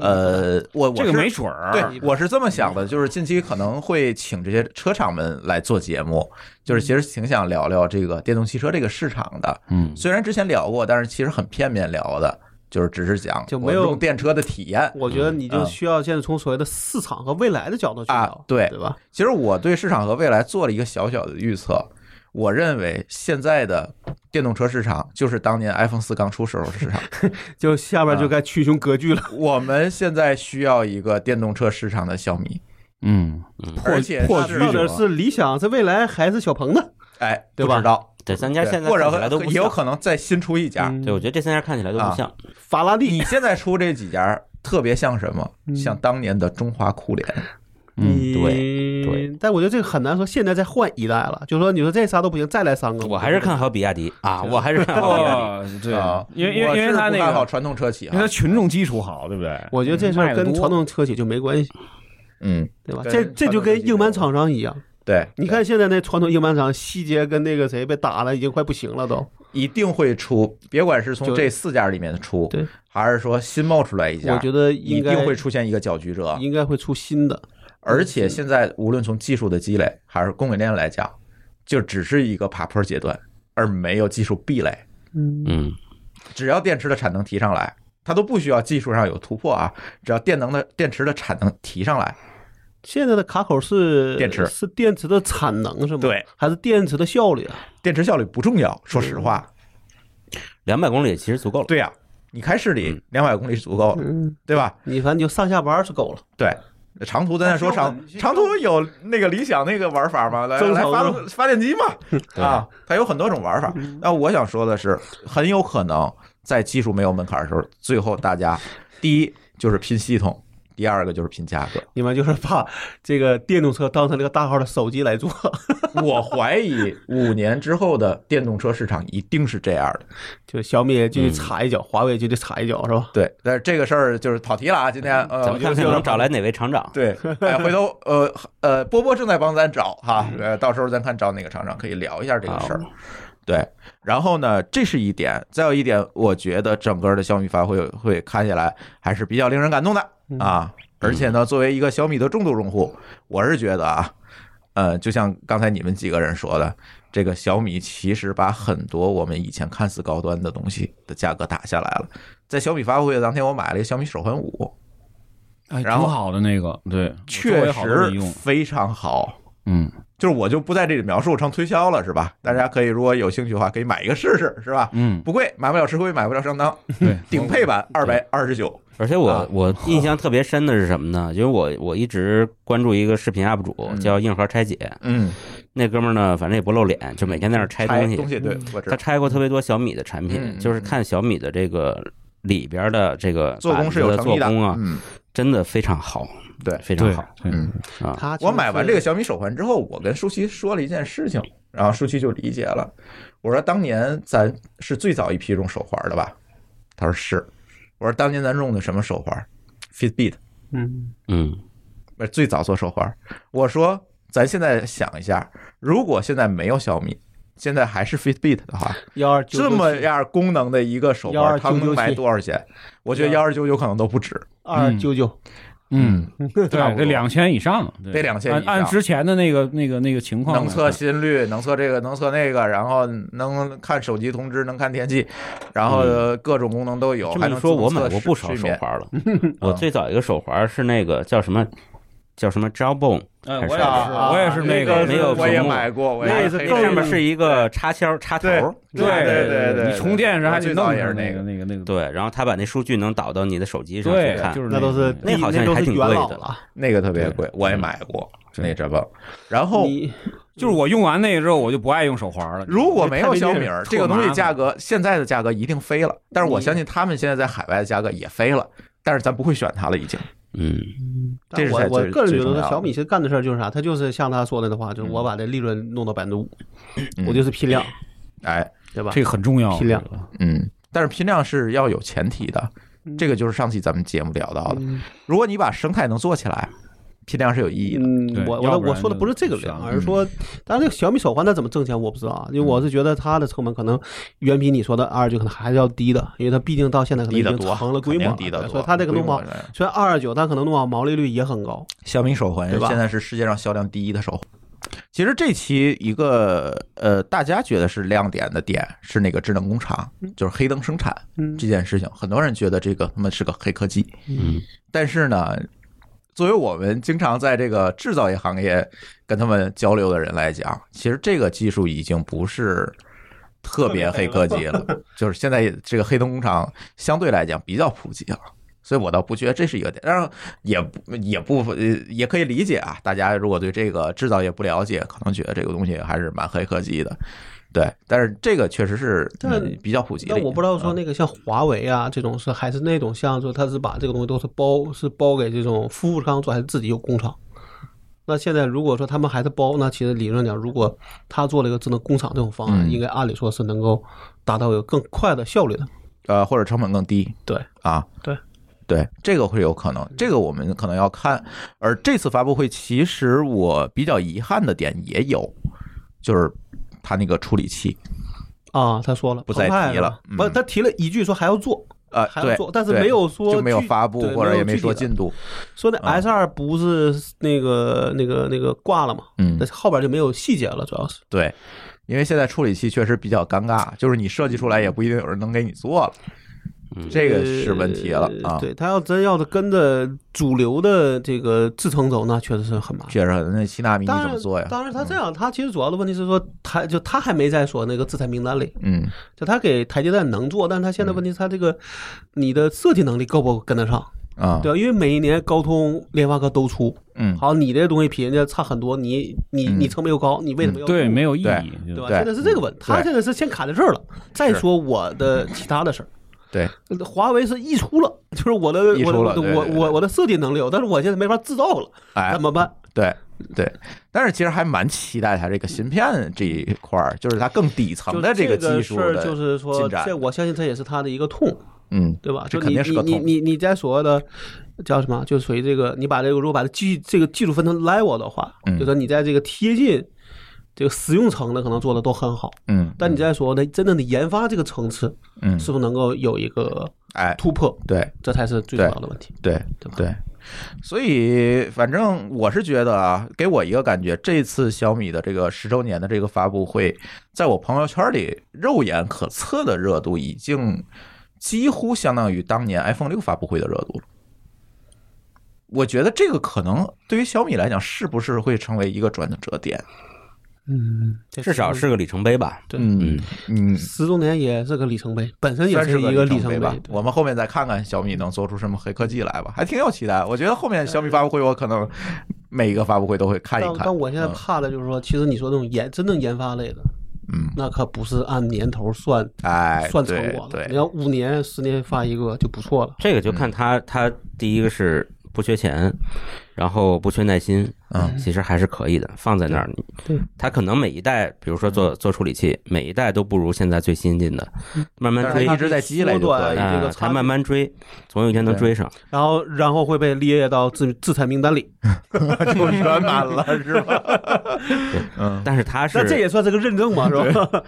[SPEAKER 1] 呃，我我
[SPEAKER 2] 这个
[SPEAKER 1] 是
[SPEAKER 2] 没准儿，
[SPEAKER 1] 对，我是这么想的，就是近期可能会请这些车厂们来做节目，就是其实挺想聊聊这个电动汽车这个市场的。
[SPEAKER 2] 嗯，
[SPEAKER 1] 虽然之前聊过，但是其实很片面聊的，就是只是讲
[SPEAKER 3] 就
[SPEAKER 1] 我
[SPEAKER 3] 没有
[SPEAKER 1] 用电车的体验。
[SPEAKER 3] 我觉得你就需要现在从所谓的市场和未来的角度去
[SPEAKER 1] 啊
[SPEAKER 3] 聊，
[SPEAKER 1] 对
[SPEAKER 3] 对吧？
[SPEAKER 1] 其实我对市场和未来做了一个小小的预测，我认为现在的电动车市场就是当年 iPhone 四刚出时候的市场。
[SPEAKER 3] 就下边就该群雄割据了。
[SPEAKER 1] 我们现在需要一个电动车市场的小米，
[SPEAKER 2] 嗯，
[SPEAKER 1] 而且
[SPEAKER 2] 破
[SPEAKER 1] 是
[SPEAKER 2] 局
[SPEAKER 3] 到
[SPEAKER 2] 者
[SPEAKER 3] 底是理想，是未来还是小鹏呢？
[SPEAKER 1] 哎，
[SPEAKER 3] 对
[SPEAKER 1] 不
[SPEAKER 3] 吧
[SPEAKER 1] 知道，
[SPEAKER 4] 对，三家
[SPEAKER 1] 对
[SPEAKER 4] 现在
[SPEAKER 1] 或
[SPEAKER 4] 看
[SPEAKER 1] 者
[SPEAKER 4] 起来都不
[SPEAKER 1] 也有
[SPEAKER 4] 像。
[SPEAKER 1] 可能再新出一家。
[SPEAKER 3] 嗯
[SPEAKER 4] 对，我觉得这三家看起来都
[SPEAKER 1] 啊
[SPEAKER 4] 不像。
[SPEAKER 3] 法拉利，
[SPEAKER 1] 你现在出这几家特别像什么？像当年的中华酷联。
[SPEAKER 2] 嗯
[SPEAKER 3] 你
[SPEAKER 4] 对对。
[SPEAKER 3] 但我觉得这个很难说，现在再换一代了，就说你说这仨都不行，再来三个，
[SPEAKER 4] 我还是看好比亚迪啊，我还是看好比亚迪。
[SPEAKER 2] 哦，对
[SPEAKER 1] 啊，，
[SPEAKER 2] 因为因为因为
[SPEAKER 1] 我是
[SPEAKER 2] 它
[SPEAKER 1] 不
[SPEAKER 2] 那
[SPEAKER 1] 看好
[SPEAKER 2] 个，
[SPEAKER 1] 传统车企
[SPEAKER 2] 因为它
[SPEAKER 1] 啊，
[SPEAKER 2] 群众基础好，对不对？
[SPEAKER 3] 我觉得这事儿
[SPEAKER 2] 卖得
[SPEAKER 3] 跟
[SPEAKER 2] 多
[SPEAKER 3] 传统车企就没关系，
[SPEAKER 1] 嗯，
[SPEAKER 3] 对吧？
[SPEAKER 1] 对
[SPEAKER 3] 这
[SPEAKER 1] 传
[SPEAKER 3] 这就
[SPEAKER 1] 统的
[SPEAKER 3] 跟
[SPEAKER 1] 技术
[SPEAKER 3] 硬盘厂商一样，
[SPEAKER 1] 对，
[SPEAKER 3] 你看现在那传统硬盘厂，细节跟那个谁被打了，已经快不行了都。
[SPEAKER 1] 一定会出，别管是从
[SPEAKER 3] 就
[SPEAKER 1] 这四家里面出
[SPEAKER 3] 对，
[SPEAKER 1] 还是说新冒出来一家，
[SPEAKER 3] 我觉得
[SPEAKER 1] 一
[SPEAKER 3] 应该
[SPEAKER 1] 定会出现一个搅局者。
[SPEAKER 3] 应该会出新的，
[SPEAKER 1] 而且现在无论从技术的积累还是供应链来讲，就只是一个爬坡阶段，而没有技术壁垒。
[SPEAKER 3] 嗯
[SPEAKER 4] 嗯，
[SPEAKER 1] 只要电池的产能提上来，它都不需要技术上有突破啊，只要电能的电池的产能提上来，
[SPEAKER 3] 现在的卡口是
[SPEAKER 1] 电池
[SPEAKER 3] 是电池的产能是吗？
[SPEAKER 1] 对，
[SPEAKER 3] 还是电池的效率啊？
[SPEAKER 1] 电池效率不重要。说实
[SPEAKER 3] 嗯
[SPEAKER 1] 话，
[SPEAKER 4] 两百公里其实足够了。
[SPEAKER 1] 对呀、你开市里两百公里是足够了，
[SPEAKER 3] 嗯，
[SPEAKER 1] 对吧？
[SPEAKER 3] 你反正你就上下班是够了。
[SPEAKER 1] 对，长途咱再说长长途有那个理想那个玩法嘛，来
[SPEAKER 3] 增
[SPEAKER 1] 来
[SPEAKER 3] 程
[SPEAKER 1] 发
[SPEAKER 3] 是
[SPEAKER 1] 发电机 嘛，啊，它有很多种玩法。那我想说的是，很有可能在技术没有门槛的时候，最后大家第一就是拼系统，第二个就是拼价格。
[SPEAKER 3] 你们就是把这个电动车当成这个大号的手机来做，
[SPEAKER 1] 我怀疑五年之后的电动车市场一定是这样的。
[SPEAKER 3] 就小米就
[SPEAKER 1] 嗯
[SPEAKER 3] 得踩一脚，华为就得踩一脚，是吧？
[SPEAKER 1] 对，但是这个事儿就是跑题了啊，今天呃，
[SPEAKER 4] 咱们看看
[SPEAKER 1] 就
[SPEAKER 4] 能找来哪位厂长。
[SPEAKER 1] 对，哎，回头呃呃，波波正在帮咱找哈，呃，到时候咱看找哪个厂商可以聊一下这个事儿。对，然后呢，这是一点，再有一点，我觉得整个的小米发布会会看起来还是比较令人感动的啊。而且呢，作为一个小米的重度用户，我是觉得啊，呃，就像刚才你们几个人说的，这个小米其实把很多我们以前看似高端的东西的价格打下来了。在小米发布会的当天，我买了一个小米手环五，
[SPEAKER 2] 哎，挺
[SPEAKER 1] 然后
[SPEAKER 2] 好的那个，对，我周
[SPEAKER 1] 确
[SPEAKER 2] 围好多人
[SPEAKER 1] 实
[SPEAKER 2] 用，
[SPEAKER 1] 非常好。
[SPEAKER 2] 嗯
[SPEAKER 1] 就是我就不在这里描述成推销了，是吧？大家可以如果有兴趣的话，可以买一个试试，是吧？
[SPEAKER 2] 嗯，
[SPEAKER 1] 不贵，买不了吃亏，买不了上当。
[SPEAKER 2] 对，
[SPEAKER 1] 顶配版二百二十九，
[SPEAKER 4] 而且我、
[SPEAKER 1] 啊
[SPEAKER 4] 我印象特别深的是什么呢？就是我我一直关注一个视频 UP 主
[SPEAKER 1] 嗯
[SPEAKER 4] 叫硬核拆解，
[SPEAKER 1] 嗯，
[SPEAKER 4] 那哥们儿呢，反正也不露脸，就每天在那儿拆
[SPEAKER 1] 东
[SPEAKER 4] 东西。嗯
[SPEAKER 1] 对我知道，
[SPEAKER 4] 他拆过特别多小米的产品，
[SPEAKER 1] 嗯嗯
[SPEAKER 4] 就是看小米的这个里边的这个
[SPEAKER 1] 做工是有
[SPEAKER 4] 板子的
[SPEAKER 1] 诚意
[SPEAKER 4] 做
[SPEAKER 1] 的，
[SPEAKER 4] 工啊，
[SPEAKER 1] 嗯，
[SPEAKER 4] 真的非常好，
[SPEAKER 1] 对，
[SPEAKER 4] 非常
[SPEAKER 2] 对
[SPEAKER 4] 好，
[SPEAKER 2] 对
[SPEAKER 1] 嗯
[SPEAKER 4] 啊。
[SPEAKER 3] 他
[SPEAKER 1] 我买完这个，小米手环之后，我跟舒淇说了一件事情，然后舒淇就理解了。我说当年咱是最早一批用手环的吧？他说是。我说当年咱用的什么手环？Fitbit，
[SPEAKER 3] 嗯，
[SPEAKER 4] 嗯，
[SPEAKER 1] 呃，最早做手环。我说，咱现在想一下，如果现在没有小米，现在还是 Fitbit 的话，
[SPEAKER 3] 幺二九
[SPEAKER 1] 这么样功能的一个手环，
[SPEAKER 3] 12997
[SPEAKER 1] 它能卖多少钱？我觉得幺二九九可能都不止。
[SPEAKER 3] 二九九，
[SPEAKER 2] 嗯，对，
[SPEAKER 1] 差不多
[SPEAKER 2] 得两千以上，对
[SPEAKER 1] 得2000以上
[SPEAKER 2] 按按之前的那个那个那个情况来
[SPEAKER 1] 能
[SPEAKER 2] 看，
[SPEAKER 1] 测心率，能测这个，能测那个，然后能看手机通知，能看天气，然后各种功能都有。
[SPEAKER 4] 这
[SPEAKER 1] 还
[SPEAKER 4] 么一
[SPEAKER 1] 能
[SPEAKER 4] 说，我
[SPEAKER 1] 自动
[SPEAKER 4] 买
[SPEAKER 1] 测
[SPEAKER 4] 过不少
[SPEAKER 1] 睡
[SPEAKER 4] 手
[SPEAKER 1] 眠。
[SPEAKER 4] 环了。我最早一个手环是那个叫什么叫什么 Jawbone，
[SPEAKER 2] 哎，
[SPEAKER 4] 还是
[SPEAKER 2] 我也
[SPEAKER 1] 啊啊
[SPEAKER 2] 是，我也是那
[SPEAKER 1] 个，
[SPEAKER 2] 个
[SPEAKER 4] 没有
[SPEAKER 1] 我也
[SPEAKER 4] 屏幕
[SPEAKER 1] 买过，我也
[SPEAKER 4] 那
[SPEAKER 1] 买
[SPEAKER 4] 个
[SPEAKER 1] 黑
[SPEAKER 4] 上面
[SPEAKER 1] 的
[SPEAKER 4] 是一个插销插头
[SPEAKER 1] 对
[SPEAKER 4] 儿，
[SPEAKER 1] 对对对对
[SPEAKER 2] 你充电时还得
[SPEAKER 1] 啊我最早
[SPEAKER 2] 弄
[SPEAKER 1] 也是
[SPEAKER 2] 上
[SPEAKER 1] 那
[SPEAKER 2] 那
[SPEAKER 1] 个
[SPEAKER 2] 那个那个，
[SPEAKER 4] 对，然后它把那数据能导到你的手机上去
[SPEAKER 2] 对，
[SPEAKER 4] 看
[SPEAKER 2] 就。是
[SPEAKER 3] 那都是
[SPEAKER 4] 那好像
[SPEAKER 3] 都
[SPEAKER 4] 还
[SPEAKER 3] 是
[SPEAKER 4] 挺
[SPEAKER 3] 元
[SPEAKER 4] 贵
[SPEAKER 3] 老
[SPEAKER 4] 的
[SPEAKER 3] 了。
[SPEAKER 1] 那个特别
[SPEAKER 4] 对
[SPEAKER 1] 贵，我也
[SPEAKER 4] 嗯
[SPEAKER 1] 买过
[SPEAKER 2] 对
[SPEAKER 1] 那遮棒。然后
[SPEAKER 3] 你
[SPEAKER 2] 就是我用完那个之后，我就不爱用手环了。
[SPEAKER 1] 如果没有小米儿，
[SPEAKER 2] 太费
[SPEAKER 1] 这
[SPEAKER 2] 劲
[SPEAKER 1] 个东
[SPEAKER 2] 特麻
[SPEAKER 1] 西
[SPEAKER 2] 烦
[SPEAKER 1] 价格现在的价格一定飞了。但是我
[SPEAKER 3] 你
[SPEAKER 1] 相信他们现在在海外的价格也飞了，但是咱不会选它了，已经。
[SPEAKER 4] 嗯，
[SPEAKER 1] 这是
[SPEAKER 3] 我
[SPEAKER 1] 才
[SPEAKER 3] 我
[SPEAKER 1] 最
[SPEAKER 3] 个人觉
[SPEAKER 1] 最重
[SPEAKER 3] 得
[SPEAKER 1] 要
[SPEAKER 3] 小米其实干的事儿就是啥，他就是像他说的的话，就是我把这利润弄到百分之五，
[SPEAKER 1] 嗯
[SPEAKER 3] 我就是批量，
[SPEAKER 1] 哎，
[SPEAKER 3] 对吧？
[SPEAKER 2] 这个很重要，
[SPEAKER 3] 批量
[SPEAKER 2] 我觉得
[SPEAKER 1] 嗯，但是批量是要有前提的，这个就是上期咱们节目聊到的。
[SPEAKER 3] 嗯
[SPEAKER 1] 如果你把生态能做起来，批量是有意义的。
[SPEAKER 3] 嗯
[SPEAKER 2] 对，
[SPEAKER 3] 我
[SPEAKER 2] 要
[SPEAKER 3] 我
[SPEAKER 2] 不然
[SPEAKER 3] 我说的
[SPEAKER 2] 就
[SPEAKER 3] 不是这个
[SPEAKER 2] 不
[SPEAKER 3] 量，
[SPEAKER 2] 行
[SPEAKER 3] 而是说，
[SPEAKER 1] 嗯
[SPEAKER 3] 但是这个小米手环它怎么挣钱我不知道啊，因为我是觉得它的成本可能远比你说的二九可能还是要低的，因为它毕竟到现在可能
[SPEAKER 1] 低
[SPEAKER 3] 已
[SPEAKER 1] 得
[SPEAKER 3] 经
[SPEAKER 1] 多，
[SPEAKER 3] 成了规模
[SPEAKER 1] 肯
[SPEAKER 3] 了，
[SPEAKER 1] 定低得多。
[SPEAKER 3] 所以它这个弄不好
[SPEAKER 1] 规模的
[SPEAKER 3] 虽然二二九，但可能弄好毛利率也很高。
[SPEAKER 1] 小米手环
[SPEAKER 3] 对吧
[SPEAKER 1] 现在是世界上销量第一的手环。其实这期一个呃，大家觉得是亮点的点是那个智能工厂，就是黑灯生产
[SPEAKER 3] 嗯
[SPEAKER 1] 这件事情，很多人觉得这个他妈是个黑科技，
[SPEAKER 4] 嗯，
[SPEAKER 1] 但是呢，作为我们经常在这个制造业行业跟他们交流的人来讲，其实这个技术已经不是特别黑科技 了，就是现在这个黑灯工厂相对来讲比较普及了。所以我倒不觉得这是一个点，当然也不也不呃也可以理解啊。大家如果对这个制造业不了解，可能觉得这个东西还是蛮黑科技的，对。但是这个确实是
[SPEAKER 3] 但
[SPEAKER 1] 嗯比较普及的一
[SPEAKER 3] 但
[SPEAKER 1] 个。嗯
[SPEAKER 3] 我不知道说那个像华为啊这种是还是那种像说它是把这个东西都是包是包给这种服务商做，还是自己有工厂？那现在如果说他们还是包，那其实理论讲，如果他做了一个智能工厂这种方案，
[SPEAKER 1] 嗯
[SPEAKER 3] 应该按理说是能够达到有更快的效率的。
[SPEAKER 1] 呃，或者成本更低。
[SPEAKER 3] 对
[SPEAKER 1] 啊，
[SPEAKER 3] 对，
[SPEAKER 1] 对，这个会有可能，这个我们可能要看。而这次发布会，其实我比较遗憾的点也有，就是它那个处理器，
[SPEAKER 3] 啊，他说了
[SPEAKER 1] 不再提
[SPEAKER 3] 澎湃
[SPEAKER 1] 了嗯
[SPEAKER 3] 不，他提了一句说还要做，
[SPEAKER 1] 呃，
[SPEAKER 3] 还要
[SPEAKER 1] 对
[SPEAKER 3] 做，但是
[SPEAKER 1] 对
[SPEAKER 3] 没有说
[SPEAKER 1] 就没有
[SPEAKER 3] 具
[SPEAKER 1] 发布
[SPEAKER 3] 对
[SPEAKER 1] 或者也
[SPEAKER 3] 没
[SPEAKER 1] 没
[SPEAKER 3] 有具体
[SPEAKER 1] 说
[SPEAKER 3] 的
[SPEAKER 1] 进度，
[SPEAKER 3] 说那
[SPEAKER 1] 嗯
[SPEAKER 3] S 二不是那个那个那个挂了嘛，
[SPEAKER 1] 嗯
[SPEAKER 3] 但，是后边就没有细节了，主要是
[SPEAKER 1] 对。因为现在处理器确实比较尴尬，就是你设计出来也不一定有人能给你做了，
[SPEAKER 4] 嗯
[SPEAKER 1] 这个是问题了
[SPEAKER 3] 呃
[SPEAKER 1] 啊。
[SPEAKER 3] 对他要真要是跟着主流的这个制程走，那确实是很麻烦。
[SPEAKER 1] 确实，那七纳米你
[SPEAKER 3] 当
[SPEAKER 1] 怎么
[SPEAKER 3] 然
[SPEAKER 1] 做呀？
[SPEAKER 3] 当然，他这样，他其实主要的问题是说，他就他还没在说那个制裁名单里，
[SPEAKER 1] 嗯，
[SPEAKER 3] 就他给台积电能做，但是他现在问题是他这个你的设计能力够不够跟得上，
[SPEAKER 1] 嗯啊，
[SPEAKER 3] 对吧？因为每一年高通、联发科都出，
[SPEAKER 1] 嗯，
[SPEAKER 3] 好，你这东西比人家差很多，你你
[SPEAKER 1] 嗯
[SPEAKER 3] 你成本又高，你为什么要
[SPEAKER 2] 嗯
[SPEAKER 3] 做
[SPEAKER 2] 对，没有意
[SPEAKER 1] 对
[SPEAKER 2] 义。
[SPEAKER 3] 对吧？
[SPEAKER 1] 对嗯
[SPEAKER 3] 现在是这个问题，他
[SPEAKER 1] 对
[SPEAKER 3] 现在是先卡在这儿了，再说我的其他的事儿。
[SPEAKER 1] 对，
[SPEAKER 3] 华为是溢出了， 就是我的
[SPEAKER 1] 嗯溢
[SPEAKER 3] 我
[SPEAKER 1] 出
[SPEAKER 3] 的我
[SPEAKER 1] 了
[SPEAKER 3] 的
[SPEAKER 1] 对
[SPEAKER 3] 我
[SPEAKER 1] 对对
[SPEAKER 3] 我我的设计能力有，但是我现在没法制造了，
[SPEAKER 1] 哎
[SPEAKER 3] 怎，么办？
[SPEAKER 1] 对对，但是其实还蛮期待它这个芯片这一块儿，就是它更底层
[SPEAKER 3] 就
[SPEAKER 1] 的
[SPEAKER 3] 这
[SPEAKER 1] 个技术
[SPEAKER 3] 事儿
[SPEAKER 1] 的，
[SPEAKER 3] 就是说
[SPEAKER 1] 进，展
[SPEAKER 3] 这我相信这也是他的一个痛，
[SPEAKER 1] 嗯，
[SPEAKER 3] 对吧？
[SPEAKER 1] 这
[SPEAKER 3] 就
[SPEAKER 1] 肯
[SPEAKER 3] 你
[SPEAKER 1] 定是个
[SPEAKER 3] 你
[SPEAKER 1] 痛
[SPEAKER 3] 你你你在所谓的叫什么，就属于这个，你把这个如果把这技这个技术分成 level 的话，
[SPEAKER 1] 嗯
[SPEAKER 3] 就说你在这个贴近这个实用层的可能做的都很好，
[SPEAKER 1] 嗯，
[SPEAKER 3] 但你在所谓的真正的研发这个层次，
[SPEAKER 1] 嗯，
[SPEAKER 3] 是不是能够有一个
[SPEAKER 1] 哎，
[SPEAKER 3] 突破，
[SPEAKER 1] 对
[SPEAKER 3] 这才是最重要的问题，
[SPEAKER 1] 对
[SPEAKER 3] 对吧？
[SPEAKER 1] 对，所以反正我是觉得啊，给我一个感觉，这次小米的这个十周年的这个发布会，在我朋友圈里肉眼可测的热度已经几乎相当于当年 iPhone 六发布会的热度了。我觉得这个可能对于小米来讲，是不是会成为一个转折点？
[SPEAKER 3] 嗯，这
[SPEAKER 4] 至少是个里程碑吧。
[SPEAKER 3] 对
[SPEAKER 1] 嗯嗯，
[SPEAKER 3] 十周年也是个里程碑，本身也
[SPEAKER 1] 算是
[SPEAKER 3] 一个
[SPEAKER 1] 里
[SPEAKER 3] 程
[SPEAKER 1] 碑吧。
[SPEAKER 3] 对
[SPEAKER 1] 我们后面再看看小米能做出什么黑科技来吧，还挺有期待。我觉得后面小米发布会，我可能每一个发布会都会看一
[SPEAKER 3] 但
[SPEAKER 1] 看。
[SPEAKER 3] 但我现在怕的就是说，其实你说那种研真正研发类的，
[SPEAKER 1] 嗯，
[SPEAKER 3] 那可不是按年头算
[SPEAKER 1] 哎，
[SPEAKER 3] 算成
[SPEAKER 1] 对
[SPEAKER 3] 果的。你
[SPEAKER 1] 对，
[SPEAKER 3] 要五年、十年发一个就不错了。
[SPEAKER 4] 这个就
[SPEAKER 1] 嗯
[SPEAKER 4] 看他，他第一个是不缺钱，然后不缺耐心，
[SPEAKER 1] 嗯，
[SPEAKER 4] 其实还是可以的，放在那儿。
[SPEAKER 3] 对，
[SPEAKER 4] 他可能每一代，比如说做做处理器，每一代都不如现在最新进的，慢慢
[SPEAKER 1] 但是
[SPEAKER 4] 追
[SPEAKER 1] 它一，直在积累就可以
[SPEAKER 3] 它这
[SPEAKER 4] 啊
[SPEAKER 3] 个，
[SPEAKER 4] 他
[SPEAKER 3] 差距
[SPEAKER 4] 慢，慢追，总有一天能
[SPEAKER 1] 对嗯
[SPEAKER 4] 追上。
[SPEAKER 3] 然后然后会被列到制制裁名单里。
[SPEAKER 1] 就圆满了是 吧？嗯
[SPEAKER 4] 但是他是
[SPEAKER 3] 那这也算是个认证嘛，是吧？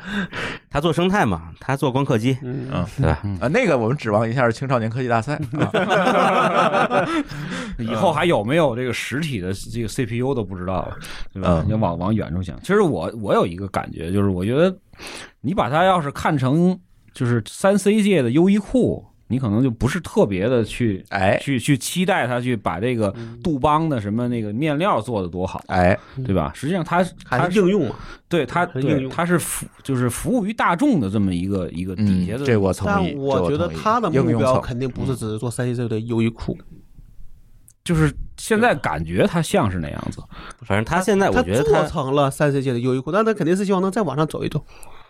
[SPEAKER 4] 他做生态嘛，他做光刻机，
[SPEAKER 3] 嗯，
[SPEAKER 1] 嗯
[SPEAKER 4] 对吧？
[SPEAKER 1] 啊，那个我们指望一下青少年科技大赛 啊，
[SPEAKER 2] 以
[SPEAKER 1] 嗯
[SPEAKER 2] 后还有没有这个实体的这个 CPU 都不知道了，对吧？
[SPEAKER 1] 嗯
[SPEAKER 2] 你往往远处想，其实我我有一个感觉，就是我觉得你把它要是看成就是三 C 界的优衣库，你可能就不是特别的去
[SPEAKER 1] 哎
[SPEAKER 2] 去去期待它去把这个
[SPEAKER 3] 嗯
[SPEAKER 2] 杜邦的什么那个面料做的多好，
[SPEAKER 1] 哎，
[SPEAKER 2] 对吧？实际上它它
[SPEAKER 3] 还是应用嘛。
[SPEAKER 2] 对它
[SPEAKER 3] 嗯还是应
[SPEAKER 2] 对
[SPEAKER 3] 用
[SPEAKER 2] 它是服就是服务于大众的这么一个一个底
[SPEAKER 1] 嗯
[SPEAKER 2] 下，的
[SPEAKER 1] 这我同
[SPEAKER 3] 但
[SPEAKER 1] 意。
[SPEAKER 3] 我觉
[SPEAKER 1] 这
[SPEAKER 3] 得
[SPEAKER 1] 同意
[SPEAKER 3] 他的
[SPEAKER 1] 应
[SPEAKER 3] 目
[SPEAKER 1] 用
[SPEAKER 3] 标
[SPEAKER 1] 层嗯
[SPEAKER 3] 肯定不是只是做三 C 这的优衣库，
[SPEAKER 2] 就是现在感觉它像是那样子，
[SPEAKER 4] 反正他现在哎我觉得
[SPEAKER 3] 做
[SPEAKER 4] 他
[SPEAKER 3] 成了三 C 界的优衣库，但他肯定是希望能再往上走一走。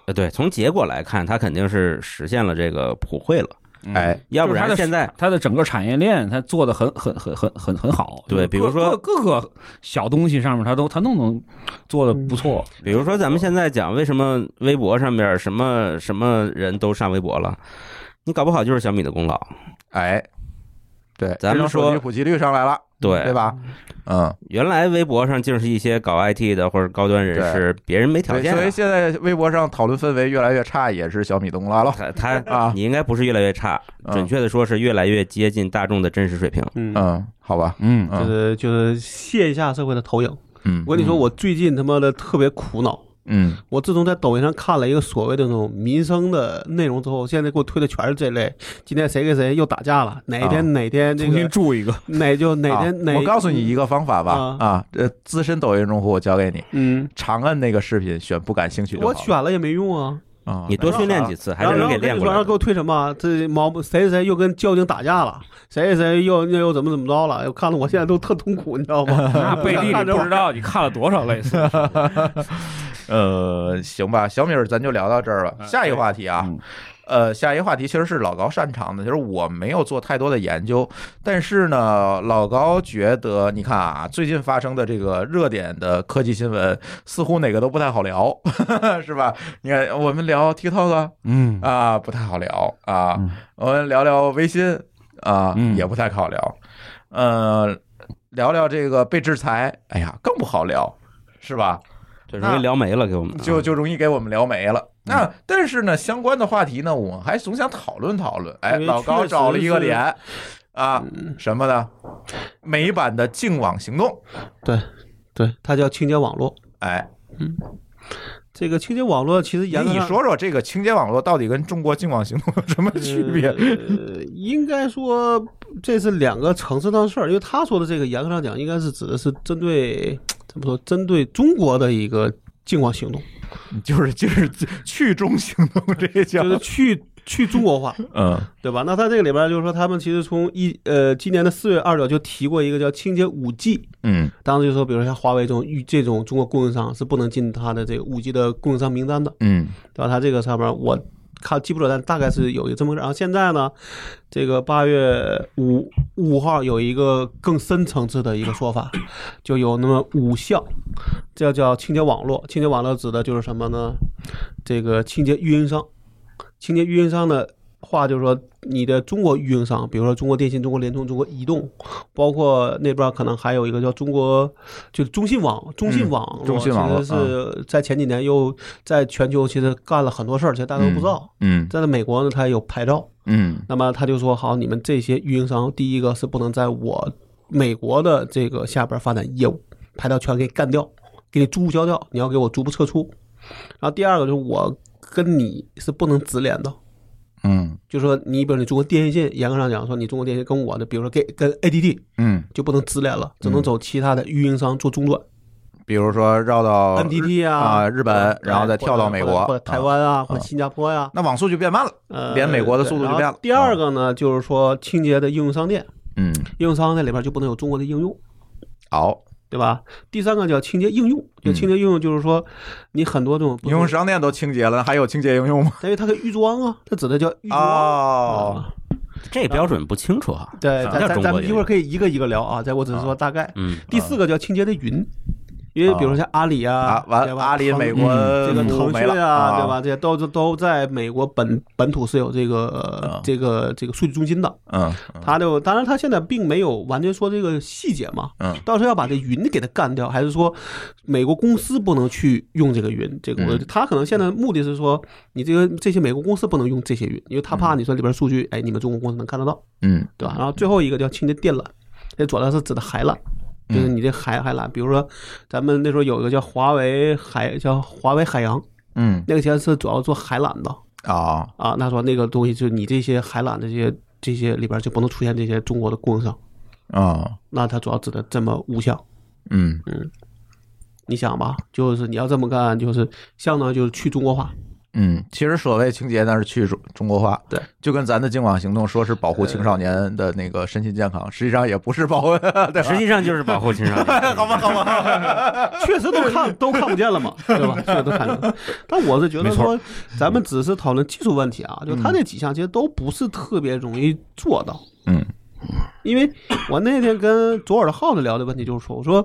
[SPEAKER 4] 呃，对，从结果来看，他肯定是实现了这个普惠了，
[SPEAKER 1] 哎，
[SPEAKER 4] 要不
[SPEAKER 2] 就是它的
[SPEAKER 4] 然现在
[SPEAKER 2] 它的整个产业链它做的很很很很很很好，
[SPEAKER 4] 对
[SPEAKER 2] 就是
[SPEAKER 4] 比如说
[SPEAKER 2] 各各各个小东西上面它都它都能做的不错，
[SPEAKER 4] 比如说咱们现在讲为什么微博上面什么什么人都上微博了，你搞不好就是小米的功劳。
[SPEAKER 1] 哎，对，
[SPEAKER 4] 咱
[SPEAKER 1] 智
[SPEAKER 4] 们
[SPEAKER 1] 能手
[SPEAKER 4] 说
[SPEAKER 1] 机普及率上来了，
[SPEAKER 4] 对
[SPEAKER 1] 对吧？嗯，
[SPEAKER 4] 原来微博上竟是一些搞 IT 的或者高端人士，别人没条
[SPEAKER 1] 对，
[SPEAKER 4] 件
[SPEAKER 1] 所以
[SPEAKER 4] 啊、
[SPEAKER 1] 现在微博上讨论氛围越来越差，也是小米的功劳了。
[SPEAKER 4] 他他
[SPEAKER 1] 啊
[SPEAKER 4] 你应该不是越来越差，
[SPEAKER 1] 嗯
[SPEAKER 4] 准确的说是越来越接近大众的真实水平。
[SPEAKER 3] 嗯
[SPEAKER 1] 嗯，好吧，
[SPEAKER 2] 嗯
[SPEAKER 1] 嗯
[SPEAKER 3] 就是就是线下社会的投影。
[SPEAKER 1] 嗯
[SPEAKER 3] 我跟你说，我最近他妈的特别苦恼。
[SPEAKER 1] 嗯
[SPEAKER 3] 我自从在抖音上看了一个所谓的那种民生的内容之后，现在给我推的全是这类。今天谁跟谁又打架了？哪天、
[SPEAKER 1] 啊
[SPEAKER 3] 哪天这
[SPEAKER 2] 重新
[SPEAKER 3] 个
[SPEAKER 2] 注一个，
[SPEAKER 3] 哪就哪天、
[SPEAKER 1] 啊
[SPEAKER 3] 哪？
[SPEAKER 1] 我告诉你一个方法吧，
[SPEAKER 3] 啊
[SPEAKER 1] 啊，呃，资深抖音用户我教给你，
[SPEAKER 3] 嗯，
[SPEAKER 1] 长按那个视频，选不感兴趣就好
[SPEAKER 3] 我
[SPEAKER 1] 了。
[SPEAKER 3] 选了也没用啊。
[SPEAKER 1] 啊，
[SPEAKER 4] 你多训练几次，还
[SPEAKER 3] 然后然
[SPEAKER 4] 是
[SPEAKER 3] 后
[SPEAKER 4] 能给
[SPEAKER 3] 我跟
[SPEAKER 4] 练
[SPEAKER 3] 你
[SPEAKER 4] 过
[SPEAKER 3] 说，
[SPEAKER 4] 来
[SPEAKER 3] 然后给
[SPEAKER 4] 的。
[SPEAKER 3] 我推什么？啊这毛谁谁谁又跟交警打架了，谁谁谁又又又怎么怎么着了？我看了我现在都特痛苦，你知道吗？
[SPEAKER 2] 那背地里不知道你看了多少类似的，
[SPEAKER 1] 呃，行吧，小米儿咱就聊到这儿吧。
[SPEAKER 2] 哎
[SPEAKER 1] 下一个话题啊
[SPEAKER 2] 嗯，
[SPEAKER 1] 呃，下一个话题其实是老高擅长的，就是我没有做太多的研究，但是呢，老高觉得，你看啊，最近发生的这个热点的科技新闻，似乎哪个都不太好聊， 是吧？你看，我们聊 TikTok 啊
[SPEAKER 2] 嗯
[SPEAKER 1] 啊，不太好聊啊，我们聊聊微信。啊、
[SPEAKER 2] 嗯
[SPEAKER 1] 也不太好聊。呃，聊聊这个被制裁，哎呀，更不好聊，是吧？
[SPEAKER 4] 就容易聊没了，给我们
[SPEAKER 1] 就
[SPEAKER 3] 嗯
[SPEAKER 4] 啊
[SPEAKER 1] 就容易给我们聊没了。那但是呢，相关的话题呢，我还总想讨论讨论。哎，
[SPEAKER 3] 因为
[SPEAKER 1] 老高
[SPEAKER 3] 确实
[SPEAKER 1] 找了一个
[SPEAKER 3] 是嗯
[SPEAKER 1] 脸啊，什么呢？美版的《净网行动》，
[SPEAKER 3] 对对，它叫清洁网络。
[SPEAKER 1] 哎，
[SPEAKER 3] 这个清洁网络其实
[SPEAKER 1] 你
[SPEAKER 3] 严格
[SPEAKER 1] 你
[SPEAKER 3] 上
[SPEAKER 1] 说说这个情节网络到底跟中国净网行动有什么区别？
[SPEAKER 3] 呃，应该说这是两个层次上的事儿，因为他说的这个严格上讲，应该是指的是针对怎么说，针对中国的一个净网行动，
[SPEAKER 1] 就是就是去中行动，这叫
[SPEAKER 3] 就是去去中国化，
[SPEAKER 1] 嗯
[SPEAKER 3] 对吧？那他这个里边就是说，他们其实从一呃今年的四月二十九就提过一个叫清洁五 G，
[SPEAKER 1] 嗯
[SPEAKER 3] 当时就说，比如像华为这种与这种中国供应商是不能进他的这个五 G 的供应商名单的。
[SPEAKER 1] 嗯
[SPEAKER 3] 对吧？它这个上面我看记不住，但大概是有一个这么个事儿。然后现在呢，这个八月五五号有一个更深层次的一个说法，就有那么五项，这叫清洁网络。清洁网络指的就是什么呢？这个清洁运营商，清洁运营商的。话就是说，你的中国运营商，比如说中国电信、中国联通、中国移动，包括那边儿可能还有一个叫中国，就是中信网。中信
[SPEAKER 1] 嗯
[SPEAKER 3] 网络
[SPEAKER 1] 中信网络嗯
[SPEAKER 3] 其实是在前几年又在全球其实干了很多事儿，其实大家都不知道。
[SPEAKER 1] 嗯
[SPEAKER 3] 在美国呢，它有牌照，
[SPEAKER 1] 嗯
[SPEAKER 3] 那么他就说，好，你们这些运营商，第一个是不能在我美国的这个下边发展业务，牌照全给干掉，给你注销掉，你要给我逐步撤出。然后第二个就是我跟你是不能直连的。
[SPEAKER 1] 嗯
[SPEAKER 3] 就说你，比如你中国电信，严格上讲，说你中国电信跟我的，比如说给跟 ADD
[SPEAKER 1] 嗯，
[SPEAKER 3] 就不能直连了，只
[SPEAKER 1] 嗯
[SPEAKER 3] 能走其他的运营商做中转。
[SPEAKER 1] 比如说绕到
[SPEAKER 3] NTT 啊
[SPEAKER 1] 啊日本
[SPEAKER 3] 对
[SPEAKER 1] 然后再
[SPEAKER 3] 或者
[SPEAKER 1] 跳到美国
[SPEAKER 3] 或者台湾啊，或
[SPEAKER 1] 啊
[SPEAKER 3] 者新加坡呀，
[SPEAKER 1] 那网速就变慢了，
[SPEAKER 3] 呃，
[SPEAKER 1] 连美国的速度就啊变
[SPEAKER 3] 对然
[SPEAKER 1] 了
[SPEAKER 3] 后第二个呢，就是说清洁的应用商店，
[SPEAKER 1] 嗯，
[SPEAKER 3] 应用商店里边就不能有中国的应用，
[SPEAKER 1] 好，
[SPEAKER 3] 对吧？第三个叫清洁应用，就
[SPEAKER 1] 嗯
[SPEAKER 3] 清洁应用就是说你很多这种
[SPEAKER 1] 应用，商店都清洁了，还有清洁应用吗？
[SPEAKER 3] 因为它可以预装啊，它指的叫预装。
[SPEAKER 1] 哦，
[SPEAKER 3] 啊，
[SPEAKER 4] 这标准不清楚啊。
[SPEAKER 3] 对，
[SPEAKER 4] 啥
[SPEAKER 3] 咱
[SPEAKER 4] 叫
[SPEAKER 3] 咱
[SPEAKER 4] 中
[SPEAKER 3] 咱
[SPEAKER 4] 国
[SPEAKER 3] 们一
[SPEAKER 4] 应用
[SPEAKER 3] 会儿可以一个一个聊啊，这我只是说大概。
[SPEAKER 4] 嗯，
[SPEAKER 3] 第四个叫清洁的云，因为比如像阿里啊
[SPEAKER 1] 啊，，完
[SPEAKER 3] 对吧
[SPEAKER 1] 阿里
[SPEAKER 3] 腾
[SPEAKER 1] 美国
[SPEAKER 4] 嗯
[SPEAKER 3] 这个
[SPEAKER 1] 服务
[SPEAKER 3] 腾
[SPEAKER 1] 没
[SPEAKER 3] 讯
[SPEAKER 1] 了
[SPEAKER 3] 啊，对吧？？这些都都都在美国本本土是有这个、
[SPEAKER 1] 啊
[SPEAKER 3] 呃这个这个数据中心的。
[SPEAKER 1] 嗯
[SPEAKER 3] 它就当然它现在并没有完全说这个细节嘛，
[SPEAKER 1] 嗯，
[SPEAKER 3] 到时候要把这云给它干掉，还是说美国公司不能去用这个云？这个我
[SPEAKER 1] 嗯
[SPEAKER 3] 它可能现在目的是说你这个这些美国公司不能用这些云，因为它怕你说里边数据，哎，你们中国公司能看得到，
[SPEAKER 1] 嗯
[SPEAKER 3] 对吧？然后最后一个叫清洁电缆，这主要是指的海缆。
[SPEAKER 1] 嗯
[SPEAKER 3] 就是你这海海缆，比如说，咱们那时候有一个叫华为海，叫华为海洋，
[SPEAKER 1] 嗯
[SPEAKER 3] 那个钱是主要做海缆的
[SPEAKER 1] 啊
[SPEAKER 3] 啊。他说那个东西就是你这些海缆这些这些里边就不能出现这些中国的供应商。
[SPEAKER 1] 啊
[SPEAKER 3] 那他主要指的这么五项，
[SPEAKER 1] 嗯
[SPEAKER 3] 你想吧，就是你要这么干，就是相当于就是去中国化，
[SPEAKER 1] 嗯，其实所谓清洁，那是去中中国化，
[SPEAKER 3] 对，
[SPEAKER 1] 就跟咱的净网行动说是保护青少年的那个身心健康，实际上也不是保护， 对
[SPEAKER 4] 实
[SPEAKER 1] 吧？
[SPEAKER 4] 际上就是保护青少年。
[SPEAKER 1] 好吧，好吧，
[SPEAKER 3] 确实都看都看不见了嘛，对吧？确实都看不见。但我是觉得说，咱们只是讨论技术问题啊，就他那几项其实都不是特别容易做到。
[SPEAKER 1] 嗯
[SPEAKER 3] 因为我那天跟左耳的耗子聊的问题就是说，我说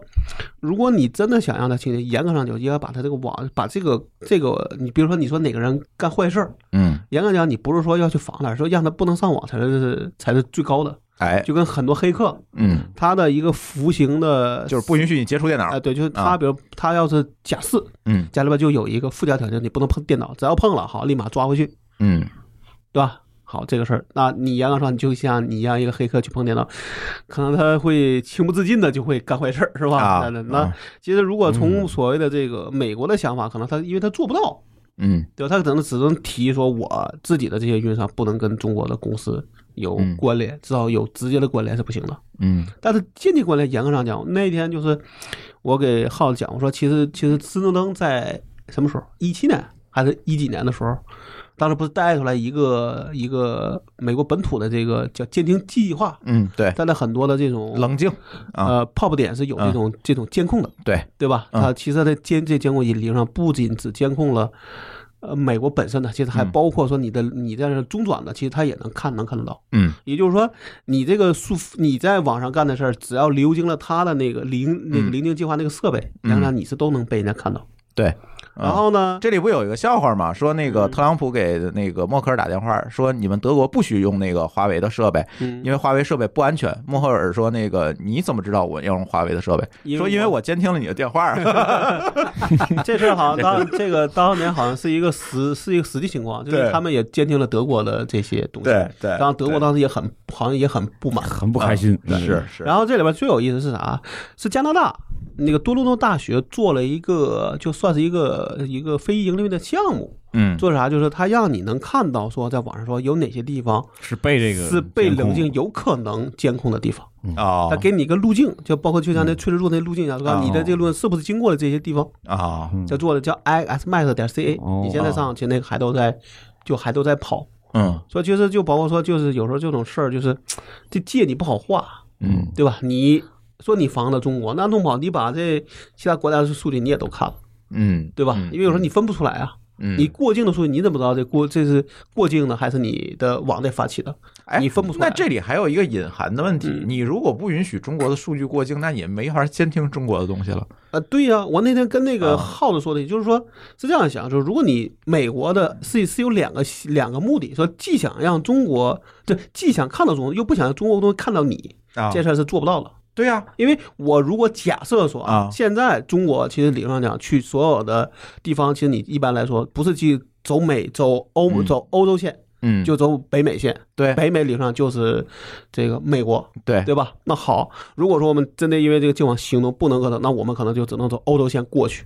[SPEAKER 3] 如果你真的想让他清洁，严格上讲应该把他这个网，把这个这个，你比如说你说哪个人干坏事儿，
[SPEAKER 1] 嗯，
[SPEAKER 3] 严格讲你不是说要去防他，而是说让他不能上网才是才是最高的，
[SPEAKER 1] 哎，
[SPEAKER 3] 就跟很多黑客
[SPEAKER 1] 嗯，
[SPEAKER 3] 他的一个服刑的
[SPEAKER 1] 就是不允许你接触电脑
[SPEAKER 3] 啊、，对，就是
[SPEAKER 1] 啊
[SPEAKER 3] 他比如他要是假释，
[SPEAKER 1] 嗯
[SPEAKER 3] 家里边就有一个附加条件，你不能碰电脑，只要碰了好立马抓回去，
[SPEAKER 1] 嗯
[SPEAKER 3] 对吧？好，这个事儿，那你严格上你就像你一样一个黑客去碰电脑，可能他会情不自禁的就会干坏事儿，是吧？
[SPEAKER 1] 啊
[SPEAKER 3] 那那那
[SPEAKER 1] 啊
[SPEAKER 3] 其实如果
[SPEAKER 1] 嗯
[SPEAKER 3] 从所谓的这个美国的想法，可能他因为他做不到，
[SPEAKER 1] 嗯
[SPEAKER 3] 对吧？他可能只能提说我自己的这些运营商不能跟中国的公司有
[SPEAKER 1] 嗯
[SPEAKER 3] 关联，至少有直接的关联是不行的。
[SPEAKER 1] 嗯
[SPEAKER 3] 但是间接关联，严格上讲，那一天就是我给浩子讲，我说其实其实斯诺登在什么时候？一七年还是一几年的时候，当时不是带出来一个一个美国本土的这个叫监听计划，
[SPEAKER 1] 嗯，对，
[SPEAKER 3] 带来很多的这种
[SPEAKER 1] 冷静，啊
[SPEAKER 3] 呃 POP 点是有这种、这种监控的，
[SPEAKER 1] 对，
[SPEAKER 3] 对吧？
[SPEAKER 1] 嗯
[SPEAKER 3] 它其实它的监这监控引理论上不仅只监控了。呃，美国本身呢，其实还
[SPEAKER 1] 嗯
[SPEAKER 3] 包括说你的、你在这中转的，其实它也能看能看得到。
[SPEAKER 1] 嗯
[SPEAKER 3] 也就是说，你这个数，你在网上干的事儿，只要流经了他的那个零那个
[SPEAKER 1] 嗯
[SPEAKER 3] 零零计划那个设备，
[SPEAKER 1] 嗯
[SPEAKER 3] 然后你是都能被人家看到。
[SPEAKER 1] 对，嗯
[SPEAKER 3] 然后呢，
[SPEAKER 1] 这里不有一个笑话吗？说那
[SPEAKER 3] 嗯
[SPEAKER 1] 个特朗普给那个默克尔打电话，说你们德国不许用那个华为的设备，
[SPEAKER 3] 嗯
[SPEAKER 1] 因为华为设备不安全。默克尔说：“那个你怎么知道我要用华为的设备？
[SPEAKER 3] 因为
[SPEAKER 1] 说
[SPEAKER 3] 我
[SPEAKER 1] 因为我监听了你的电 话。
[SPEAKER 3] 这事 儿好像当这个当年好像是一个实是一个实际情况，就是
[SPEAKER 1] 对
[SPEAKER 3] 他们也监听了德国的这些东西。
[SPEAKER 1] 对
[SPEAKER 3] 然后德国当时也很好像也很不满。
[SPEAKER 2] 很不开心，嗯
[SPEAKER 1] 啊是是，
[SPEAKER 3] 然后这里边最有意思是啥？是加拿大那个多伦多大学做了一个，就算是一个一个非盈利的项目，
[SPEAKER 1] 嗯，
[SPEAKER 3] 做啥？就是它让你能看到说，在网上说有哪些地方
[SPEAKER 2] 是被这个
[SPEAKER 3] 是被
[SPEAKER 2] 监控
[SPEAKER 3] 冷静有可能监控的地方，它
[SPEAKER 1] 哦
[SPEAKER 3] 给你一个路径，就包括就
[SPEAKER 2] 嗯
[SPEAKER 3] 像那垂直路那路径一样，说
[SPEAKER 1] 哦
[SPEAKER 3] 你的这个路是不是经过了这些地方？
[SPEAKER 1] 哦，
[SPEAKER 2] 嗯
[SPEAKER 3] 叫做的叫 xmax 点 ca，
[SPEAKER 2] 哦
[SPEAKER 3] 你现在上去那个还都在，就还都在跑。
[SPEAKER 1] 嗯
[SPEAKER 3] 所以其实就包括说，就是有时候这种事儿，就是这界你不好画，
[SPEAKER 1] 嗯，
[SPEAKER 3] 对吧？你说你防着中国，那弄不好你把这其他国家的数据你也都看了，
[SPEAKER 1] 嗯，
[SPEAKER 3] 对吧？
[SPEAKER 1] 嗯
[SPEAKER 3] 因为有时候你分不出来啊，
[SPEAKER 1] 嗯
[SPEAKER 3] 你过境的数据你怎么知道这过这是过境的还是你的网内发起的？
[SPEAKER 1] 哎
[SPEAKER 3] 你分不出来
[SPEAKER 1] 那这里还有一个隐含的问题，
[SPEAKER 3] 嗯
[SPEAKER 1] 你如果不允许中国的数据过境，那也没法监听中国的东西了。
[SPEAKER 3] 啊，对呀、我那天跟那
[SPEAKER 1] 啊
[SPEAKER 3] 个耗子说的，也就是说是这样想，就是如果你美国的是是有两个两个目的，说既想让中国，就既想看到中国，又不想让中国东西看到你，
[SPEAKER 1] 啊
[SPEAKER 3] 这事啊儿是做不到的。
[SPEAKER 1] 对呀，
[SPEAKER 3] 因为我如果假设说
[SPEAKER 1] 啊
[SPEAKER 3] 现在中国其实理论上讲去所有的地方，其实你一般来说不是去走美洲、欧
[SPEAKER 1] 嗯
[SPEAKER 3] 走欧洲线，
[SPEAKER 1] 嗯，
[SPEAKER 3] 就走北美线。
[SPEAKER 1] 对
[SPEAKER 3] 北美理论上就是这个美国，
[SPEAKER 1] 对
[SPEAKER 3] 对吧？那好，如果说我们真的因为这个境况行动不能够的，那我们可能就只能走欧洲线过去，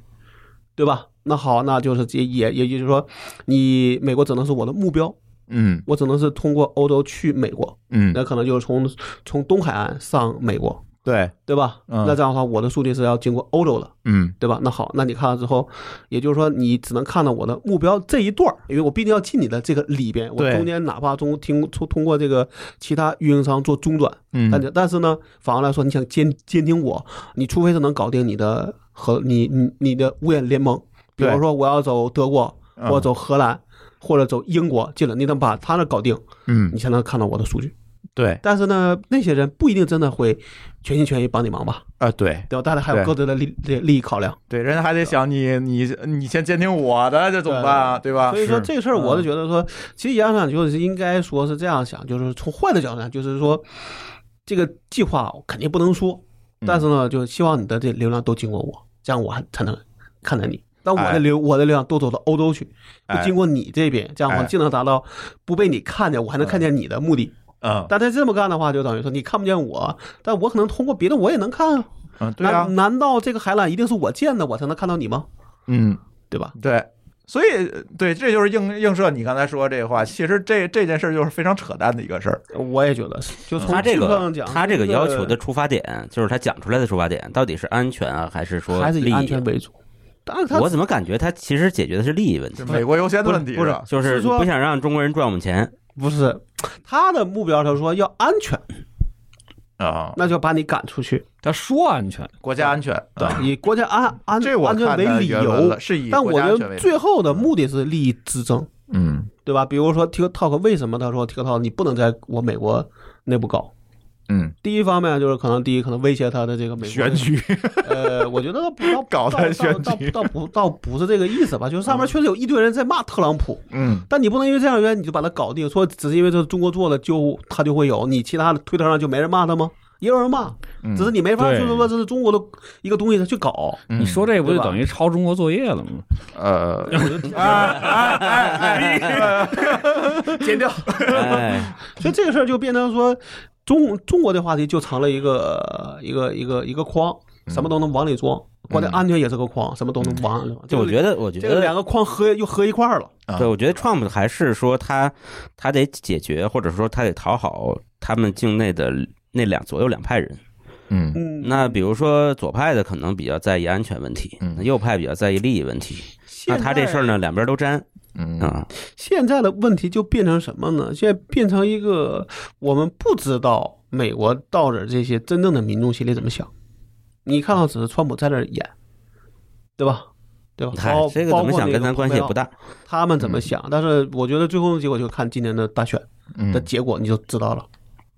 [SPEAKER 3] 对吧？那好，那就是也也也就是说，你美国只能是我的目标，
[SPEAKER 1] 嗯
[SPEAKER 3] 我只能是通过欧洲去美国，
[SPEAKER 1] 嗯，
[SPEAKER 3] 那可能就是从从东海岸上美国，
[SPEAKER 1] 对，
[SPEAKER 3] 对吧？
[SPEAKER 1] 嗯
[SPEAKER 3] 那这样的话，我的数据是要经过欧洲的，
[SPEAKER 1] 嗯
[SPEAKER 3] 对吧？那好，那你看了之后，也就是说你只能看到我的目标这一段儿，因为我毕竟要进你的这个里边，我
[SPEAKER 1] 对
[SPEAKER 3] 中间哪怕中听通通过这个其他运营商做中转，
[SPEAKER 1] 嗯，
[SPEAKER 3] 但但是呢，反过来说，你想监监听我，你除非是能搞定你的和你你你的五眼联盟，比
[SPEAKER 1] 对
[SPEAKER 3] 如说我要走德国，
[SPEAKER 1] 嗯
[SPEAKER 3] 我要走荷兰。或者走英国进了，你能把他那搞定，
[SPEAKER 1] 嗯
[SPEAKER 3] 你，才能看到我的数据。
[SPEAKER 1] 对
[SPEAKER 3] 但是呢，那些人不一定真的会全心全意帮你忙吧，
[SPEAKER 1] 啊，对
[SPEAKER 3] 对吧？大家还有
[SPEAKER 1] 对
[SPEAKER 3] 各自的利利利益考量。
[SPEAKER 1] 对，人家还得想你你你先监听我的，这怎么办啊？对吧
[SPEAKER 3] 所？以说
[SPEAKER 2] 是
[SPEAKER 3] 这个事儿，我是觉得说，其实杨想就是应该说是这样想，就是从坏的角度上，就是说这个计划我肯定不能说，
[SPEAKER 1] 嗯
[SPEAKER 3] 但是呢，就希望你的这流量都经过我，这样我还才能看到你。但我
[SPEAKER 1] 哎
[SPEAKER 3] 的流我的流量都走到欧洲去，不
[SPEAKER 1] 哎
[SPEAKER 3] 经过你这边，这样
[SPEAKER 1] 哎
[SPEAKER 3] 我尽量达到不被你看见，我还能看见你的目的。
[SPEAKER 1] 嗯
[SPEAKER 3] 但他这么干的话，就等于说你看不见我，但我可能通过别的我也能看啊。
[SPEAKER 1] 嗯，对啊
[SPEAKER 3] 难，难道这个海览一定是我建的，我才能看到你吗？
[SPEAKER 1] 嗯，
[SPEAKER 3] 对吧？
[SPEAKER 1] 对。所以，对，这就是映映射你刚才说这话。其实这这件事儿就是非常扯淡的一个事儿。
[SPEAKER 3] 我也觉得是，就从
[SPEAKER 4] 他这
[SPEAKER 3] 技术
[SPEAKER 4] 个
[SPEAKER 3] 上讲，
[SPEAKER 4] 他这个
[SPEAKER 3] 这
[SPEAKER 4] 要求的出发点，就是他讲出来的出发点，到底是安全啊，还是说
[SPEAKER 3] 还是
[SPEAKER 4] 利
[SPEAKER 3] 以安
[SPEAKER 4] 益
[SPEAKER 3] 全
[SPEAKER 4] 啊？
[SPEAKER 3] 为主。但是他
[SPEAKER 4] 我怎么感觉他其实解决的是利益问题
[SPEAKER 1] 就，美国优先的
[SPEAKER 3] 不是啊
[SPEAKER 1] 问题
[SPEAKER 3] 不是
[SPEAKER 1] 吧
[SPEAKER 4] 就是是
[SPEAKER 3] 说
[SPEAKER 4] 不想让中国人赚我们 钱。
[SPEAKER 3] 不是他的目标，他说要安全，
[SPEAKER 1] 啊，
[SPEAKER 3] 那就把你赶出去，
[SPEAKER 2] 他说安全，
[SPEAKER 1] 国家安全。啊
[SPEAKER 3] 以国家安安
[SPEAKER 1] 这我
[SPEAKER 3] 安全
[SPEAKER 1] 看的
[SPEAKER 3] 为理
[SPEAKER 1] 原文
[SPEAKER 3] 由
[SPEAKER 1] 了，。是以
[SPEAKER 3] 但
[SPEAKER 1] 国
[SPEAKER 3] 我
[SPEAKER 1] 家
[SPEAKER 3] 觉
[SPEAKER 1] 安全为嗯
[SPEAKER 3] 得
[SPEAKER 1] 理
[SPEAKER 3] 最后的目的是利益之争，
[SPEAKER 1] 嗯
[SPEAKER 3] 对吧？比如说 TikTok 为什么他说 TikTok 你不能在我美国内部搞？
[SPEAKER 1] 嗯
[SPEAKER 3] 第一方面就是可能第一可能威胁他的这个美国
[SPEAKER 1] 选举
[SPEAKER 3] 呃，我觉得倒不倒
[SPEAKER 1] 搞他
[SPEAKER 3] 倒
[SPEAKER 1] 选
[SPEAKER 3] 倒
[SPEAKER 1] 举
[SPEAKER 3] 倒倒不倒不是这个意思吧，就是上面确实有一堆人在骂特朗普，
[SPEAKER 1] 嗯
[SPEAKER 3] 但你不能因为这样的原因你就把他搞定，说只是因为这中国做了就他就会有，你其他的推特上就没人骂他吗？也有人骂，
[SPEAKER 1] 嗯
[SPEAKER 3] 只是你没法
[SPEAKER 2] 对
[SPEAKER 3] 就是说这是中国的一个东西，他去搞。
[SPEAKER 1] 嗯
[SPEAKER 2] 你说这不
[SPEAKER 3] 对
[SPEAKER 2] 就
[SPEAKER 3] 吧
[SPEAKER 2] 等于抄中国作业了吗？
[SPEAKER 1] 呃
[SPEAKER 3] 我就挺
[SPEAKER 1] 剪掉
[SPEAKER 4] 哎，
[SPEAKER 3] 所以这个事儿就变成说，中中国这话题就成了一个一个一个一个框，
[SPEAKER 4] 嗯
[SPEAKER 3] 什么都能往里装，关键安全也是个框，什么都能往里装。
[SPEAKER 4] 嗯就我觉得，我觉
[SPEAKER 3] 这个两
[SPEAKER 4] 得，
[SPEAKER 3] 个框合又合一块儿了。
[SPEAKER 1] 啊
[SPEAKER 4] 对，我觉得 Trump 还是说他他得解决，或者说他得讨好他们境内的那两左右两派人。
[SPEAKER 1] 嗯
[SPEAKER 3] 嗯，
[SPEAKER 4] 那比如说左派的可能比较在意安全问题，
[SPEAKER 1] 嗯
[SPEAKER 4] 右派比较在意利益问题。那他这事儿呢，两边都沾
[SPEAKER 1] 嗯
[SPEAKER 4] 啊。
[SPEAKER 3] 现在的问题就变成什么呢？现在变成一个我们不知道美国到底这些真正的民众心里怎么想。你看到只是川普在那儿演，对吧？对吧？
[SPEAKER 4] 嗨
[SPEAKER 3] 包，
[SPEAKER 4] 这个
[SPEAKER 3] 包
[SPEAKER 4] 怎么
[SPEAKER 3] 括
[SPEAKER 4] 想
[SPEAKER 3] 那
[SPEAKER 4] 跟咱关系也不大。嗯
[SPEAKER 3] 他们怎么想？但是我觉得最后的结果就看今年的大选
[SPEAKER 1] 嗯
[SPEAKER 3] 的结果，你就知道了。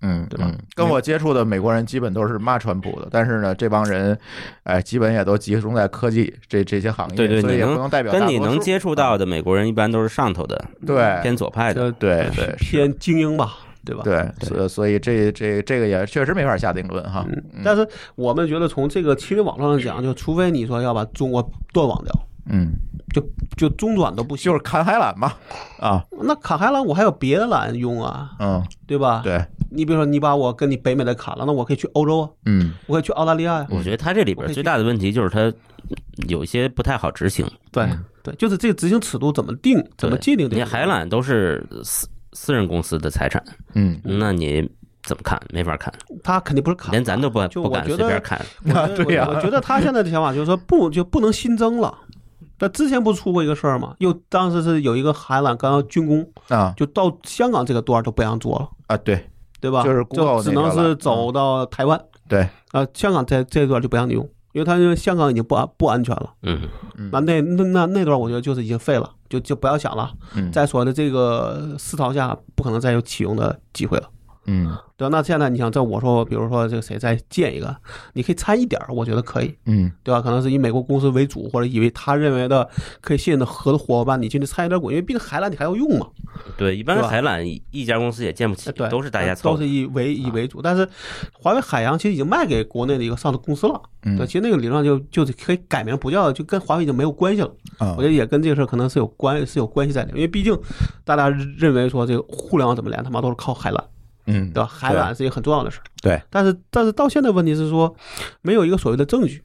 [SPEAKER 1] 嗯，
[SPEAKER 3] 对吧
[SPEAKER 1] 嗯跟我接触的美国人基本都是骂川普的，但是呢，这帮人，哎，基本也都集中在科技这这些行业，
[SPEAKER 4] 对对
[SPEAKER 1] 所以也
[SPEAKER 4] 你
[SPEAKER 1] 不
[SPEAKER 4] 能
[SPEAKER 1] 能代表大
[SPEAKER 4] 跟
[SPEAKER 1] 多
[SPEAKER 4] 你能
[SPEAKER 1] 数啊
[SPEAKER 4] 接
[SPEAKER 3] 啊
[SPEAKER 4] 触到的美国人一般都是上头的，
[SPEAKER 1] 对
[SPEAKER 4] 偏左派的。
[SPEAKER 3] 这
[SPEAKER 1] 对对
[SPEAKER 3] 偏精英吧，对吧？
[SPEAKER 1] 对，所所以这这这个也确实没法下定论哈。嗯
[SPEAKER 3] 但是我们觉得从这个其实网络上讲，就除非你说要把中国断网掉，
[SPEAKER 1] 嗯，
[SPEAKER 3] 就中转都不行。
[SPEAKER 1] 就是砍海缆嘛，啊，
[SPEAKER 3] 那卡海兰我还有别的缆用啊，
[SPEAKER 1] 嗯，
[SPEAKER 3] 对吧？
[SPEAKER 1] 对，
[SPEAKER 3] 你比如说你把我跟你北美的卡了，那我可以去欧洲啊，
[SPEAKER 1] 嗯，
[SPEAKER 3] 我可以去澳大利亚呀、
[SPEAKER 4] 我觉得他这里边最大的问题就是他有一些不太好执行。
[SPEAKER 3] 对
[SPEAKER 1] 嗯
[SPEAKER 3] 对，就是这个执行尺度怎么定，怎么界定这
[SPEAKER 4] 你
[SPEAKER 3] 个？
[SPEAKER 4] 海缆都是私私人公司的财产，
[SPEAKER 1] 嗯，
[SPEAKER 4] 那你怎么看？没法看，
[SPEAKER 3] 他肯定不是卡，
[SPEAKER 4] 连咱都不
[SPEAKER 3] 就
[SPEAKER 4] 不
[SPEAKER 3] 我
[SPEAKER 4] 敢
[SPEAKER 3] 觉
[SPEAKER 4] 随
[SPEAKER 3] 得
[SPEAKER 4] 便看。
[SPEAKER 1] 啊 对呀
[SPEAKER 3] 我觉得他现在的想法就是说不就不能新增了。但之前不出过一个事儿吗？又当时是有一个海缆刚要竣工，
[SPEAKER 1] 啊
[SPEAKER 3] 就到香港这个段儿都不让做了，
[SPEAKER 1] 啊，对
[SPEAKER 3] 对吧？
[SPEAKER 1] 就是 Google
[SPEAKER 3] 只
[SPEAKER 1] 那个
[SPEAKER 3] 能
[SPEAKER 1] 了嗯
[SPEAKER 3] 是走到台湾。
[SPEAKER 1] 对，
[SPEAKER 3] 啊，香港在这段就不让你用，因为它因为香港已经不安不安全了。
[SPEAKER 4] 嗯，
[SPEAKER 1] 嗯
[SPEAKER 3] 那那那那那段我觉得就是已经废了，就就不要想了。
[SPEAKER 1] 嗯
[SPEAKER 3] 再说的这个思潮下，不可能再有启用的机会了。
[SPEAKER 1] 嗯
[SPEAKER 3] 对吧？那现在你想，这我说，比如说这个谁再建一个，你可以掺一点儿，我觉得可以，
[SPEAKER 1] 嗯
[SPEAKER 3] 对吧？可能是以美国公司为主，或者以为他认为的可以信任的合伙伙伴，你进去掺一点滚，因为毕竟海缆你还要用嘛，
[SPEAKER 4] 对，一般
[SPEAKER 3] 对
[SPEAKER 4] 的
[SPEAKER 3] 吧
[SPEAKER 4] 海缆一一家公司也建不起
[SPEAKER 3] 哎，对，
[SPEAKER 4] 都是大家
[SPEAKER 3] 都
[SPEAKER 4] 凑啊
[SPEAKER 3] 是。以为以为主。但是华为海洋其实已经卖给国内的一个上市公司了，对，
[SPEAKER 1] 嗯
[SPEAKER 3] 其实那个理论上就就是可以改名不叫，就跟华为已经没有关系了。
[SPEAKER 1] 啊
[SPEAKER 4] 哦
[SPEAKER 3] 我觉得也跟这个事儿可能是有关是有关系在里面，因为毕竟大家认为说这个互联网怎么连，他妈都是靠海缆。
[SPEAKER 1] 嗯，
[SPEAKER 3] 对吧？海缆是一个很重要的事儿。
[SPEAKER 1] 对，
[SPEAKER 3] 但是但是到现在问题是说，没有一个所谓的证据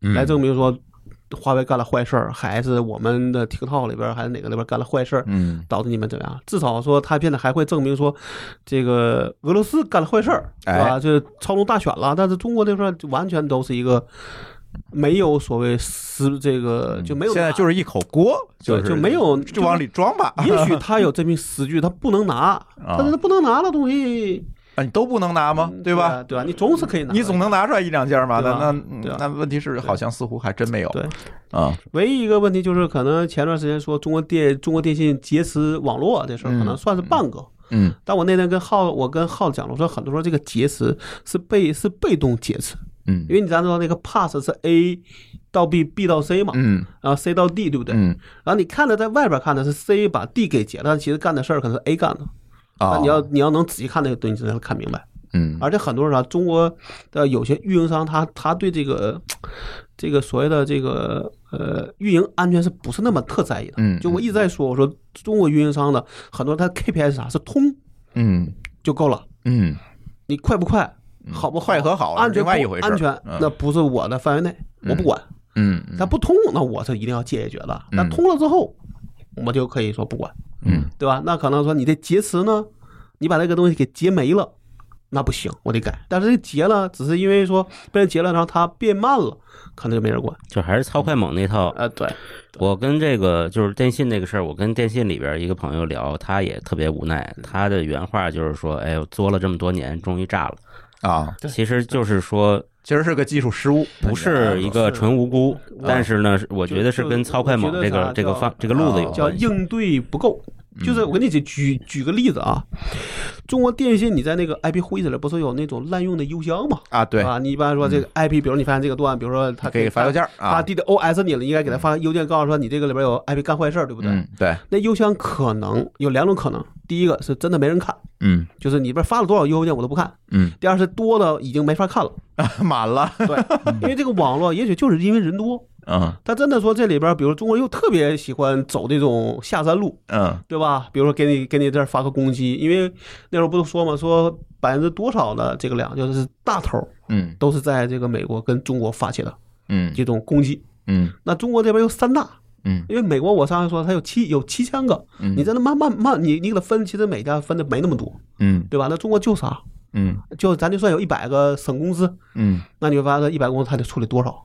[SPEAKER 1] 嗯
[SPEAKER 3] 来证明说华为干了坏事儿，还是我们的 TikTok 里边儿还是哪个里边儿干了坏事儿，
[SPEAKER 1] 嗯
[SPEAKER 3] 导致你们怎么样？至少说他现在还会证明说，这个俄罗斯干了坏事儿，对
[SPEAKER 1] 哎
[SPEAKER 3] 吧？这操纵大选了，但是中国这块儿就完全都是一个没有所谓实这个呃就没有
[SPEAKER 1] 嗯现在
[SPEAKER 3] 拿
[SPEAKER 1] 就是一口锅，
[SPEAKER 3] 对
[SPEAKER 1] 是
[SPEAKER 3] 就没有
[SPEAKER 1] 就往里啊装吧，
[SPEAKER 3] 也许他有证明实据，他 不能拿，但是他不能拿的东西，
[SPEAKER 1] 啊，你都不能拿吗？对吧？
[SPEAKER 3] 啊？对吧？你总是可以拿的，
[SPEAKER 1] 你总能拿出来一两件吧？
[SPEAKER 3] 对
[SPEAKER 1] 那
[SPEAKER 3] 吧
[SPEAKER 1] 那嗯
[SPEAKER 3] 对吧
[SPEAKER 1] 那问题是，好像似乎还真没有。
[SPEAKER 3] 对
[SPEAKER 1] 啊，
[SPEAKER 3] 唯一一个问题就是，可能前段时间说中国电中国电信劫持网络这事儿，
[SPEAKER 1] 嗯
[SPEAKER 3] 可能算是半个。
[SPEAKER 1] 嗯
[SPEAKER 3] 但我那天跟浩，我跟浩讲了，我说很多时候这个劫持是被是被动劫持，
[SPEAKER 1] 嗯
[SPEAKER 3] 因为你咱知道那个 pass 是 A 到 B，B 到 C 嘛，
[SPEAKER 1] 嗯
[SPEAKER 3] 然后 C 到 D，对不对？
[SPEAKER 1] 嗯
[SPEAKER 3] 然后你看的在外边看的是 C 把 D 给劫了，但其实干的事儿可能是 A 干的。
[SPEAKER 1] 啊，
[SPEAKER 3] 那你要你要能仔细看那个东西，你才能看明白。
[SPEAKER 1] 嗯
[SPEAKER 3] 而且很多人啊，中国的有些运营商他，他对这个这个所谓的这个呃运营安全是不是那么特在意的？
[SPEAKER 1] 嗯
[SPEAKER 3] 就我一直在说，我说中国运营商的很多他 KPI 是啥？是通
[SPEAKER 1] 嗯
[SPEAKER 3] 就够了，
[SPEAKER 1] 嗯，
[SPEAKER 3] 你快不快，好不好
[SPEAKER 1] 快和好
[SPEAKER 3] 安
[SPEAKER 1] 是
[SPEAKER 3] 全
[SPEAKER 1] 另
[SPEAKER 3] 不
[SPEAKER 1] 外一回事儿。
[SPEAKER 3] 安全、
[SPEAKER 1] 嗯
[SPEAKER 3] 那不是我的范围内，我不管。
[SPEAKER 1] 嗯嗯
[SPEAKER 3] 它不通，那我是一定要解决的。那
[SPEAKER 1] 嗯
[SPEAKER 3] 通了之后，我就可以说不管，
[SPEAKER 1] 嗯
[SPEAKER 3] 对吧？那可能说你这劫持呢，你把这个东西给劫没了，那不行，我得改。但是这劫了，只是因为说被人劫了，然后它变慢了，可能就没人管。
[SPEAKER 4] 就还是操快猛那
[SPEAKER 1] 哦
[SPEAKER 4] 套。
[SPEAKER 3] 啊，对，
[SPEAKER 4] 我跟这个就是电信那个事儿，我跟电信里边一个朋友聊，他也特别无奈。
[SPEAKER 3] 嗯
[SPEAKER 4] 他的原话就是说：“哎呦，作了这么多年，终于炸了。
[SPEAKER 1] 啊，”
[SPEAKER 3] 嗯
[SPEAKER 4] 其实就是说，
[SPEAKER 1] 其实是个技术失误，
[SPEAKER 4] 不是一个纯无辜，但是呢，是我觉得是啊
[SPEAKER 3] 就
[SPEAKER 4] 跟操快猛
[SPEAKER 3] 我觉得
[SPEAKER 4] 这
[SPEAKER 3] 啥
[SPEAKER 4] 个这个
[SPEAKER 3] 叫
[SPEAKER 4] 方这个路子
[SPEAKER 1] 哦
[SPEAKER 4] 有
[SPEAKER 3] 叫
[SPEAKER 4] 关系。
[SPEAKER 3] 应对不够。
[SPEAKER 1] 嗯
[SPEAKER 3] 就是我给你举举举个例子啊，中国电信你在那个 IP 会议里不是有那种滥用的邮箱嘛？
[SPEAKER 1] 啊，对，
[SPEAKER 3] 啊，你一般说这个 IP，比如你发现这个段，比如说他
[SPEAKER 1] 可以发邮件儿
[SPEAKER 3] 啊
[SPEAKER 1] 啊，
[SPEAKER 3] ，DDoS 你了，应该给他发邮件告诉说你这个里边有 IP 干坏事儿，对不对？
[SPEAKER 1] 嗯，对，
[SPEAKER 3] 那邮箱可能有两种可能，第一个是真的没人看，
[SPEAKER 1] 嗯
[SPEAKER 3] 就是你里边发了多少邮件我都不看；
[SPEAKER 1] 嗯，
[SPEAKER 3] 第二是多的已经没法看了，
[SPEAKER 1] 满了，
[SPEAKER 3] 对，因为这个网络也许就是因为人多，
[SPEAKER 1] 嗯
[SPEAKER 3] 他真的说这里边，比如中国又特别喜欢走这种下山路，
[SPEAKER 1] 嗯
[SPEAKER 3] 对吧？比如说给你给你这儿发个攻击，因为那时候不是说嘛，说百分之多少的这个量就是大头儿
[SPEAKER 1] 嗯
[SPEAKER 3] 都是在这个美国跟中国发起的
[SPEAKER 1] 嗯
[SPEAKER 3] 这种攻击。
[SPEAKER 1] 嗯
[SPEAKER 3] 那中国这边有三大，
[SPEAKER 1] 嗯
[SPEAKER 3] 因为美国我上来说它有七有七千个，
[SPEAKER 1] 嗯，
[SPEAKER 3] 你在那慢慢慢，你你给它分，其实每家分的没那么多，
[SPEAKER 1] 嗯
[SPEAKER 3] 对吧？那中国就啥，
[SPEAKER 1] 嗯
[SPEAKER 3] 就咱就算有一百个省公司，
[SPEAKER 1] 嗯
[SPEAKER 3] 那你会发现一百公司他得处理多少，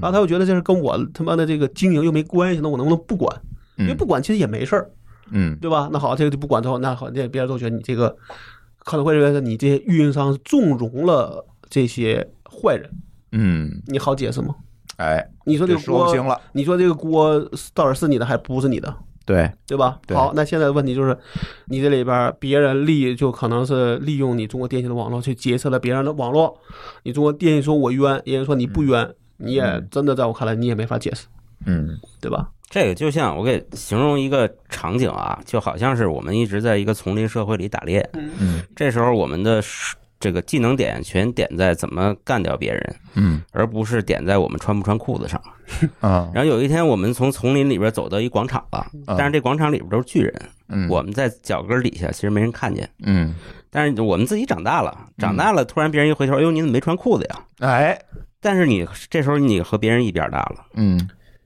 [SPEAKER 3] 然后他又觉得这是跟我他妈的这个经营又没关系，那我能不能不管？因为
[SPEAKER 1] 嗯
[SPEAKER 3] 不管其实也没事儿，
[SPEAKER 1] 嗯
[SPEAKER 3] 对吧？那好，这个就不管之后，那好，这别人都觉得你这个可能会认为是你这些运营商纵容了这些坏人，
[SPEAKER 1] 嗯，
[SPEAKER 3] 你好解释吗？
[SPEAKER 1] 哎，
[SPEAKER 3] 你说这
[SPEAKER 1] 这
[SPEAKER 3] 个
[SPEAKER 1] 说不
[SPEAKER 3] 锅
[SPEAKER 1] 清了，
[SPEAKER 3] 你说这个锅到底是你的还不是你的？
[SPEAKER 1] 对
[SPEAKER 3] 对吧？
[SPEAKER 1] 对
[SPEAKER 3] 好，那现在的问题就是，你这里边儿别人利就可能是利用你中国电信的网络去劫持了别人的网络，你中国电信说我冤，别人说你不冤，你也真的在我看来你也没法解释，
[SPEAKER 1] 嗯
[SPEAKER 3] 对吧？
[SPEAKER 4] 这个就像我给形容一个场景啊，就好像是我们一直在一个丛林社会里打猎，
[SPEAKER 1] 嗯
[SPEAKER 4] 这时候我们的这个技能点全点在怎么干掉别人，
[SPEAKER 1] 嗯
[SPEAKER 4] 而不是点在我们穿不穿裤子上。
[SPEAKER 1] 啊
[SPEAKER 4] 然后有一天我们从丛林里边走到一广场了，但是这广场里边都是巨人，
[SPEAKER 1] 嗯
[SPEAKER 4] 我们在脚跟底下其实没人看见，
[SPEAKER 1] 嗯
[SPEAKER 4] 但是我们自己长大了，长大了突然别人一回头，哎呦你怎么没穿裤子呀？
[SPEAKER 1] 哎
[SPEAKER 4] 但是你这时候你和别人一边大了。
[SPEAKER 1] 嗯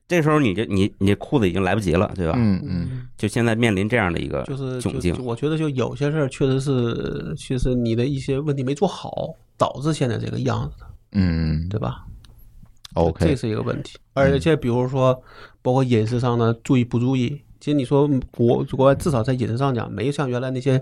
[SPEAKER 4] 这时候你这你你裤子已经来不及了，对吧？
[SPEAKER 1] 嗯嗯，
[SPEAKER 4] 就现在面临这样的一个
[SPEAKER 3] 就是
[SPEAKER 4] 窘
[SPEAKER 3] 就
[SPEAKER 4] 境
[SPEAKER 3] 就我觉得就有些事儿确实是，其实你的一些问题没做好，导致现在这个样子的，
[SPEAKER 1] 嗯
[SPEAKER 3] 对吧这
[SPEAKER 1] ，OK，
[SPEAKER 3] 是一个问题。而且比如说，包括饮食上的注意不注意，其实你说国国外至少在饮食上讲，没像原来那些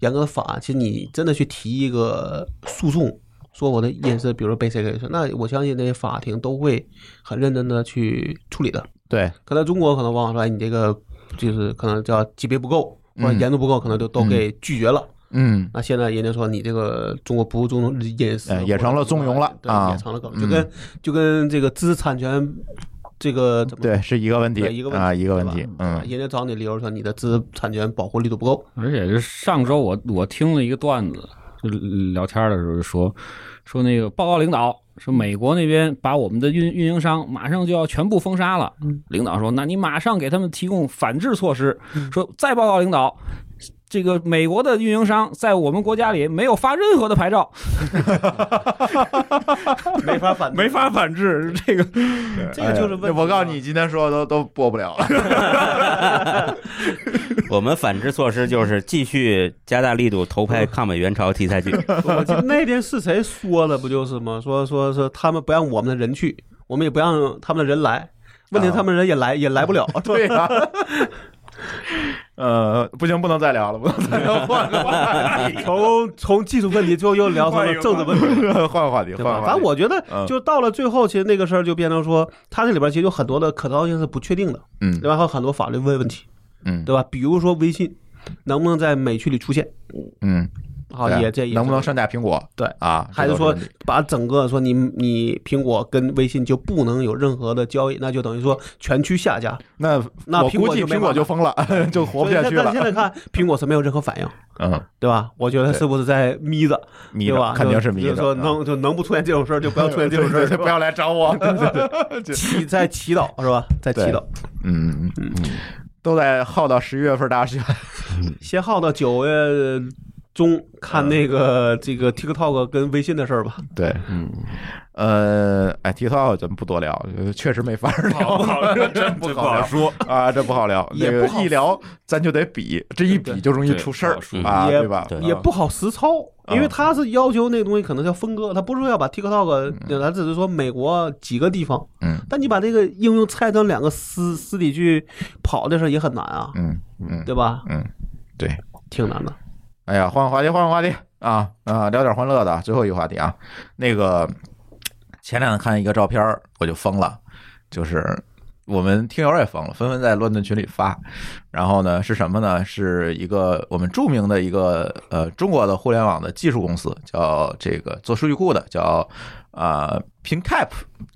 [SPEAKER 3] 严格的法。其实你真的去提一个诉讼，说我的饮食，比如说被谁给谁，那我相信那些法庭都会很认真的去处理的。
[SPEAKER 1] 对，
[SPEAKER 3] 可能中国可能往往说，哎，你这个就是可能叫级别不够。或者
[SPEAKER 1] 嗯
[SPEAKER 3] 严度不够，可能就都给拒绝了。
[SPEAKER 1] 嗯
[SPEAKER 3] 那现在人家说你这个中国不务中饮食
[SPEAKER 1] 哎也成了纵容了
[SPEAKER 3] 对
[SPEAKER 1] 啊
[SPEAKER 3] 也成了狗，
[SPEAKER 1] 嗯
[SPEAKER 3] 就跟就跟这个知识产权这个怎么
[SPEAKER 1] 对，是一个问题，
[SPEAKER 3] 对一个问题
[SPEAKER 1] 啊，一个问
[SPEAKER 3] 对
[SPEAKER 1] 题
[SPEAKER 3] 吧，哎
[SPEAKER 1] 嗯
[SPEAKER 3] 人家找你理由说你的知识产权保护力度不够，
[SPEAKER 2] 而且是上周我我听了一个段子，就聊天的时候就说说那个报告领导说美国那边把我们的运运营商马上就要全部封杀了，领导说那你马上给他们提供反制措施，说再报告领导。这个美国的运营商在我们国家里没有发任何的牌照，
[SPEAKER 3] 没法反
[SPEAKER 2] 没法反制。这个
[SPEAKER 3] 这个就是问题
[SPEAKER 1] 哎
[SPEAKER 3] 啊
[SPEAKER 1] 我告诉你，今天说的都都播不了了。
[SPEAKER 4] 我们反制措施就是继续加大力度投
[SPEAKER 1] 嗯
[SPEAKER 4] 拍抗美援朝题材 剧。
[SPEAKER 3] 我记得那天是谁说的不就是吗？说说说他们不让我们的人去，我们也不让他们的人来。问题
[SPEAKER 1] 啊
[SPEAKER 3] 是他们人也来也来不了，
[SPEAKER 1] 对呀、呃，不行，不能再聊了，不能再聊，换个话 题，
[SPEAKER 3] 从从技术问题最后又聊成
[SPEAKER 1] 哎
[SPEAKER 3] 了政治问题。
[SPEAKER 1] 题，换个话题，
[SPEAKER 3] 对
[SPEAKER 1] 换个话
[SPEAKER 3] 吧？
[SPEAKER 1] 题。
[SPEAKER 3] 反正我觉
[SPEAKER 1] 嗯
[SPEAKER 3] 得，就到了最后，其实那个事儿就变成说，它这里边其实有很多的可操性是不确定的，
[SPEAKER 1] 嗯
[SPEAKER 3] 对吧？还有很多法律问问题，
[SPEAKER 1] 嗯
[SPEAKER 3] 对吧？比如说微信能不能在美区里出现？
[SPEAKER 1] 嗯，
[SPEAKER 3] 好，
[SPEAKER 1] 对啊
[SPEAKER 3] 也这也
[SPEAKER 1] 能不能上架苹果？
[SPEAKER 3] 对
[SPEAKER 1] 啊，
[SPEAKER 3] 还
[SPEAKER 1] 这
[SPEAKER 3] 是
[SPEAKER 1] 都
[SPEAKER 3] 说
[SPEAKER 1] 问题
[SPEAKER 3] 把整个说你你苹果跟微信就不能有任何的交易，那就等于说全区下架。
[SPEAKER 1] 那
[SPEAKER 3] 那
[SPEAKER 1] 我
[SPEAKER 3] 苹果
[SPEAKER 1] 估计
[SPEAKER 3] 就没
[SPEAKER 1] 苹果
[SPEAKER 3] 办法
[SPEAKER 1] 就疯了， 就活不下去
[SPEAKER 3] 所以
[SPEAKER 1] 了
[SPEAKER 3] 但。现在看苹果是没有任何反应，
[SPEAKER 1] 嗯，
[SPEAKER 3] 对吧？我觉得是不是在眯着，
[SPEAKER 1] 迷
[SPEAKER 3] 对吧
[SPEAKER 1] 的？肯定是
[SPEAKER 3] 就
[SPEAKER 1] 迷的。
[SPEAKER 3] 就说
[SPEAKER 1] 嗯
[SPEAKER 3] 能就能不出现这种事儿，就不要出 现这种事儿，
[SPEAKER 1] 对
[SPEAKER 3] 是
[SPEAKER 1] 不
[SPEAKER 3] 吧
[SPEAKER 1] 要来找 我。
[SPEAKER 3] 祈在祈祷是吧？在祈
[SPEAKER 1] 对
[SPEAKER 3] 祷。
[SPEAKER 1] 嗯嗯嗯，都在耗到十一月份大选。
[SPEAKER 3] 先耗到九月中看那个、 这个 TikTok 跟微信的事儿吧。
[SPEAKER 1] 对，嗯，呃，哎，TikTok 咱们不多聊，呃确实没法儿聊，不好，真不好说 啊，这不好聊。
[SPEAKER 3] 也
[SPEAKER 1] 那个
[SPEAKER 3] 不好
[SPEAKER 1] 一聊，咱就得比，这一比就容易出事儿
[SPEAKER 4] 对
[SPEAKER 1] 啊，
[SPEAKER 3] 也
[SPEAKER 1] 对吧？
[SPEAKER 4] 对
[SPEAKER 1] 嗯
[SPEAKER 3] 也不好实操，
[SPEAKER 1] 嗯
[SPEAKER 3] 因为他是要求那个东西可能叫分割，他不是说要把 TikTok，他只是说美国几个地方，
[SPEAKER 1] 嗯
[SPEAKER 3] 但你把这个应用拆成两个私私底去跑的事儿也很难啊，
[SPEAKER 1] 嗯嗯，
[SPEAKER 3] 对吧？
[SPEAKER 1] 嗯，对。
[SPEAKER 3] 挺难的。
[SPEAKER 1] 哎呀，换个话题，换个话题啊啊，聊点欢乐的，最后一个话题啊。那个前两天看一个照片儿，我就疯了，就是我们听友也疯了，纷纷在乱炖群里发。然后呢，是什么呢？是一个我们著名的一个呃中国的互联网的技术公司，叫这个做数据库的，叫啊 PinCap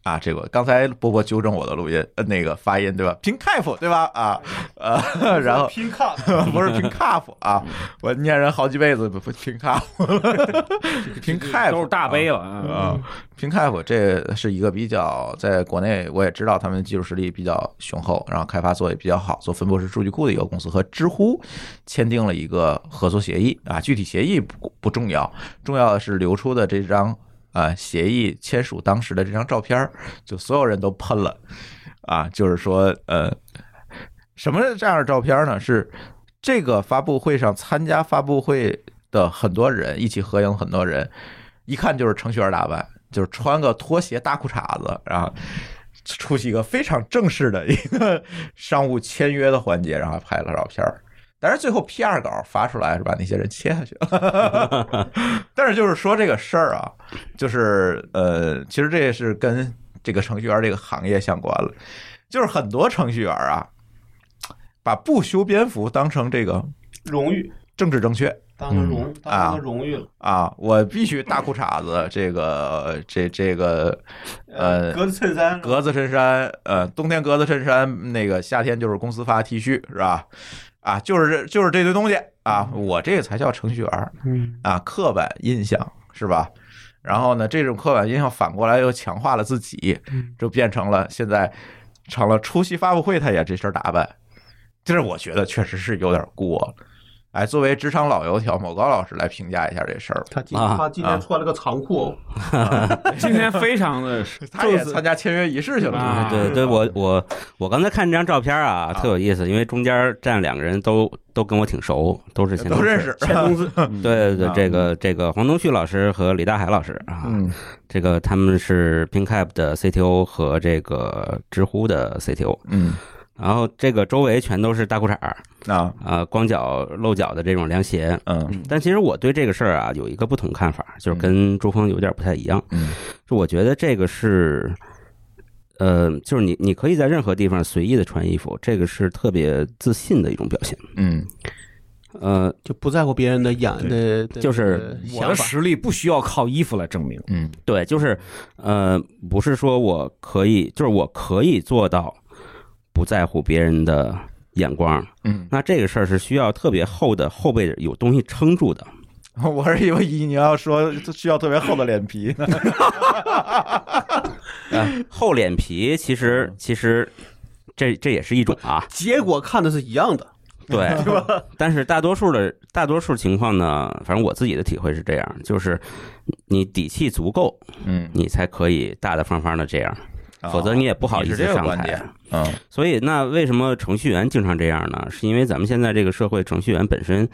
[SPEAKER 1] 啊。这个刚才波波纠正我的录音，呃，那个发音对吧？PinCap 对吧？啊呃，然后 PinCap 不是 PinCap 啊，
[SPEAKER 2] 嗯
[SPEAKER 1] 我念人好几辈子不不 PinCap，PinCap
[SPEAKER 2] 都是 大
[SPEAKER 1] 杯
[SPEAKER 2] 杯了啊！
[SPEAKER 1] 啊 p i n c a p 这是一个比较在国内我也知道他们的技术实力比较雄厚，然后开发做也比较好，做分布式数据库的一个公司，和知乎签订了一个合作协议啊，具体协议不不重要，重要的是流出的这张啊协议签署当时的这张照片儿，就所有人都喷了啊，就是说呃，什么这样的照片呢？是这个发布会上参加发布会的很多人一起合影，很多人一看就是程序员打扮，就是穿个拖鞋、大裤衩子，然后出席一个非常正式的一个商务签约的环节，然后拍了照片儿。但是最后 P R 稿发出来是把那些人切下去了。 但是就是说这个事儿啊，就是呃，其实这也是跟这个程序员这个行业相关了，就是很多程序员啊，把不修边幅当成这个
[SPEAKER 3] 荣誉
[SPEAKER 1] 政治正确，
[SPEAKER 3] 当成荣当
[SPEAKER 1] 啊
[SPEAKER 3] 成荣誉了，
[SPEAKER 1] 啊，我必须大裤衩子，这个这这个呃
[SPEAKER 3] 格子衬衫，
[SPEAKER 1] 格子衬衫，呃，冬天格子衬衫，那个夏天就是公司发 T 恤，是吧？啊，就是这就是这堆东西啊，我这个才叫程序员
[SPEAKER 3] 嗯
[SPEAKER 1] 啊，刻板印象是吧？然后呢，这种刻板印象反过来又强化了自己，就变成了现在成了出席发布会他也这身打扮，这是我觉得确实是有点过了。哎，作为职场老油条，某高老师来评价一下这事儿吧。
[SPEAKER 3] 他今
[SPEAKER 4] 啊
[SPEAKER 3] 他今天穿了个长裤，
[SPEAKER 2] 啊今天非常 的
[SPEAKER 1] 他也参加签约仪式去了，
[SPEAKER 2] 啊
[SPEAKER 4] 对对，我我我刚才看这张照片啊，特有意思，因为中间站两个人都都跟我挺熟，都是前
[SPEAKER 1] 都
[SPEAKER 4] 同
[SPEAKER 1] 认
[SPEAKER 4] 事。
[SPEAKER 1] 识。
[SPEAKER 3] 前公司
[SPEAKER 4] 对对
[SPEAKER 1] 啊
[SPEAKER 4] 对，这个这个黄东旭老师和李大海老师啊，
[SPEAKER 1] 嗯
[SPEAKER 4] 这个他们是 PinCap 的 CTO 和这个知乎的 CTO，
[SPEAKER 1] 嗯，
[SPEAKER 4] 然后这个周围全都是大裤衩儿
[SPEAKER 1] 那
[SPEAKER 4] 啊、光脚露脚的这种凉鞋。
[SPEAKER 1] 嗯
[SPEAKER 4] 但其实我对这个事儿啊有一个不同看法，就是跟朱峰有点不太一样。
[SPEAKER 1] 嗯
[SPEAKER 4] 就我觉得这个是，呃，就是你你可以在任何地方随意的穿衣服，这个是特别自信的一种表现。
[SPEAKER 1] 嗯
[SPEAKER 4] 呃，
[SPEAKER 3] 就不在乎别人的眼的，的
[SPEAKER 4] 就是
[SPEAKER 3] 的
[SPEAKER 2] 我的
[SPEAKER 3] 想法。
[SPEAKER 2] 实力不需要靠衣服来证明。
[SPEAKER 1] 嗯
[SPEAKER 4] 对，就是呃，不是说我可以，就是我可以做到不在乎别人的眼光。
[SPEAKER 1] 嗯，
[SPEAKER 4] 那这个事儿是需要特别厚的后背有东西撑住的。
[SPEAKER 1] 我是以为你要说需要特别厚的脸皮呢。
[SPEAKER 4] 厚脸皮其实其实这这也是一种啊，
[SPEAKER 3] 结果看的是一样的，
[SPEAKER 4] 对，但是大多数的大多数情况呢，反正我自己的体会是这样，就是你底气足够，
[SPEAKER 1] 嗯，
[SPEAKER 4] 你才可以大大方方的这样，
[SPEAKER 1] 啊
[SPEAKER 4] 否则你也不好
[SPEAKER 1] 哦
[SPEAKER 4] 意
[SPEAKER 1] 你
[SPEAKER 4] 思
[SPEAKER 1] 是这个
[SPEAKER 4] 上
[SPEAKER 1] 观
[SPEAKER 4] 台。
[SPEAKER 1] 点嗯
[SPEAKER 4] 所以，那为什么程序员经常这样呢？是因为咱们现在这个社会，程序员本身，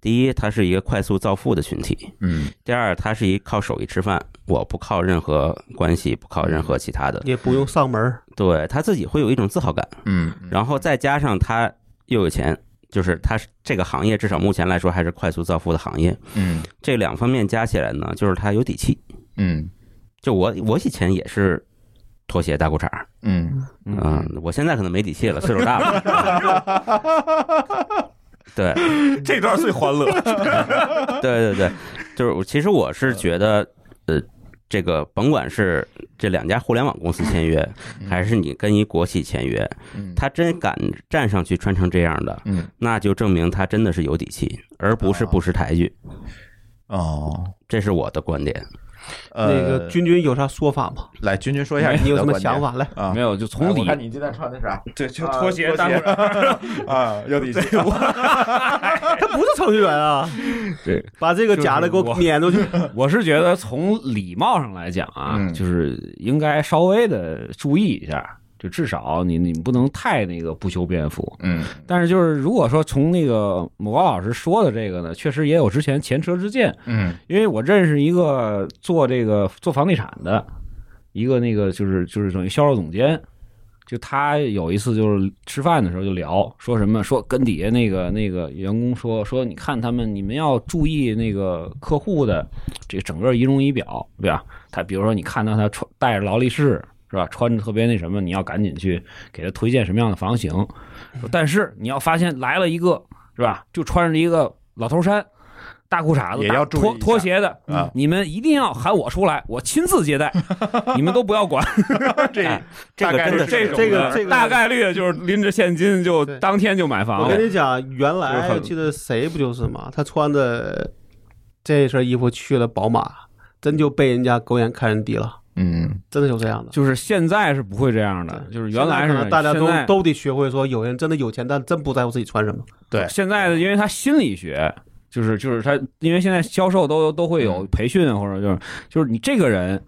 [SPEAKER 4] 第一，它是一个快速造富的群体；
[SPEAKER 1] 嗯
[SPEAKER 4] 第二，它是一靠手艺吃饭，我不靠任何关系，不靠任何其他的，
[SPEAKER 3] 也不用上门儿，
[SPEAKER 4] 对他自己会有一种自豪感。
[SPEAKER 1] 嗯
[SPEAKER 4] 然后再加上他又有钱，就是他是这个行业至少目前来说还是快速造富的行业。
[SPEAKER 1] 嗯
[SPEAKER 4] 这两方面加起来呢，就是他有底气。
[SPEAKER 1] 嗯
[SPEAKER 4] 就我我以前也是拖鞋大裤衩儿，
[SPEAKER 1] 嗯
[SPEAKER 4] 嗯、
[SPEAKER 2] 啊
[SPEAKER 4] 我现在可能没底气了，岁数大了。对
[SPEAKER 1] 嗯，这段 最欢乐。
[SPEAKER 4] 对对对，就是我其实我是觉得，呃，这个甭管是这两家互联网公司签约，还是你跟一国企签约，
[SPEAKER 1] 嗯
[SPEAKER 4] 他真敢站上去穿成这样的，
[SPEAKER 1] 嗯
[SPEAKER 4] 那就证明他真的是有底气，而不是不识抬举。
[SPEAKER 1] 哦，
[SPEAKER 4] 这是我的观点。
[SPEAKER 1] 呃
[SPEAKER 3] 那个君君有啥说法吗？
[SPEAKER 1] 来君君说一下
[SPEAKER 3] 你有
[SPEAKER 1] 的
[SPEAKER 3] 什么
[SPEAKER 1] 观点
[SPEAKER 3] 想法？来，
[SPEAKER 1] 啊
[SPEAKER 2] 没，有，就从
[SPEAKER 1] 哎我
[SPEAKER 2] 底
[SPEAKER 1] 看你今天穿的啥？
[SPEAKER 2] 对，就
[SPEAKER 1] 拖鞋大裤 啊，有底气。
[SPEAKER 3] 他不是程序员 啊，
[SPEAKER 2] 对，
[SPEAKER 3] 把这个假的给我
[SPEAKER 2] 就是我
[SPEAKER 3] 撵 出去。
[SPEAKER 2] 我是觉得从礼貌上来讲啊，
[SPEAKER 1] 嗯
[SPEAKER 2] 就是应该稍微的注意一下，就至少你你不能太那个不修边幅。
[SPEAKER 1] 嗯
[SPEAKER 2] 但是就是如果说从那个某高老师说的这个呢，确实也有之前前车之鉴，
[SPEAKER 1] 嗯
[SPEAKER 2] 因为我认识一个做这个做房地产的，一个那个就是就是等于销售总监，就他有一次就是吃饭的时候就聊说什么说跟底下那个那个员工说说你看他们你们要注意那个客户的这个整个仪容仪表，对吧？他比如说你看到他穿戴着劳力士。是吧？穿着特别那什么，你要赶紧去给他推荐什么样的房型。说但是你要发现来了一个，是吧？就穿着一个老头衫、大裤衩子、
[SPEAKER 1] 也要注意
[SPEAKER 2] 大拖
[SPEAKER 1] 一下
[SPEAKER 2] 拖鞋的，
[SPEAKER 1] 啊
[SPEAKER 2] 你们一定要喊我出来，我亲自 接待，你们都不要管。
[SPEAKER 1] 这
[SPEAKER 4] 这个
[SPEAKER 1] 大概
[SPEAKER 2] 哎
[SPEAKER 4] 真的
[SPEAKER 2] 这
[SPEAKER 1] 是
[SPEAKER 2] 种
[SPEAKER 3] 这个
[SPEAKER 2] 的
[SPEAKER 3] 这个
[SPEAKER 2] 大概率就是拎着现金就
[SPEAKER 3] 对
[SPEAKER 2] 当天就买
[SPEAKER 3] 我
[SPEAKER 2] 房了
[SPEAKER 3] 跟。你讲，原
[SPEAKER 4] 就是
[SPEAKER 3] 来
[SPEAKER 4] 很
[SPEAKER 3] 我记得谁不就是嘛？他穿的这身衣服去了宝马，真就被人家狗眼看人低了，
[SPEAKER 1] 嗯
[SPEAKER 3] 真的有这样的。
[SPEAKER 2] 就是现在是不会这样的，
[SPEAKER 3] 对
[SPEAKER 2] 就是原来
[SPEAKER 3] 现在可
[SPEAKER 2] 是
[SPEAKER 3] 能大家
[SPEAKER 2] 现在
[SPEAKER 3] 都都得学会说，有人真的有钱，但真不在乎自己穿什么。
[SPEAKER 1] 对
[SPEAKER 2] 现在的，因为他心理学就是就是他，因为现在销售都都会有
[SPEAKER 1] 嗯
[SPEAKER 2] 培训，或者就是就是你这个人，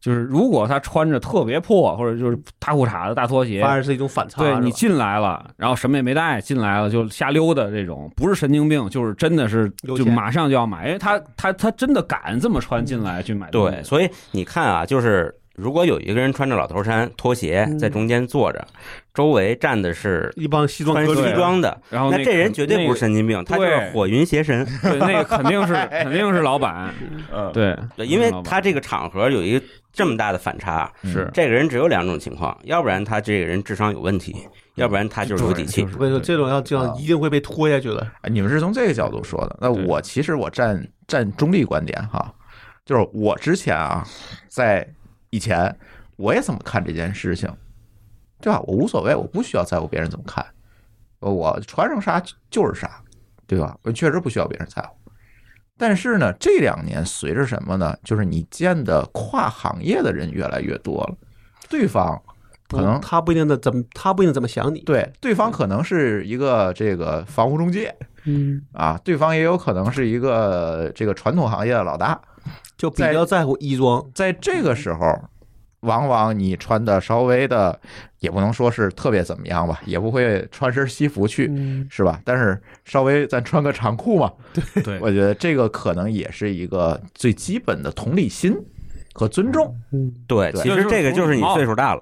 [SPEAKER 2] 就是如果他穿着特别破，或者就是大裤衩子、大拖鞋
[SPEAKER 3] 反，而是一种反差。
[SPEAKER 2] 对你
[SPEAKER 3] 是吧
[SPEAKER 2] 进来了，然后什么也没带进来了，就瞎溜达这种，不是神经病，就是真的是
[SPEAKER 3] 有
[SPEAKER 2] 就
[SPEAKER 3] 钱
[SPEAKER 2] 马上就要买，因为他他他真的敢这么穿进来去买东西。
[SPEAKER 4] 对，所以你看啊，就是如果有一个人穿着老头衫、拖鞋
[SPEAKER 3] 嗯
[SPEAKER 4] 在中间坐着，周围站的是
[SPEAKER 3] 一帮西装
[SPEAKER 4] 穿
[SPEAKER 3] 革
[SPEAKER 4] 西
[SPEAKER 3] 履，
[SPEAKER 4] 装的，
[SPEAKER 2] 然后
[SPEAKER 4] 那
[SPEAKER 2] 个
[SPEAKER 4] 这人绝对不是神经病，他就是
[SPEAKER 2] 对
[SPEAKER 4] 火云邪神。
[SPEAKER 2] 那个对，那个肯 定是肯定是老板，
[SPEAKER 1] 嗯，
[SPEAKER 2] 对，
[SPEAKER 4] 对，因为
[SPEAKER 2] 老板
[SPEAKER 4] 他这个场合有一个这么大的反差，
[SPEAKER 1] 嗯
[SPEAKER 2] 是
[SPEAKER 4] 这个人只有两种情况，要不然他这个人智商有问题，要不然他就是有底气
[SPEAKER 2] 就。是
[SPEAKER 3] 我跟你说，这种要这
[SPEAKER 1] 啊
[SPEAKER 3] 样一定会被拖下去的。
[SPEAKER 1] 哎你们是从这个角度说的，那
[SPEAKER 2] 对
[SPEAKER 1] 我其实我站站中立观点哈，就是我之前啊，在以前我也怎么看这件事情，对吧？我无所谓，我不需要在乎别人怎么看，我穿上啥就是啥，对吧？我确实不需要别人在乎。但是呢，这两年随着什么呢？就是你见的跨行业的人越来越多了，对方可能
[SPEAKER 3] 不他不一定的怎么，他不一定怎么想你。
[SPEAKER 4] 嗯
[SPEAKER 1] 对，对方可能是一个这个房屋中介，嗯，啊，对方也有可能是一个这个传统行业的老大。
[SPEAKER 3] 就比较在乎衣装，
[SPEAKER 1] 在这个时候，往往你穿的稍微的，也不能说是特别怎么样吧，也不会穿身西服去，
[SPEAKER 4] 嗯
[SPEAKER 1] 是吧？但是稍微咱穿个长裤嘛，
[SPEAKER 2] 对
[SPEAKER 1] 我觉得这个可能也是一个最基本的同理心和尊重
[SPEAKER 4] 对，
[SPEAKER 1] 对
[SPEAKER 4] 其实这个就是你岁数大了，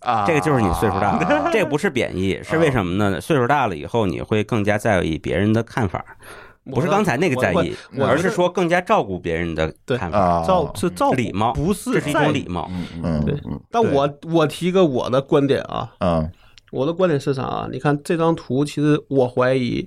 [SPEAKER 1] 啊，
[SPEAKER 4] 嗯这个就是你岁数大
[SPEAKER 1] 啊
[SPEAKER 4] 了，这不是贬义，是为什么呢？岁数大了以后，你会更加在意别人的看法，不是刚才那个在意，
[SPEAKER 1] 我我
[SPEAKER 4] 而是说更加照顾别人的
[SPEAKER 3] 对
[SPEAKER 4] 看法，
[SPEAKER 1] 啊，
[SPEAKER 2] 哦
[SPEAKER 3] 照是照顾
[SPEAKER 4] 礼貌
[SPEAKER 3] 不
[SPEAKER 4] 这
[SPEAKER 3] 是
[SPEAKER 4] 是一
[SPEAKER 3] 在
[SPEAKER 4] 种礼貌。
[SPEAKER 1] 嗯
[SPEAKER 2] 对
[SPEAKER 3] 但
[SPEAKER 1] 对
[SPEAKER 3] 我我提个我的观点啊，
[SPEAKER 1] 嗯
[SPEAKER 3] 我的观点是啥啊？你看这张图，其实我怀疑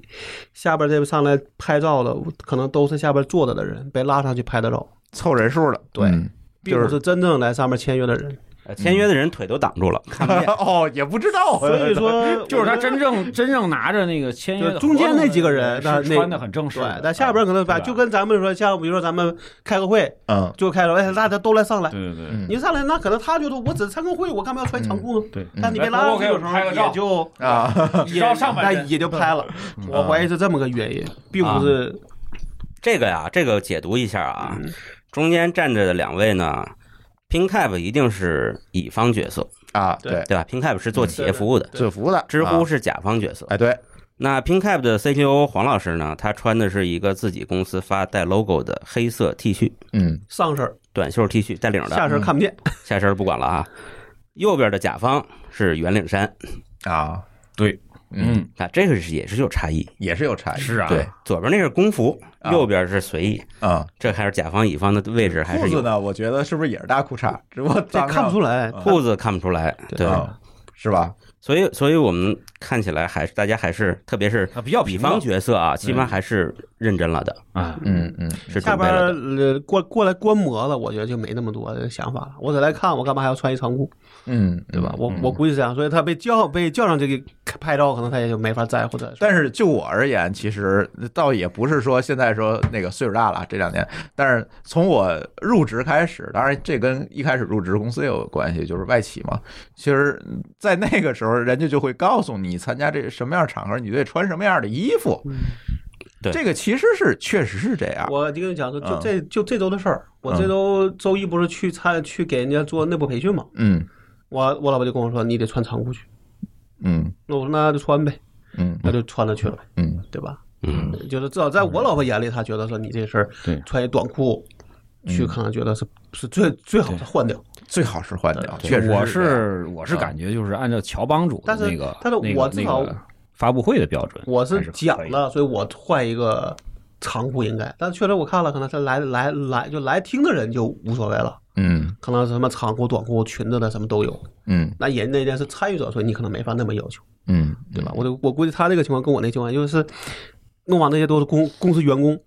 [SPEAKER 3] 下边这个上来拍照的，可能都是下边坐着的人被拉上去拍的照，
[SPEAKER 1] 凑人数了，
[SPEAKER 3] 对
[SPEAKER 1] 嗯
[SPEAKER 3] 并
[SPEAKER 1] 就
[SPEAKER 3] 不
[SPEAKER 1] 是
[SPEAKER 3] 是真正来上面签约的人。
[SPEAKER 4] 呃签约的人腿都挡住了，看不见。
[SPEAKER 1] 哦，也不知道，
[SPEAKER 3] 所以说，
[SPEAKER 2] 就是他
[SPEAKER 3] 我觉得
[SPEAKER 2] 真正真正拿着那个签约的
[SPEAKER 3] 就是中间那几个人
[SPEAKER 2] 合
[SPEAKER 3] 那
[SPEAKER 2] 同是
[SPEAKER 3] 那
[SPEAKER 2] 穿的很正式的，
[SPEAKER 3] 对，但下边可能把
[SPEAKER 2] 对吧
[SPEAKER 3] 就跟咱们说，像比如说咱们开个会，
[SPEAKER 1] 嗯
[SPEAKER 3] 就开了，哎，大家都来上来，
[SPEAKER 2] 对对对，
[SPEAKER 1] 嗯
[SPEAKER 3] 你上来那可能他觉得我只是参观会，我干嘛要穿长裤呢？
[SPEAKER 2] 对
[SPEAKER 3] 但你被拉上去的时
[SPEAKER 2] 嗯来 OK，我拍个
[SPEAKER 3] 候，
[SPEAKER 2] 照
[SPEAKER 3] 也就
[SPEAKER 1] 啊，
[SPEAKER 2] 只要上半
[SPEAKER 3] 那
[SPEAKER 2] 身
[SPEAKER 3] 也就拍了。我怀疑是这么个原因，并不是
[SPEAKER 4] 这个呀，这个解读一下啊，
[SPEAKER 1] 嗯
[SPEAKER 4] 中间站着的两位呢，PinCap 一定是乙方角色，
[SPEAKER 1] 啊，
[SPEAKER 3] 对
[SPEAKER 1] 嗯对，
[SPEAKER 4] 对吧？PinCap 是做企业服务的，
[SPEAKER 1] 制服的
[SPEAKER 4] 知
[SPEAKER 1] 啊
[SPEAKER 4] 乎是甲方角色。
[SPEAKER 1] 哎，对，
[SPEAKER 4] 那 PinCap 的 CTO 黄老师呢，他穿的是一个自己公司发带 logo 的黑色 T 恤，
[SPEAKER 1] 嗯
[SPEAKER 3] 上身儿
[SPEAKER 4] 短袖 T 恤带领
[SPEAKER 3] 下
[SPEAKER 4] 的，
[SPEAKER 3] 身儿看不见。
[SPEAKER 4] 下身不管了啊。右边的甲方是圆领衫
[SPEAKER 1] 啊，
[SPEAKER 2] 对，
[SPEAKER 1] 嗯，
[SPEAKER 4] 啊，这个是也是有差异。
[SPEAKER 1] 也是有差异，
[SPEAKER 2] 是啊
[SPEAKER 1] 对，
[SPEAKER 4] 左边那是工服，
[SPEAKER 1] 啊
[SPEAKER 4] 右边是随意，
[SPEAKER 1] 啊，
[SPEAKER 4] 这还是甲方乙方的位置还
[SPEAKER 1] 裤
[SPEAKER 4] 是
[SPEAKER 1] 子
[SPEAKER 4] 有。
[SPEAKER 1] 呢，我觉得是不是也是大裤衩？只不过
[SPEAKER 3] 这
[SPEAKER 1] 脏
[SPEAKER 3] 看不出来，
[SPEAKER 4] 裤子看不出来，对，
[SPEAKER 1] 啊，是吧？
[SPEAKER 4] 所以，所以我们看起来还是大家还是，特别是
[SPEAKER 2] 啊比较
[SPEAKER 4] 比
[SPEAKER 2] 平
[SPEAKER 4] 方
[SPEAKER 2] 等
[SPEAKER 4] 角色啊，基本还是认真了的，
[SPEAKER 2] 啊，
[SPEAKER 1] 嗯嗯，
[SPEAKER 4] 是
[SPEAKER 3] 下
[SPEAKER 4] 准备
[SPEAKER 3] 边
[SPEAKER 4] 了的。
[SPEAKER 3] 呃过过来观摩了，我觉得就没那么多的想法了。我只来看，我干嘛还要穿一长裤，
[SPEAKER 1] 嗯，
[SPEAKER 3] 对吧？我我估计是这样，所以他被叫被叫上去给拍照，可能他也就没法在乎这。
[SPEAKER 1] 但是就我而言，其实倒也不是说现在说那个岁数大了啊这两年，但是从我入职开始，当然这跟一开始入职公司也有关系，就是外企嘛。其实，在那个时候，人家就会告诉你参加这什么样的场合，你得穿什么样的衣服。
[SPEAKER 4] 对
[SPEAKER 1] 这个其实是确实是这样。
[SPEAKER 3] 啊我就跟你讲说，就
[SPEAKER 1] 嗯
[SPEAKER 3] 这就这周的事儿，我这周周一不是去参去给人家做内部培训嘛，
[SPEAKER 1] 嗯
[SPEAKER 3] 我我老婆就跟我说，你得穿长裤去。
[SPEAKER 1] 嗯
[SPEAKER 3] 那我说那就穿呗，
[SPEAKER 1] 嗯
[SPEAKER 3] 那就穿着去了呗，
[SPEAKER 1] 嗯
[SPEAKER 3] 对吧？
[SPEAKER 4] 嗯，
[SPEAKER 3] 就是至少在我老婆眼里，她觉得说你这事儿
[SPEAKER 2] 对
[SPEAKER 3] 穿一短裤去，可能觉得是是最最好的换掉。
[SPEAKER 1] 最好是换掉，
[SPEAKER 2] 对
[SPEAKER 1] 确实这
[SPEAKER 2] 我
[SPEAKER 1] 样
[SPEAKER 2] 是我是感觉就是按照乔帮主的
[SPEAKER 3] 啊但是
[SPEAKER 2] 那个，
[SPEAKER 3] 但是
[SPEAKER 2] 那
[SPEAKER 3] 我
[SPEAKER 2] 个
[SPEAKER 3] 至
[SPEAKER 2] 那
[SPEAKER 3] 少
[SPEAKER 2] 个发布会的标准，
[SPEAKER 3] 我
[SPEAKER 2] 还
[SPEAKER 3] 是
[SPEAKER 2] 是可
[SPEAKER 3] 讲
[SPEAKER 2] 以
[SPEAKER 3] 了，所以我换一个长裤应该，但确实我看了，可能他来来来就来听的人就无所谓了，
[SPEAKER 1] 嗯
[SPEAKER 3] 可能是什么长裤、短裤、裙子的什么都有。
[SPEAKER 1] 嗯
[SPEAKER 3] 那人那边是参与者，所以你可能没法那么要求，
[SPEAKER 1] 嗯，
[SPEAKER 3] 对吧？我就我估计他这个情况跟我那情况就是，弄完那些都是公公司员工，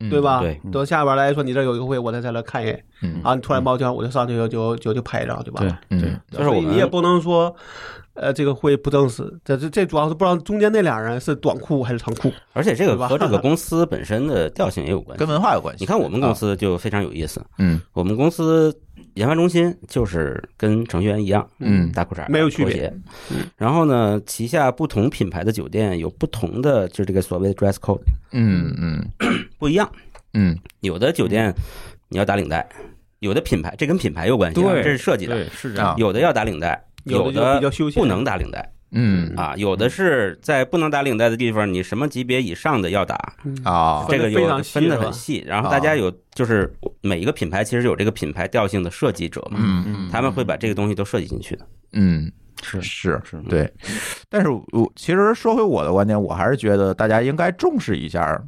[SPEAKER 1] 嗯
[SPEAKER 3] 对？吧？
[SPEAKER 4] 对
[SPEAKER 3] 等下边来说你这儿有一个会，我再再来看一眼
[SPEAKER 1] 嗯
[SPEAKER 3] 啊，你突然把我叫上，我就上去就就就就拍一张，对吧？
[SPEAKER 2] 对，
[SPEAKER 1] 嗯
[SPEAKER 3] 对
[SPEAKER 4] 就
[SPEAKER 3] 所
[SPEAKER 4] 是
[SPEAKER 3] 以
[SPEAKER 4] 我们
[SPEAKER 3] 你也不能说，呃，这个会不正式，这这这主要是不知道中间那俩人是短裤还是长裤。
[SPEAKER 4] 而且这
[SPEAKER 3] 对吧
[SPEAKER 4] 个和这个公司本身的调性也有关系
[SPEAKER 1] 跟。文化有关系。啊
[SPEAKER 4] 你看我们公司就非常有意思，
[SPEAKER 1] 嗯
[SPEAKER 4] 我们公司研发中心就是跟程序员一样，
[SPEAKER 1] 嗯
[SPEAKER 4] 大裤衩
[SPEAKER 3] 没有区别
[SPEAKER 4] 拖鞋然后呢，旗下不同品牌的酒店有不同的，就是这个所谓的 dress code
[SPEAKER 1] 嗯嗯
[SPEAKER 4] 不一样，
[SPEAKER 1] 嗯
[SPEAKER 4] 有的酒店你要打领带，有的品牌这跟品牌有关系啊，
[SPEAKER 2] 对
[SPEAKER 4] 这是设计的。
[SPEAKER 2] 对是这
[SPEAKER 1] 啊
[SPEAKER 2] 样，
[SPEAKER 4] 有的要打领带，
[SPEAKER 3] 有的就
[SPEAKER 4] 的
[SPEAKER 3] 比较休闲
[SPEAKER 4] 不能打领带，
[SPEAKER 1] 嗯
[SPEAKER 4] 啊，有的是在不能打领带的地方，你什么级别以上的要打，
[SPEAKER 3] 嗯
[SPEAKER 1] 啊
[SPEAKER 4] 嗯这个
[SPEAKER 3] 分得非
[SPEAKER 4] 有
[SPEAKER 3] 常细
[SPEAKER 4] 分的
[SPEAKER 3] 是吧啊
[SPEAKER 4] 很细。然后大家有就是每一个品牌其实有这个品牌调性的设计者嘛，
[SPEAKER 1] 嗯嗯
[SPEAKER 4] 他们会把这个东西都设计进去的。
[SPEAKER 1] 嗯
[SPEAKER 2] 是
[SPEAKER 1] 是
[SPEAKER 4] 是
[SPEAKER 1] 对，但是我其实说回我的观点，我还是觉得大家应该重视一下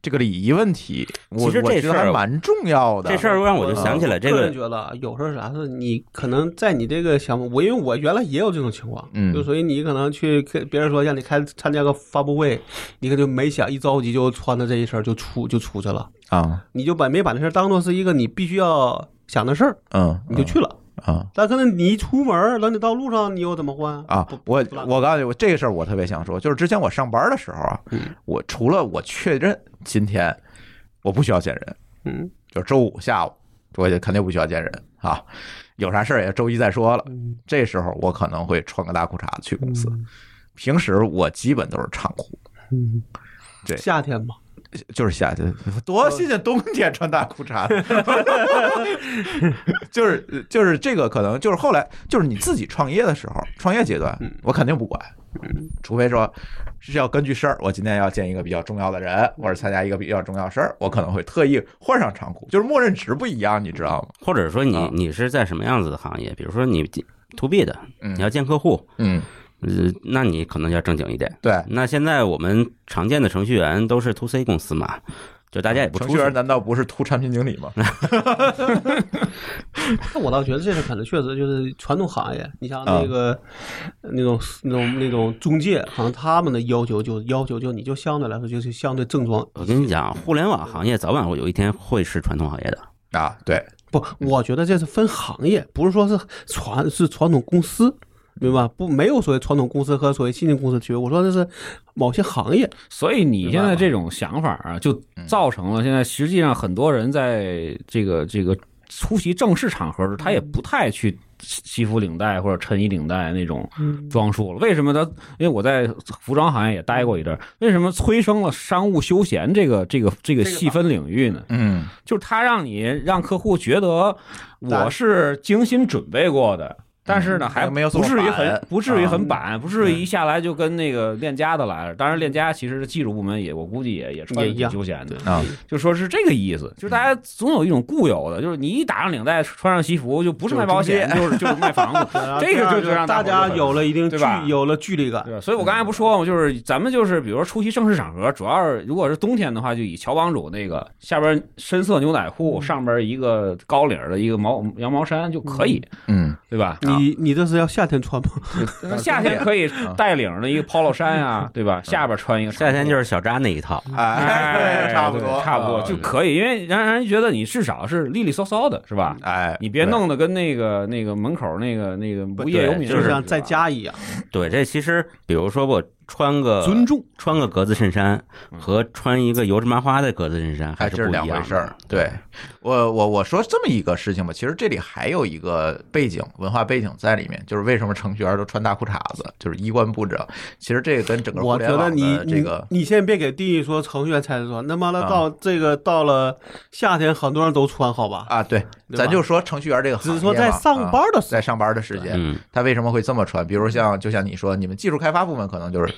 [SPEAKER 1] 这个礼仪问题。我
[SPEAKER 4] 其实
[SPEAKER 1] 我
[SPEAKER 4] 这
[SPEAKER 1] 觉得
[SPEAKER 4] 事儿
[SPEAKER 1] 还蛮重要的。
[SPEAKER 4] 这事儿让我就想起来这
[SPEAKER 3] 个
[SPEAKER 4] 个
[SPEAKER 3] 人觉得啊有时候啥是你可能在你这个想法，我因为我原来也有这种情况，
[SPEAKER 1] 嗯
[SPEAKER 3] 就所以你可能去跟别人说让你开参加个发布会，你可就没想，一着急就穿着这一身就出就出去了，
[SPEAKER 1] 啊，
[SPEAKER 3] 你就把没把那事儿当做是一个你必须要想的事儿，
[SPEAKER 1] 嗯，
[SPEAKER 3] 你就去了。
[SPEAKER 1] 嗯啊。
[SPEAKER 3] 但可能你一出门，等你到路上，你又怎么换
[SPEAKER 1] 啊
[SPEAKER 3] 不，
[SPEAKER 1] 我
[SPEAKER 3] 不浪
[SPEAKER 1] 我告诉你，我这个事儿我特别想说，就是之前我上班的时候啊，
[SPEAKER 4] 嗯
[SPEAKER 1] 我除了我确认今天我不需要见人，
[SPEAKER 3] 嗯，
[SPEAKER 1] 就是周五下午，我也肯定不需要见人啊，有啥事儿也周一再说了。这时候我可能会穿个大裤衩去公
[SPEAKER 3] 嗯
[SPEAKER 1] 司，平时我基本都是长裤，对
[SPEAKER 3] 嗯夏天嘛，
[SPEAKER 1] 就是夏天，多新鲜！冬天穿大裤衩， 就是就是这个可能就是后来就是你自己创业的时候，创业阶段我肯定不管，除非说是要根据事儿，我今天要见一个比较重要的人，或者参加一个比较重要的事儿，我可能会特意换上长裤，就是默认值不一样，你知道吗？
[SPEAKER 4] 或者说你
[SPEAKER 1] 啊
[SPEAKER 4] 你是在什么样子的行业？比如说你 to B 的，
[SPEAKER 1] 嗯
[SPEAKER 4] 你要见客户，
[SPEAKER 1] 嗯，
[SPEAKER 4] 呃，那你可能要正经一点。
[SPEAKER 1] 对，
[SPEAKER 4] 那现在我们常见的程序员都是 to C 公司嘛，就大家也不
[SPEAKER 1] 程
[SPEAKER 4] 出
[SPEAKER 1] 序员
[SPEAKER 4] 去。
[SPEAKER 1] 难道不是图产品经理 吗？
[SPEAKER 3] 那我倒觉得这个可能确实就是传统行业，你像
[SPEAKER 2] 啊
[SPEAKER 3] 那个、那种那种那种中介，好像他们的要求就要求就你就相对来说就是相对正装。
[SPEAKER 4] 我跟你讲，互联网行业早晚会有一天会是传统行业的。
[SPEAKER 1] 啊，对，
[SPEAKER 3] 不，我觉得这是分行业，不是说是传是传统公司。明白吧不？没有所谓传统公司和所谓新兴公司区别。我说的是某些行业，
[SPEAKER 2] 所以你现在这种想法啊，就
[SPEAKER 3] 嗯
[SPEAKER 2] 造成了现在实际上很多人在这个这个出席正式场合的时候，他也不太去西服领带或者衬衣领带那种 装束了。为什么他？因为我在服装行业也待过一阵儿，为什么催生了商务休闲这个这个这个细分领域呢？
[SPEAKER 1] 嗯
[SPEAKER 2] 就是他让你让客户觉得我是精心准备过的。但是呢，还
[SPEAKER 1] 没有这
[SPEAKER 2] 不
[SPEAKER 1] 么
[SPEAKER 2] 至于
[SPEAKER 1] 板
[SPEAKER 2] 很不至于很
[SPEAKER 1] 啊
[SPEAKER 2] 板，不至于一下来就跟那个链家的来了。当然，链家其实是技术部门也，我估计也也穿的
[SPEAKER 3] 也一
[SPEAKER 2] 挺
[SPEAKER 3] 样，
[SPEAKER 2] 休闲的，
[SPEAKER 1] 啊，
[SPEAKER 2] 就说是这个意思。就是大家总有一种固有的，就是你一打上领带，穿上西服，就不是卖保险，就是就是卖房子这个就
[SPEAKER 3] 就是
[SPEAKER 2] 让
[SPEAKER 3] 大
[SPEAKER 2] 家
[SPEAKER 3] 家
[SPEAKER 2] 伙
[SPEAKER 3] 有了一定距
[SPEAKER 2] 对吧，
[SPEAKER 3] 有了距离感。
[SPEAKER 2] 对，所以我刚才不说嘛，就是咱们就是比如说出席正式场合，主要是如果是冬天的话，就以乔帮主那个下边深色牛仔裤，上边一个高领儿的一个毛羊毛衫就可以，
[SPEAKER 1] 嗯呃
[SPEAKER 2] 对吧？
[SPEAKER 3] 你你这是要夏天穿吗？
[SPEAKER 2] 那夏天可以带领儿的一个 polo 衫啊，对吧？下边穿一个长裤，
[SPEAKER 4] 夏天就是小扎那一套，
[SPEAKER 1] 哎，
[SPEAKER 2] 哎，
[SPEAKER 1] 差不多，
[SPEAKER 2] 对差不多
[SPEAKER 1] 啊
[SPEAKER 2] 就可以，因为让人觉得你至少是利利索索的，是吧？
[SPEAKER 1] 哎，
[SPEAKER 2] 你别
[SPEAKER 1] 对
[SPEAKER 2] 弄得跟那个那个门口那个那个无业
[SPEAKER 4] 对
[SPEAKER 2] 游民
[SPEAKER 4] 就是
[SPEAKER 2] 似的
[SPEAKER 3] 像在，家一样，
[SPEAKER 1] 嗯
[SPEAKER 4] 对，这其实比如说我穿个
[SPEAKER 2] 尊重
[SPEAKER 4] 穿个格子衬衫和穿一个油芝麻花的格子衬衫还
[SPEAKER 1] 还嗯哎这
[SPEAKER 4] 是不
[SPEAKER 1] 是
[SPEAKER 4] 一
[SPEAKER 1] 两
[SPEAKER 4] 样的
[SPEAKER 1] 回事儿。对我，我我说这么一个事情吧，其实这里还有一个背景文化背景在里面，就是为什么程序员都穿大裤衩子，就是衣冠不整。其实这个跟整个互
[SPEAKER 3] 我觉
[SPEAKER 1] 联
[SPEAKER 3] 得
[SPEAKER 1] 网
[SPEAKER 3] 你
[SPEAKER 1] 的这个，
[SPEAKER 3] 你你先别给定义说程序员才是说，那么了
[SPEAKER 1] 啊
[SPEAKER 3] 到这个到了夏天，很多人都穿好吧？
[SPEAKER 1] 啊，对，
[SPEAKER 3] 对吧
[SPEAKER 1] 咱就说程序员这个行
[SPEAKER 3] 只
[SPEAKER 1] 业
[SPEAKER 3] 是
[SPEAKER 1] 嘛，
[SPEAKER 3] 说在上班
[SPEAKER 1] 啊
[SPEAKER 3] 的时
[SPEAKER 1] 在
[SPEAKER 3] 候，
[SPEAKER 1] 上班的时间，
[SPEAKER 4] 嗯，
[SPEAKER 1] 他为什么会这么穿？比如像就像你说，你们技术开发部门可能就是。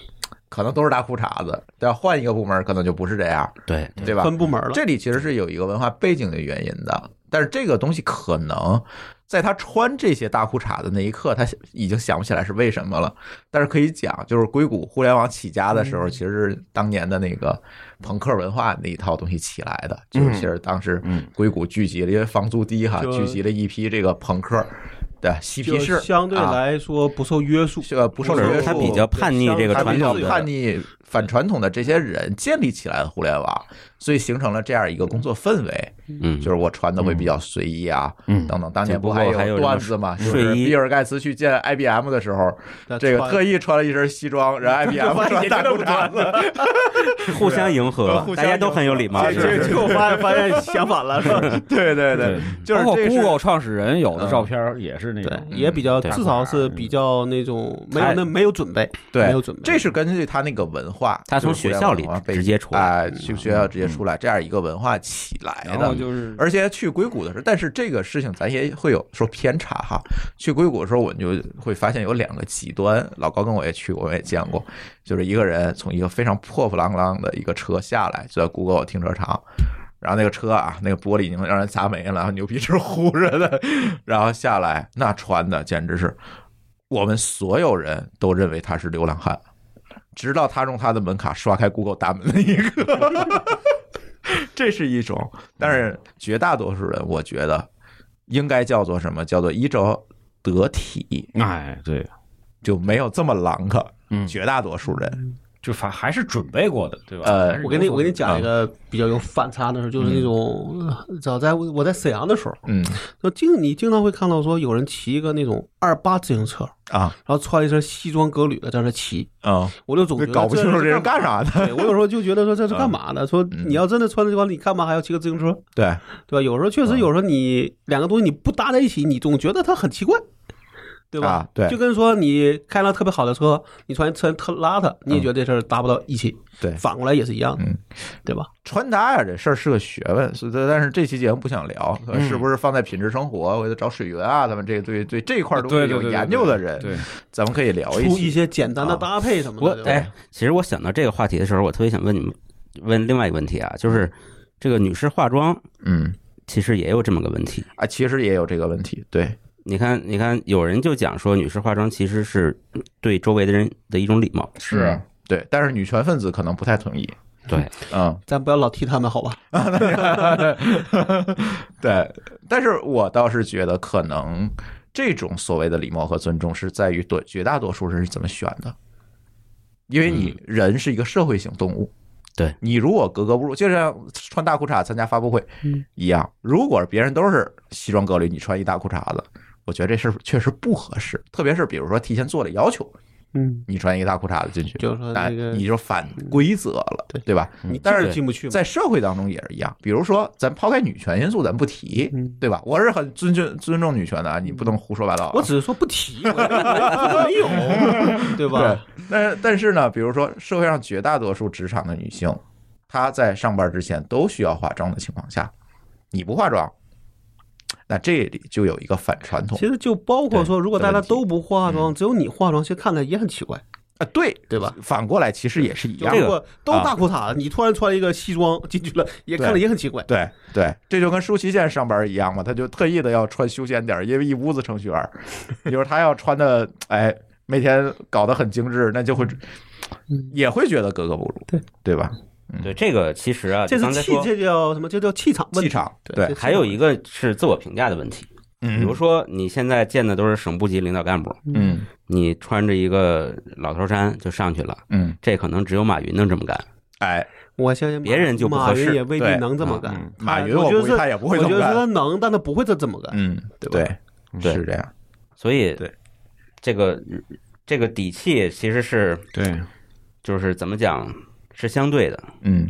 [SPEAKER 1] 可能都是大裤衩子，但换一个部门可能就不是这样，
[SPEAKER 4] 对，
[SPEAKER 1] 对吧？
[SPEAKER 3] 分部门了。
[SPEAKER 1] 这里其实是有一个文化背景的原因的，但是这个东西可能在他穿这些大裤衩的那一刻，他已经想不起来是为什么了。但是可以讲，就是硅谷互联网起家的
[SPEAKER 3] 嗯
[SPEAKER 1] 时候，其实是当年的那个朋克文化那一套东西起来的，就是其实当时硅谷聚集了，因为房租低哈，
[SPEAKER 3] 嗯就
[SPEAKER 1] 聚集了一批这个朋克的嬉皮
[SPEAKER 3] 就
[SPEAKER 1] 士，
[SPEAKER 3] 相对
[SPEAKER 1] 啊
[SPEAKER 3] 来说不受约束，
[SPEAKER 1] 呃不受
[SPEAKER 4] 或者
[SPEAKER 1] 约
[SPEAKER 4] 是
[SPEAKER 1] 束，
[SPEAKER 4] 他比较叛逆这个
[SPEAKER 1] 他
[SPEAKER 4] 传
[SPEAKER 1] 比较
[SPEAKER 4] 统的
[SPEAKER 1] 叛逆、反传统的这些人建立起来的互联网，所以形成了这样一个工作氛围，
[SPEAKER 4] 嗯，
[SPEAKER 1] 就是我穿的会比较随意啊，
[SPEAKER 2] 嗯
[SPEAKER 1] 等等。当年
[SPEAKER 4] 只不
[SPEAKER 1] 不
[SPEAKER 4] 过还
[SPEAKER 1] 有
[SPEAKER 4] 有什么
[SPEAKER 1] 段子嘛，
[SPEAKER 4] 睡
[SPEAKER 1] 就是
[SPEAKER 4] 睡衣
[SPEAKER 1] 比尔盖茨去见 IBM 的时候，
[SPEAKER 3] 但
[SPEAKER 1] 这个
[SPEAKER 3] 穿
[SPEAKER 1] 特意穿了一身西装， 然后 IBM 穿大裤衩子，
[SPEAKER 4] 互相迎
[SPEAKER 1] 呃
[SPEAKER 4] 合
[SPEAKER 1] 互，相
[SPEAKER 4] 大家都
[SPEAKER 1] 迎合
[SPEAKER 4] 很有礼貌
[SPEAKER 1] 啊，是
[SPEAKER 3] 结
[SPEAKER 4] 是
[SPEAKER 1] 是
[SPEAKER 3] 结
[SPEAKER 1] 是
[SPEAKER 3] 结果发现发现相反了，是吧？
[SPEAKER 1] 对对对
[SPEAKER 2] 对，
[SPEAKER 1] 就是
[SPEAKER 2] 包括
[SPEAKER 1] 这是
[SPEAKER 2] Google 创始人有的照片儿也是那
[SPEAKER 3] 对
[SPEAKER 2] 种，，
[SPEAKER 3] 也比较
[SPEAKER 1] 嗯
[SPEAKER 4] 对
[SPEAKER 3] 至少是比较那种没有那没有准备，没
[SPEAKER 1] 对
[SPEAKER 3] 有准备。
[SPEAKER 1] 这是根据他那个文化，
[SPEAKER 4] 它从
[SPEAKER 1] 就是互联
[SPEAKER 4] 学校
[SPEAKER 1] 网
[SPEAKER 4] 里
[SPEAKER 1] 文化被
[SPEAKER 4] 直接出来嗯
[SPEAKER 1] 哎去学校直接出来这样一个文化起来
[SPEAKER 2] 然
[SPEAKER 1] 的
[SPEAKER 2] 后。就是
[SPEAKER 1] 而且去硅谷的时候，但是这个事情咱也会有说偏差哈。去硅谷的时候，我们就会发现有两个极端。老高跟我也去过，我也见过，就是一个人从一个非常破破烂烂的一个车下来，就在 Google 停车场，然后那个车啊，那个玻璃已经让人砸没了，然后牛皮纸糊着的，然后下来那穿的简直是，我们所有人都认为他是流浪汉，直到他用他的门卡刷开 Google 大门的一刻。这是一种，但是绝大多数人，我觉得应该叫做什么？叫做衣着得体，
[SPEAKER 2] 哎，对，
[SPEAKER 1] 就没有这么狼个。
[SPEAKER 2] 嗯
[SPEAKER 1] 绝大多数人，
[SPEAKER 2] 就反还是准备过的，对吧？
[SPEAKER 1] 呃
[SPEAKER 2] 还是有
[SPEAKER 3] 我给你
[SPEAKER 2] 所
[SPEAKER 3] 我给你
[SPEAKER 2] 准
[SPEAKER 3] 讲一个比较有反差的事儿，就是那种呃早在我在沈阳的时候，
[SPEAKER 1] 嗯
[SPEAKER 3] 就经你经常会看到说有人骑一个那种二八自行车，
[SPEAKER 1] 啊，
[SPEAKER 3] 然后穿一身西装革履的在那骑，
[SPEAKER 1] 嗯，
[SPEAKER 3] 我就总觉得
[SPEAKER 1] 搞不清楚
[SPEAKER 3] 这
[SPEAKER 1] 这人干啥 啊嗯的。
[SPEAKER 3] 对我有时候就觉得说这是干嘛的？说你要真的穿这帮，你干嘛还要骑个自行车？
[SPEAKER 1] 对，
[SPEAKER 3] 对吧？有时候
[SPEAKER 1] 啊
[SPEAKER 3] 确实，有时候你两个东西你不搭在一起，你总觉得它很奇怪，对吧？
[SPEAKER 1] 啊对
[SPEAKER 3] 就跟说你开辆特别好的车，你穿车特邋遢，你也觉得这事儿搭不到一起。
[SPEAKER 1] 嗯对
[SPEAKER 3] 反过来也是一样的，
[SPEAKER 1] 嗯
[SPEAKER 3] 对吧？
[SPEAKER 1] 穿搭呀，这事儿是个学问，所以但是这期节目不想聊，是不是放在品质生活？我得找水源啊，他们这对对这块东
[SPEAKER 2] 对
[SPEAKER 1] 西
[SPEAKER 2] 对
[SPEAKER 1] 有
[SPEAKER 2] 对
[SPEAKER 1] 研究的人，
[SPEAKER 2] 对，
[SPEAKER 1] 咱们可以聊
[SPEAKER 3] 出一
[SPEAKER 1] 期。
[SPEAKER 3] 些简单的
[SPEAKER 1] 啊
[SPEAKER 3] 搭配什么
[SPEAKER 4] 我
[SPEAKER 3] 的，对吧
[SPEAKER 4] 哎，其实我想到这个话题的时候，我特别想问你们问另外一个问题啊，就是这个女士化妆
[SPEAKER 1] 嗯
[SPEAKER 4] 其实也有这么个问题。
[SPEAKER 1] 啊，其实也有这个问题，对，
[SPEAKER 4] 你看，你看，有人就讲说，女士化妆其实是对周围的人的一种礼貌。
[SPEAKER 1] 嗯对，但是女权分子可能不太同意，
[SPEAKER 4] 对，
[SPEAKER 1] 嗯，
[SPEAKER 3] 咱不要老提他们好吧？
[SPEAKER 1] 对，但是我倒是觉得，可能这种所谓的礼貌和尊重，是在于多绝大多数人是怎么选的，因为你
[SPEAKER 3] 嗯
[SPEAKER 1] 人是一个社会性动物。
[SPEAKER 4] 对
[SPEAKER 1] 你如果格格不入，就像穿大裤衩参加发布会一样，如果别人都是西装革履，你穿一大裤衩子，我觉得这事儿确实不合适。特别是比如说提前做了要求，
[SPEAKER 3] 嗯，
[SPEAKER 1] 你穿一个大裤衩子进去，
[SPEAKER 3] 就是说
[SPEAKER 1] 那
[SPEAKER 3] 那个
[SPEAKER 1] 你就反规则了，
[SPEAKER 3] 对
[SPEAKER 1] 对吧？
[SPEAKER 3] 你
[SPEAKER 1] 但是
[SPEAKER 3] 进不去嘛，
[SPEAKER 1] 在社会当中也是一样。比如说，咱抛开女权因素，咱不提，
[SPEAKER 3] 嗯
[SPEAKER 1] 对吧？我是很尊重尊重女权的啊，你不能胡说八道啊、
[SPEAKER 3] 我只是说不 提，我我没有，对
[SPEAKER 1] 对
[SPEAKER 3] 吧？，
[SPEAKER 1] 但是但是呢，比如说社会上绝大多数职场的女性，她在上班之前都需要化妆的情况下，你不化妆，那这里就有一个反传统
[SPEAKER 3] 其实就包括说，如果大家
[SPEAKER 1] 对嗯
[SPEAKER 3] 都不化妆，只有你化妆，其实看起来也很奇怪。
[SPEAKER 1] 啊，对
[SPEAKER 3] 对吧？
[SPEAKER 1] 反过来其实也是一
[SPEAKER 3] 就
[SPEAKER 1] 样
[SPEAKER 4] 这
[SPEAKER 1] 的
[SPEAKER 4] 个
[SPEAKER 3] 如果都
[SPEAKER 1] 啊
[SPEAKER 3] 大裤衩，你突然穿一个西装进去了，也看着也很奇怪。
[SPEAKER 1] 对 对，这就跟舒淇现在上班一样嘛，她就特意的要穿休闲点儿，因为一屋子程序员 儿，你说她要穿的，哎，每天搞得很精致，那就会也会觉得格格不入，嗯对对吧？
[SPEAKER 4] 对，这个其实啊，
[SPEAKER 3] 这
[SPEAKER 4] 就刚
[SPEAKER 3] 是
[SPEAKER 4] 才
[SPEAKER 3] 气，
[SPEAKER 4] 说，
[SPEAKER 3] 这叫什么？这叫气场问
[SPEAKER 1] 气
[SPEAKER 3] 题。
[SPEAKER 1] 场对，
[SPEAKER 3] 对这
[SPEAKER 4] 还有一个是自我评价的问题。
[SPEAKER 1] 嗯，
[SPEAKER 4] 比如说，你现在见的都是省部级领导干部，
[SPEAKER 1] 嗯
[SPEAKER 4] 你穿着一个老头衫就上去了，
[SPEAKER 1] 嗯，
[SPEAKER 4] 这可能只有马云能这么干。
[SPEAKER 1] 哎，
[SPEAKER 3] 我相信马
[SPEAKER 4] 别人就不
[SPEAKER 3] 马
[SPEAKER 4] 合
[SPEAKER 3] 云
[SPEAKER 4] 适
[SPEAKER 3] 也未必
[SPEAKER 1] 对
[SPEAKER 3] 能这么干。哎
[SPEAKER 2] 嗯
[SPEAKER 1] 马云
[SPEAKER 3] 我
[SPEAKER 1] 我
[SPEAKER 3] 觉
[SPEAKER 1] 估计
[SPEAKER 3] 得
[SPEAKER 1] 他也不会
[SPEAKER 3] 我
[SPEAKER 1] 这
[SPEAKER 3] 觉
[SPEAKER 1] 么
[SPEAKER 3] 得他
[SPEAKER 1] 干，
[SPEAKER 3] 能，但他不会这这么干。
[SPEAKER 1] 嗯，对，
[SPEAKER 4] 对
[SPEAKER 1] 是这样，
[SPEAKER 4] 所以，
[SPEAKER 1] 对
[SPEAKER 4] 这个这个底气其实是
[SPEAKER 2] 对，
[SPEAKER 4] 就是怎么讲是相对的。
[SPEAKER 1] 嗯，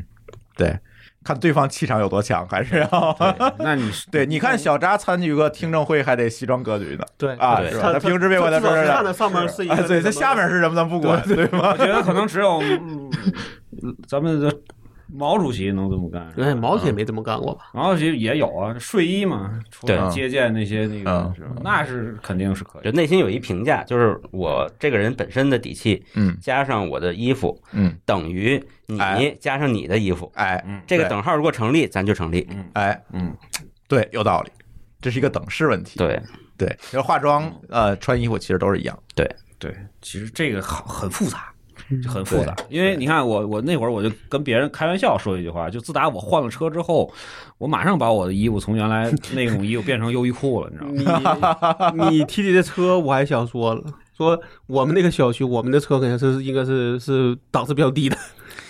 [SPEAKER 1] 对，看对方气场有多强，还是要。
[SPEAKER 2] 那你 是
[SPEAKER 1] 对，你看小扎参与个听证会还得西装革履呢，
[SPEAKER 3] 对
[SPEAKER 1] 啊，
[SPEAKER 4] 对
[SPEAKER 1] 是吧？他平时别管他
[SPEAKER 3] 至少
[SPEAKER 1] 说
[SPEAKER 3] 是
[SPEAKER 1] 是
[SPEAKER 3] 看的上面是一
[SPEAKER 1] 啊，
[SPEAKER 3] 个，
[SPEAKER 1] 对，他下面是什么咱不管，对吗
[SPEAKER 2] 我？觉得可能只 有嗯咱们的毛主席能这么干。
[SPEAKER 3] 哎，毛主席也没这么干过吧？
[SPEAKER 2] 毛主席也有啊，睡衣嘛，出来
[SPEAKER 1] 对
[SPEAKER 2] 接见那些那个
[SPEAKER 1] 嗯，
[SPEAKER 2] 是吧那是肯定是可以
[SPEAKER 4] 就。内心有一评价，就是我这个人本身的底气，
[SPEAKER 1] 嗯
[SPEAKER 4] 加上我的衣服，
[SPEAKER 1] 嗯，
[SPEAKER 4] 等于
[SPEAKER 1] 哎
[SPEAKER 4] 你加上你的衣服，
[SPEAKER 1] 哎，
[SPEAKER 4] 这个
[SPEAKER 1] 对
[SPEAKER 4] 等号如果成立，咱就成立。
[SPEAKER 1] 哎，
[SPEAKER 2] 嗯，
[SPEAKER 1] 对，有道理，这是一个等式问题。
[SPEAKER 4] 对，
[SPEAKER 1] 对，就是化妆、呃，穿衣服其实都是一样。
[SPEAKER 2] 对，其实这个好很复杂，
[SPEAKER 1] 嗯
[SPEAKER 2] 很复杂。因为你看我，我那会儿我就跟别人开玩笑说一句话，就自打我换了车之后，我马上把我的衣服从原来那种衣服变成优衣库了，你知道吗？
[SPEAKER 3] 你你提起这车，我还想说了。说我们那个小区，我们的车肯定是应该是是档次比较低的。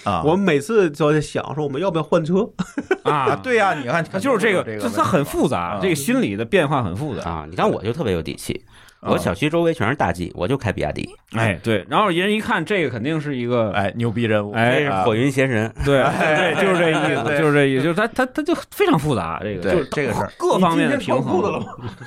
[SPEAKER 1] 啊，
[SPEAKER 3] 我们每次都在想说，我们要不要换车？
[SPEAKER 1] 啊，
[SPEAKER 2] 啊，
[SPEAKER 1] 对呀、你看，
[SPEAKER 2] 就是这
[SPEAKER 1] 这
[SPEAKER 2] 个，
[SPEAKER 1] 这
[SPEAKER 2] 这
[SPEAKER 1] 个问题，
[SPEAKER 2] 它很复杂
[SPEAKER 1] 啊，
[SPEAKER 2] 这个心理的变化很复杂。
[SPEAKER 4] 啊，你看我就特别有底气，我小区周围全是大 G，我就开比亚迪，
[SPEAKER 2] 哎，对，然后人一看这个肯定是一个，
[SPEAKER 1] 哎，牛逼人物，
[SPEAKER 2] 哎
[SPEAKER 4] 这是火云邪神。
[SPEAKER 2] 对对，就是这意思，
[SPEAKER 1] 哎对
[SPEAKER 2] 就是这意思，就是他他他就非常复杂，这个
[SPEAKER 1] 对
[SPEAKER 2] 就是
[SPEAKER 1] 这个事儿
[SPEAKER 2] 各方面的平衡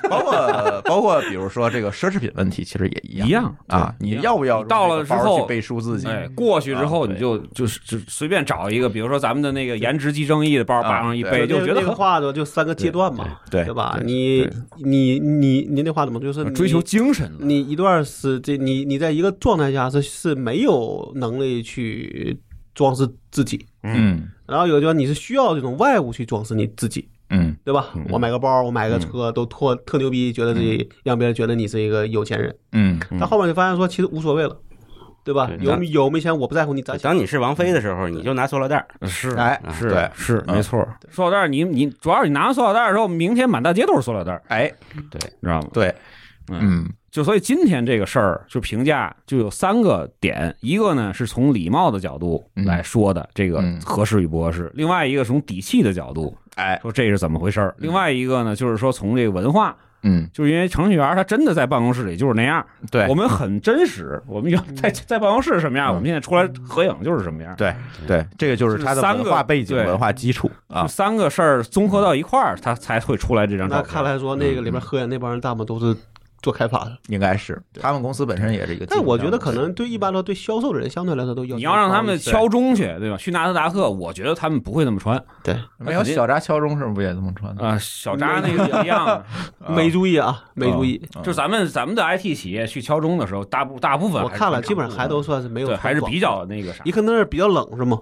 [SPEAKER 1] 包括呃包括比如说这个奢侈品问题，其实也一样
[SPEAKER 2] 一样
[SPEAKER 1] 啊。
[SPEAKER 2] 对
[SPEAKER 1] 你要不要
[SPEAKER 2] 你到了
[SPEAKER 1] 用
[SPEAKER 2] 之
[SPEAKER 1] 这个包
[SPEAKER 2] 后
[SPEAKER 1] 去背书自己？
[SPEAKER 2] 哎，过去之后
[SPEAKER 1] 啊对
[SPEAKER 2] 你就就是就随便找一个，比如说咱们的那个颜值即正义的包，
[SPEAKER 1] 啊
[SPEAKER 2] 叭上一背
[SPEAKER 1] 对
[SPEAKER 2] 哎就觉得
[SPEAKER 3] 那
[SPEAKER 2] 很
[SPEAKER 3] 个
[SPEAKER 2] 好。
[SPEAKER 3] 话的就三个阶段嘛，
[SPEAKER 1] 对
[SPEAKER 3] 对吧？
[SPEAKER 2] 对
[SPEAKER 3] 你
[SPEAKER 2] 对
[SPEAKER 3] 你你你那话怎么就是你
[SPEAKER 2] 追求精神了，
[SPEAKER 3] 你一段是这你你在一个状态下是是没有能力去装饰自己，
[SPEAKER 1] 嗯
[SPEAKER 3] 然后有的地方你是需要这种外物去装饰你自己，
[SPEAKER 1] 嗯
[SPEAKER 3] 对吧？我买个包，我买个车，都特特牛逼，觉得自己让别人觉得你是一个有钱人，
[SPEAKER 1] 嗯
[SPEAKER 2] 嗯
[SPEAKER 3] 但后面就发现说其实无所谓了，对吧？
[SPEAKER 4] 对
[SPEAKER 3] 有
[SPEAKER 4] 那
[SPEAKER 3] 有没钱我不在乎，你咋想？
[SPEAKER 4] 当你是王菲的时候，你就拿塑料袋儿，
[SPEAKER 2] 是
[SPEAKER 1] 哎
[SPEAKER 2] 是
[SPEAKER 1] 对
[SPEAKER 2] 是
[SPEAKER 1] 嗯
[SPEAKER 2] 没错儿。塑料袋儿，你你主要是你拿完塑料袋儿之后，明天满大街都是塑料袋儿，
[SPEAKER 1] 哎，
[SPEAKER 2] 你知道吗？
[SPEAKER 1] 对，嗯
[SPEAKER 2] 就所以今天这个事儿，就评价就有三个点，一个呢是从礼貌的角度来说的这个
[SPEAKER 1] 嗯
[SPEAKER 2] 合适与不合适，另外一个从底气的角度
[SPEAKER 1] 哎
[SPEAKER 2] 说这是怎么回事儿，另外一个呢就是说从这个文化，
[SPEAKER 1] 嗯
[SPEAKER 2] 就是因为程序员他真的在办公室里就是那样，
[SPEAKER 1] 对
[SPEAKER 2] 我们很真实，我们原
[SPEAKER 3] 嗯
[SPEAKER 2] 在在办公室是什么样，
[SPEAKER 1] 嗯
[SPEAKER 2] 我们现在出来合影就是什么样。
[SPEAKER 1] 对对，这个就是它的
[SPEAKER 2] 就是三个
[SPEAKER 1] 文化背景、
[SPEAKER 2] 对
[SPEAKER 1] 文化基础
[SPEAKER 2] 就
[SPEAKER 1] 啊。
[SPEAKER 2] 三个事儿综合到一块儿，他才会出来这张照
[SPEAKER 3] 那
[SPEAKER 2] 片。
[SPEAKER 3] 看来说那个里边喝烟那帮人大部分都是做开发的，
[SPEAKER 1] 应该是他们公司本身也是一个技术项
[SPEAKER 3] 但
[SPEAKER 1] 目，
[SPEAKER 3] 我觉得可能对一般来说对销售的人相对来说都要求
[SPEAKER 2] 你要让他们
[SPEAKER 3] 高一些
[SPEAKER 2] 敲钟去，对吧？去纳斯达克，我觉得他们不会那么穿
[SPEAKER 3] 对
[SPEAKER 1] 没有小扎敲钟是不是也这么穿的？
[SPEAKER 2] 啊、小扎那个一 样，
[SPEAKER 1] 啊
[SPEAKER 3] 没注意啊，没注意。
[SPEAKER 1] 嗯
[SPEAKER 2] 就咱们咱们的 IT 企业去敲钟的时候，大部大部分
[SPEAKER 3] 我
[SPEAKER 2] 还是
[SPEAKER 3] 看了，
[SPEAKER 2] 穿
[SPEAKER 3] 基本上还都算是没有
[SPEAKER 2] 对，
[SPEAKER 3] 穿
[SPEAKER 2] 还是
[SPEAKER 3] 过
[SPEAKER 2] 比较那个啥
[SPEAKER 3] 一。看那儿比较冷是吗？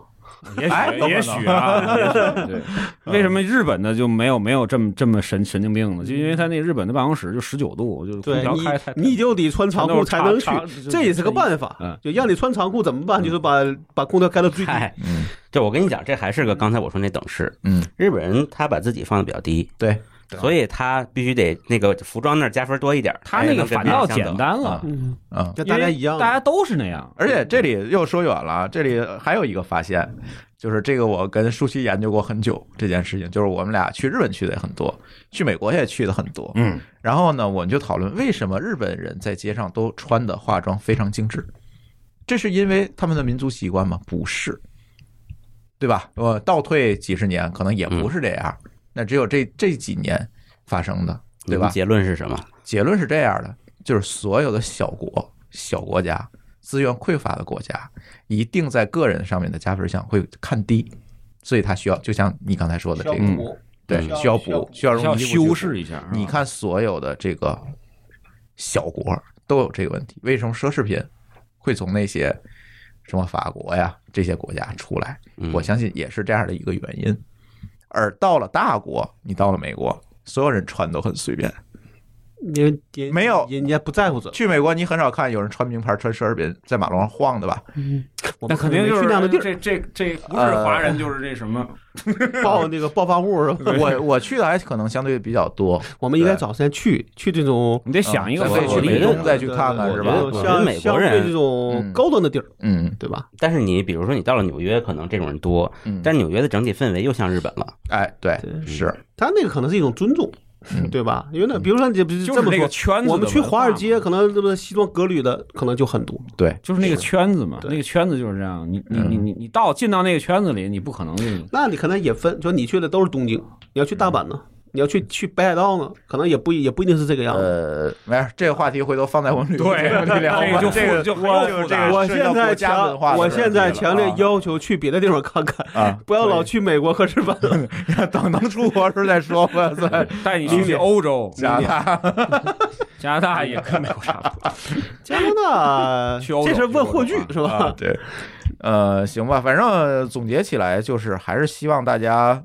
[SPEAKER 2] 也
[SPEAKER 1] 哎
[SPEAKER 2] 许也许 啊，也许对。为
[SPEAKER 3] 嗯
[SPEAKER 2] 什么日本的就没有没有这么这么神神经病呢？就因为他那日本的办公室就十九度，就空
[SPEAKER 3] 对
[SPEAKER 2] 调
[SPEAKER 3] 你
[SPEAKER 2] 开太
[SPEAKER 3] 你就得穿长裤才能去
[SPEAKER 2] 全都是长长，
[SPEAKER 3] 这也是个办
[SPEAKER 2] 嗯
[SPEAKER 3] 法。就让你穿长裤怎么办？就是把把空调开到最低。
[SPEAKER 4] 嗨，
[SPEAKER 1] 嗯
[SPEAKER 4] 就我跟你讲，这还是个刚才我说那等式。
[SPEAKER 1] 嗯，
[SPEAKER 4] 日本人他把自己放的比较低，
[SPEAKER 1] 对，
[SPEAKER 4] 所以他必须得那个服装那儿加分多一点儿。
[SPEAKER 2] 他那个
[SPEAKER 4] 才
[SPEAKER 2] 反
[SPEAKER 4] 能跟
[SPEAKER 2] 倒
[SPEAKER 4] 别人相
[SPEAKER 2] 简
[SPEAKER 4] 等。
[SPEAKER 2] 单
[SPEAKER 1] 啊
[SPEAKER 2] 了，
[SPEAKER 3] 嗯，
[SPEAKER 1] 嗯。
[SPEAKER 3] 就
[SPEAKER 2] 因为
[SPEAKER 3] 大家一样。
[SPEAKER 2] 大家都是那样。
[SPEAKER 1] 而且这里又说远了啊，这里还有一个发现，就是这个我跟舒淇研究过很久这件事情，就是我们俩去日本去的也很多，去美国也去的很多，
[SPEAKER 2] 嗯，
[SPEAKER 1] 然后呢，我们就讨论为什么日本人在街上都穿的化妆非常精致，这是因为他们的民族习惯吗？不是，对吧？我倒退几十年，可能也不是这样，那只有这这几年发生的，
[SPEAKER 4] 你
[SPEAKER 1] 对
[SPEAKER 4] 们
[SPEAKER 1] 吧？
[SPEAKER 4] 结论是什么？
[SPEAKER 1] 结论是这样的，就是所有的小国、小国家、资源匮乏的国家，一定在个人上面的加分项会看低，所以它需要，就像你刚才说的这个，
[SPEAKER 2] 嗯
[SPEAKER 1] 对，
[SPEAKER 4] 嗯
[SPEAKER 1] 需要补，需要
[SPEAKER 2] 需要
[SPEAKER 1] 容易
[SPEAKER 2] 修饰。一下。嗯是吧
[SPEAKER 1] 你，看所有的这个小国都有这个问题，为什么奢侈品会从那些什么法国呀这些国家出来？
[SPEAKER 4] 嗯
[SPEAKER 1] 我相信也是这样的一个原因。而到了大国，你到了美国，所有人穿都很随便。
[SPEAKER 3] 人人
[SPEAKER 1] 没有
[SPEAKER 3] 人家不在乎这。
[SPEAKER 1] 去美国，你很少看有人穿名牌、穿奢侈品在马路上晃的吧？
[SPEAKER 3] 我
[SPEAKER 2] 嗯那
[SPEAKER 3] 们
[SPEAKER 2] 肯定就是
[SPEAKER 3] 去那样的地儿，
[SPEAKER 2] 这这这不是华人就是这什么，
[SPEAKER 3] 爆那个暴发户是 吧？
[SPEAKER 1] 我我去的还可能相对比较多，
[SPEAKER 3] 我们应该
[SPEAKER 1] 对
[SPEAKER 3] 找时间去去这种
[SPEAKER 2] 你得想一个
[SPEAKER 1] 嗯
[SPEAKER 2] 合
[SPEAKER 1] 咱可以去
[SPEAKER 4] 我觉
[SPEAKER 2] 理
[SPEAKER 1] 美
[SPEAKER 4] 得
[SPEAKER 2] 的。
[SPEAKER 1] 东再去看看
[SPEAKER 3] 呃对
[SPEAKER 1] 是
[SPEAKER 3] 对
[SPEAKER 1] 吧？
[SPEAKER 3] 对
[SPEAKER 4] 我觉
[SPEAKER 3] 像
[SPEAKER 4] 得美国人
[SPEAKER 3] 像对这种
[SPEAKER 1] 嗯
[SPEAKER 3] 高端的地儿，
[SPEAKER 1] 嗯
[SPEAKER 3] 对吧？
[SPEAKER 4] 但是你比如说你到了纽约，可能这种人多，
[SPEAKER 1] 嗯，
[SPEAKER 4] 但是纽约的整体氛围又像日本了。
[SPEAKER 1] 哎对
[SPEAKER 3] 对
[SPEAKER 1] 是
[SPEAKER 3] 他那个可能是一种尊重，
[SPEAKER 1] 嗯
[SPEAKER 3] 对吧？因为那比如说你
[SPEAKER 2] 就
[SPEAKER 3] 这
[SPEAKER 2] 是
[SPEAKER 3] 么
[SPEAKER 2] 那个
[SPEAKER 3] 说，
[SPEAKER 2] 圈子，
[SPEAKER 3] 我们去华尔街，可能这个西装革履的可能就很多。
[SPEAKER 1] 对
[SPEAKER 2] 就是那个圈子嘛，
[SPEAKER 3] 对
[SPEAKER 2] 那个圈子就是这样。你你
[SPEAKER 1] 嗯
[SPEAKER 2] 你你你到进到那个圈子里，你不可能就是
[SPEAKER 3] 那你可能也分，就你去的都是东京，你要去大阪呢，你要去去北海道呢，可能也不也不一定是这个样子。
[SPEAKER 1] 呃没事，这个话题回头放在我们旅游
[SPEAKER 2] 对
[SPEAKER 1] 节目里聊吧。
[SPEAKER 2] 这个就
[SPEAKER 1] 这个
[SPEAKER 2] 就
[SPEAKER 1] 我
[SPEAKER 2] 就
[SPEAKER 1] 就
[SPEAKER 2] 复
[SPEAKER 1] 这个涉
[SPEAKER 2] 杂
[SPEAKER 3] 我
[SPEAKER 1] 及到
[SPEAKER 3] 现在
[SPEAKER 1] 国家文化
[SPEAKER 3] 强，
[SPEAKER 1] 的
[SPEAKER 3] 我
[SPEAKER 1] 问题了，
[SPEAKER 3] 现在强烈
[SPEAKER 1] 啊
[SPEAKER 3] 要求去别的地方看看，
[SPEAKER 1] 啊，
[SPEAKER 3] 不要老去美国和日本。
[SPEAKER 1] 等能出国时候再说 吧，在
[SPEAKER 2] 带你去欧洲、
[SPEAKER 1] 加拿
[SPEAKER 3] 嗯
[SPEAKER 1] 大
[SPEAKER 2] 加拿大也跟美国差不多。
[SPEAKER 3] 加拿大，
[SPEAKER 2] 去欧洲
[SPEAKER 3] 这是问霍炬
[SPEAKER 2] 去
[SPEAKER 3] 是
[SPEAKER 1] 啊
[SPEAKER 3] 吧？
[SPEAKER 1] 对， 呃，行吧，反正总结起来就是，还是希望大家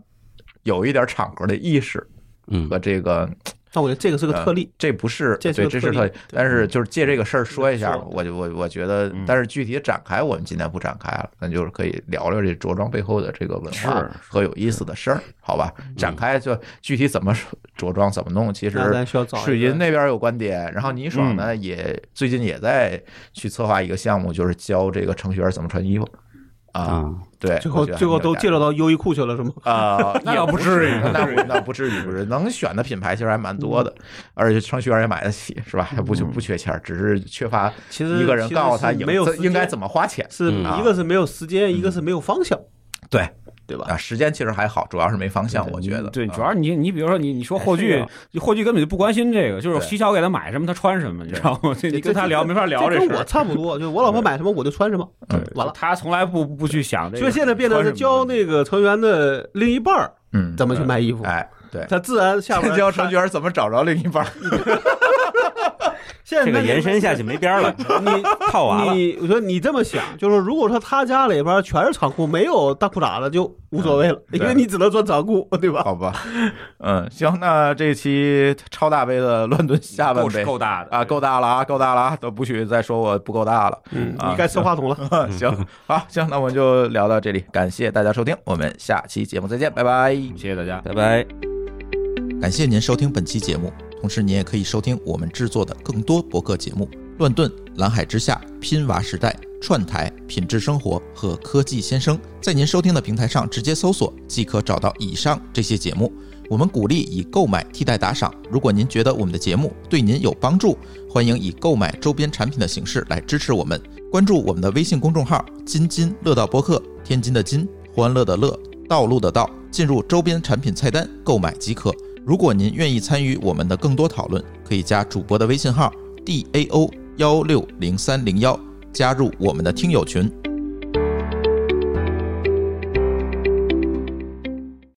[SPEAKER 1] 有一点场合的意识
[SPEAKER 4] 嗯，
[SPEAKER 1] 和这个
[SPEAKER 3] 但我觉得这个是个特例，
[SPEAKER 1] 这不是
[SPEAKER 3] 这是
[SPEAKER 1] 对，
[SPEAKER 3] 个
[SPEAKER 1] 这是
[SPEAKER 3] 特
[SPEAKER 1] 特
[SPEAKER 3] 例嗯
[SPEAKER 1] 例，但是就是借这个事儿说一下
[SPEAKER 3] 说
[SPEAKER 1] 吧，我就我我觉得，但是具体展开我们今天不展开了，那就是可以聊聊这着装背后的这个文化
[SPEAKER 2] 是
[SPEAKER 1] 和有意思的事儿，好吧？展开就具体怎么着装怎么弄，其实
[SPEAKER 3] 那咱需要找一个
[SPEAKER 1] 水银那边有观点，然后倪爽呢也最近也在去策划一个项目，就是教这个程序员怎么穿衣服。啊，
[SPEAKER 4] 啊，
[SPEAKER 1] 对，
[SPEAKER 3] 最后
[SPEAKER 1] 我觉得
[SPEAKER 3] 最后
[SPEAKER 1] 很有
[SPEAKER 3] 都
[SPEAKER 1] 价
[SPEAKER 3] 介
[SPEAKER 1] 值
[SPEAKER 3] 绍到优衣库去了是吗？
[SPEAKER 1] 啊，
[SPEAKER 2] 那
[SPEAKER 1] 也
[SPEAKER 2] 倒不至于
[SPEAKER 1] 那不那不至于，不是能选的品牌其实还蛮多的，而且程序员也买得起，是吧？还不就不缺钱儿，只是缺乏
[SPEAKER 3] 呃其实
[SPEAKER 1] 一个人告诉他
[SPEAKER 3] 其
[SPEAKER 1] 应
[SPEAKER 3] 实是没有时间
[SPEAKER 1] 应该怎么花钱
[SPEAKER 3] 是
[SPEAKER 4] 嗯
[SPEAKER 3] 一个是没有时间，一个是没有方向，
[SPEAKER 1] 对
[SPEAKER 3] 对吧？
[SPEAKER 1] 啊。时间其实还好，主要是没方向，我觉得
[SPEAKER 2] 对，
[SPEAKER 1] 啊
[SPEAKER 2] 主要是你你比如说你你说霍
[SPEAKER 4] 是
[SPEAKER 2] 炬
[SPEAKER 4] 啊，
[SPEAKER 2] 霍炬根本就不关心这个，就是
[SPEAKER 1] 对
[SPEAKER 2] 西桥给他买什么他穿什么，你知道吗？ 这你跟他聊没法聊
[SPEAKER 3] 这
[SPEAKER 2] 事
[SPEAKER 3] 跟我
[SPEAKER 2] 儿。
[SPEAKER 3] 差不多，就我老婆买什么我就穿什么，完了。
[SPEAKER 2] 他从来不不去想这个
[SPEAKER 3] 所
[SPEAKER 2] 穿
[SPEAKER 3] 以
[SPEAKER 2] 什么。
[SPEAKER 3] 现在变得是教那个成员的另一半儿
[SPEAKER 1] 嗯，
[SPEAKER 3] 怎么去买衣服，
[SPEAKER 1] 哎，对，
[SPEAKER 3] 他自然下 边
[SPEAKER 1] 教程序员怎么找着另一半儿？
[SPEAKER 3] 现在
[SPEAKER 4] 这个延伸下去没边儿了，你套娃了，
[SPEAKER 3] 你我觉得你这么想，就是如果说他家里边全是长裤，没有大裤衩的就无所谓了，
[SPEAKER 1] 嗯
[SPEAKER 3] 因为你只能穿长裤，对 吧？
[SPEAKER 1] 好吧， 嗯，行，那这期超大杯的乱炖下半
[SPEAKER 2] 够
[SPEAKER 1] 杯
[SPEAKER 2] 够大的
[SPEAKER 1] 啊，够大了啊，够大了啊，都不许再说我不够大了。
[SPEAKER 3] 嗯
[SPEAKER 1] 啊
[SPEAKER 3] 你该吃话筒了。
[SPEAKER 2] 嗯
[SPEAKER 1] 行，好，行，那我们就聊到这里，感谢大家收听，我们下期节目再见，拜拜。
[SPEAKER 2] 谢谢大家。
[SPEAKER 4] 拜拜。
[SPEAKER 1] 感谢您收听本期节目，同时您也可以收听我们制作的更多博客节目：乱炖、蓝海之下、拼娃时代、串台、品质生活和科技先生。在您收听的平台上直接搜索即可找到以上这些节目。我们鼓励以购买替代打赏。如果您觉得我们的节目对您有帮助，欢迎以购买周边产品的形式来支持我们。关注我们的微信公众号“津津乐道播客”，天津的津，欢乐的乐，道路的道，进入周边产品菜单购买即可。如果您愿意参与我们的更多讨论，可以加主播的微信号 d a o 幺六零三零幺，加入我们的听友群。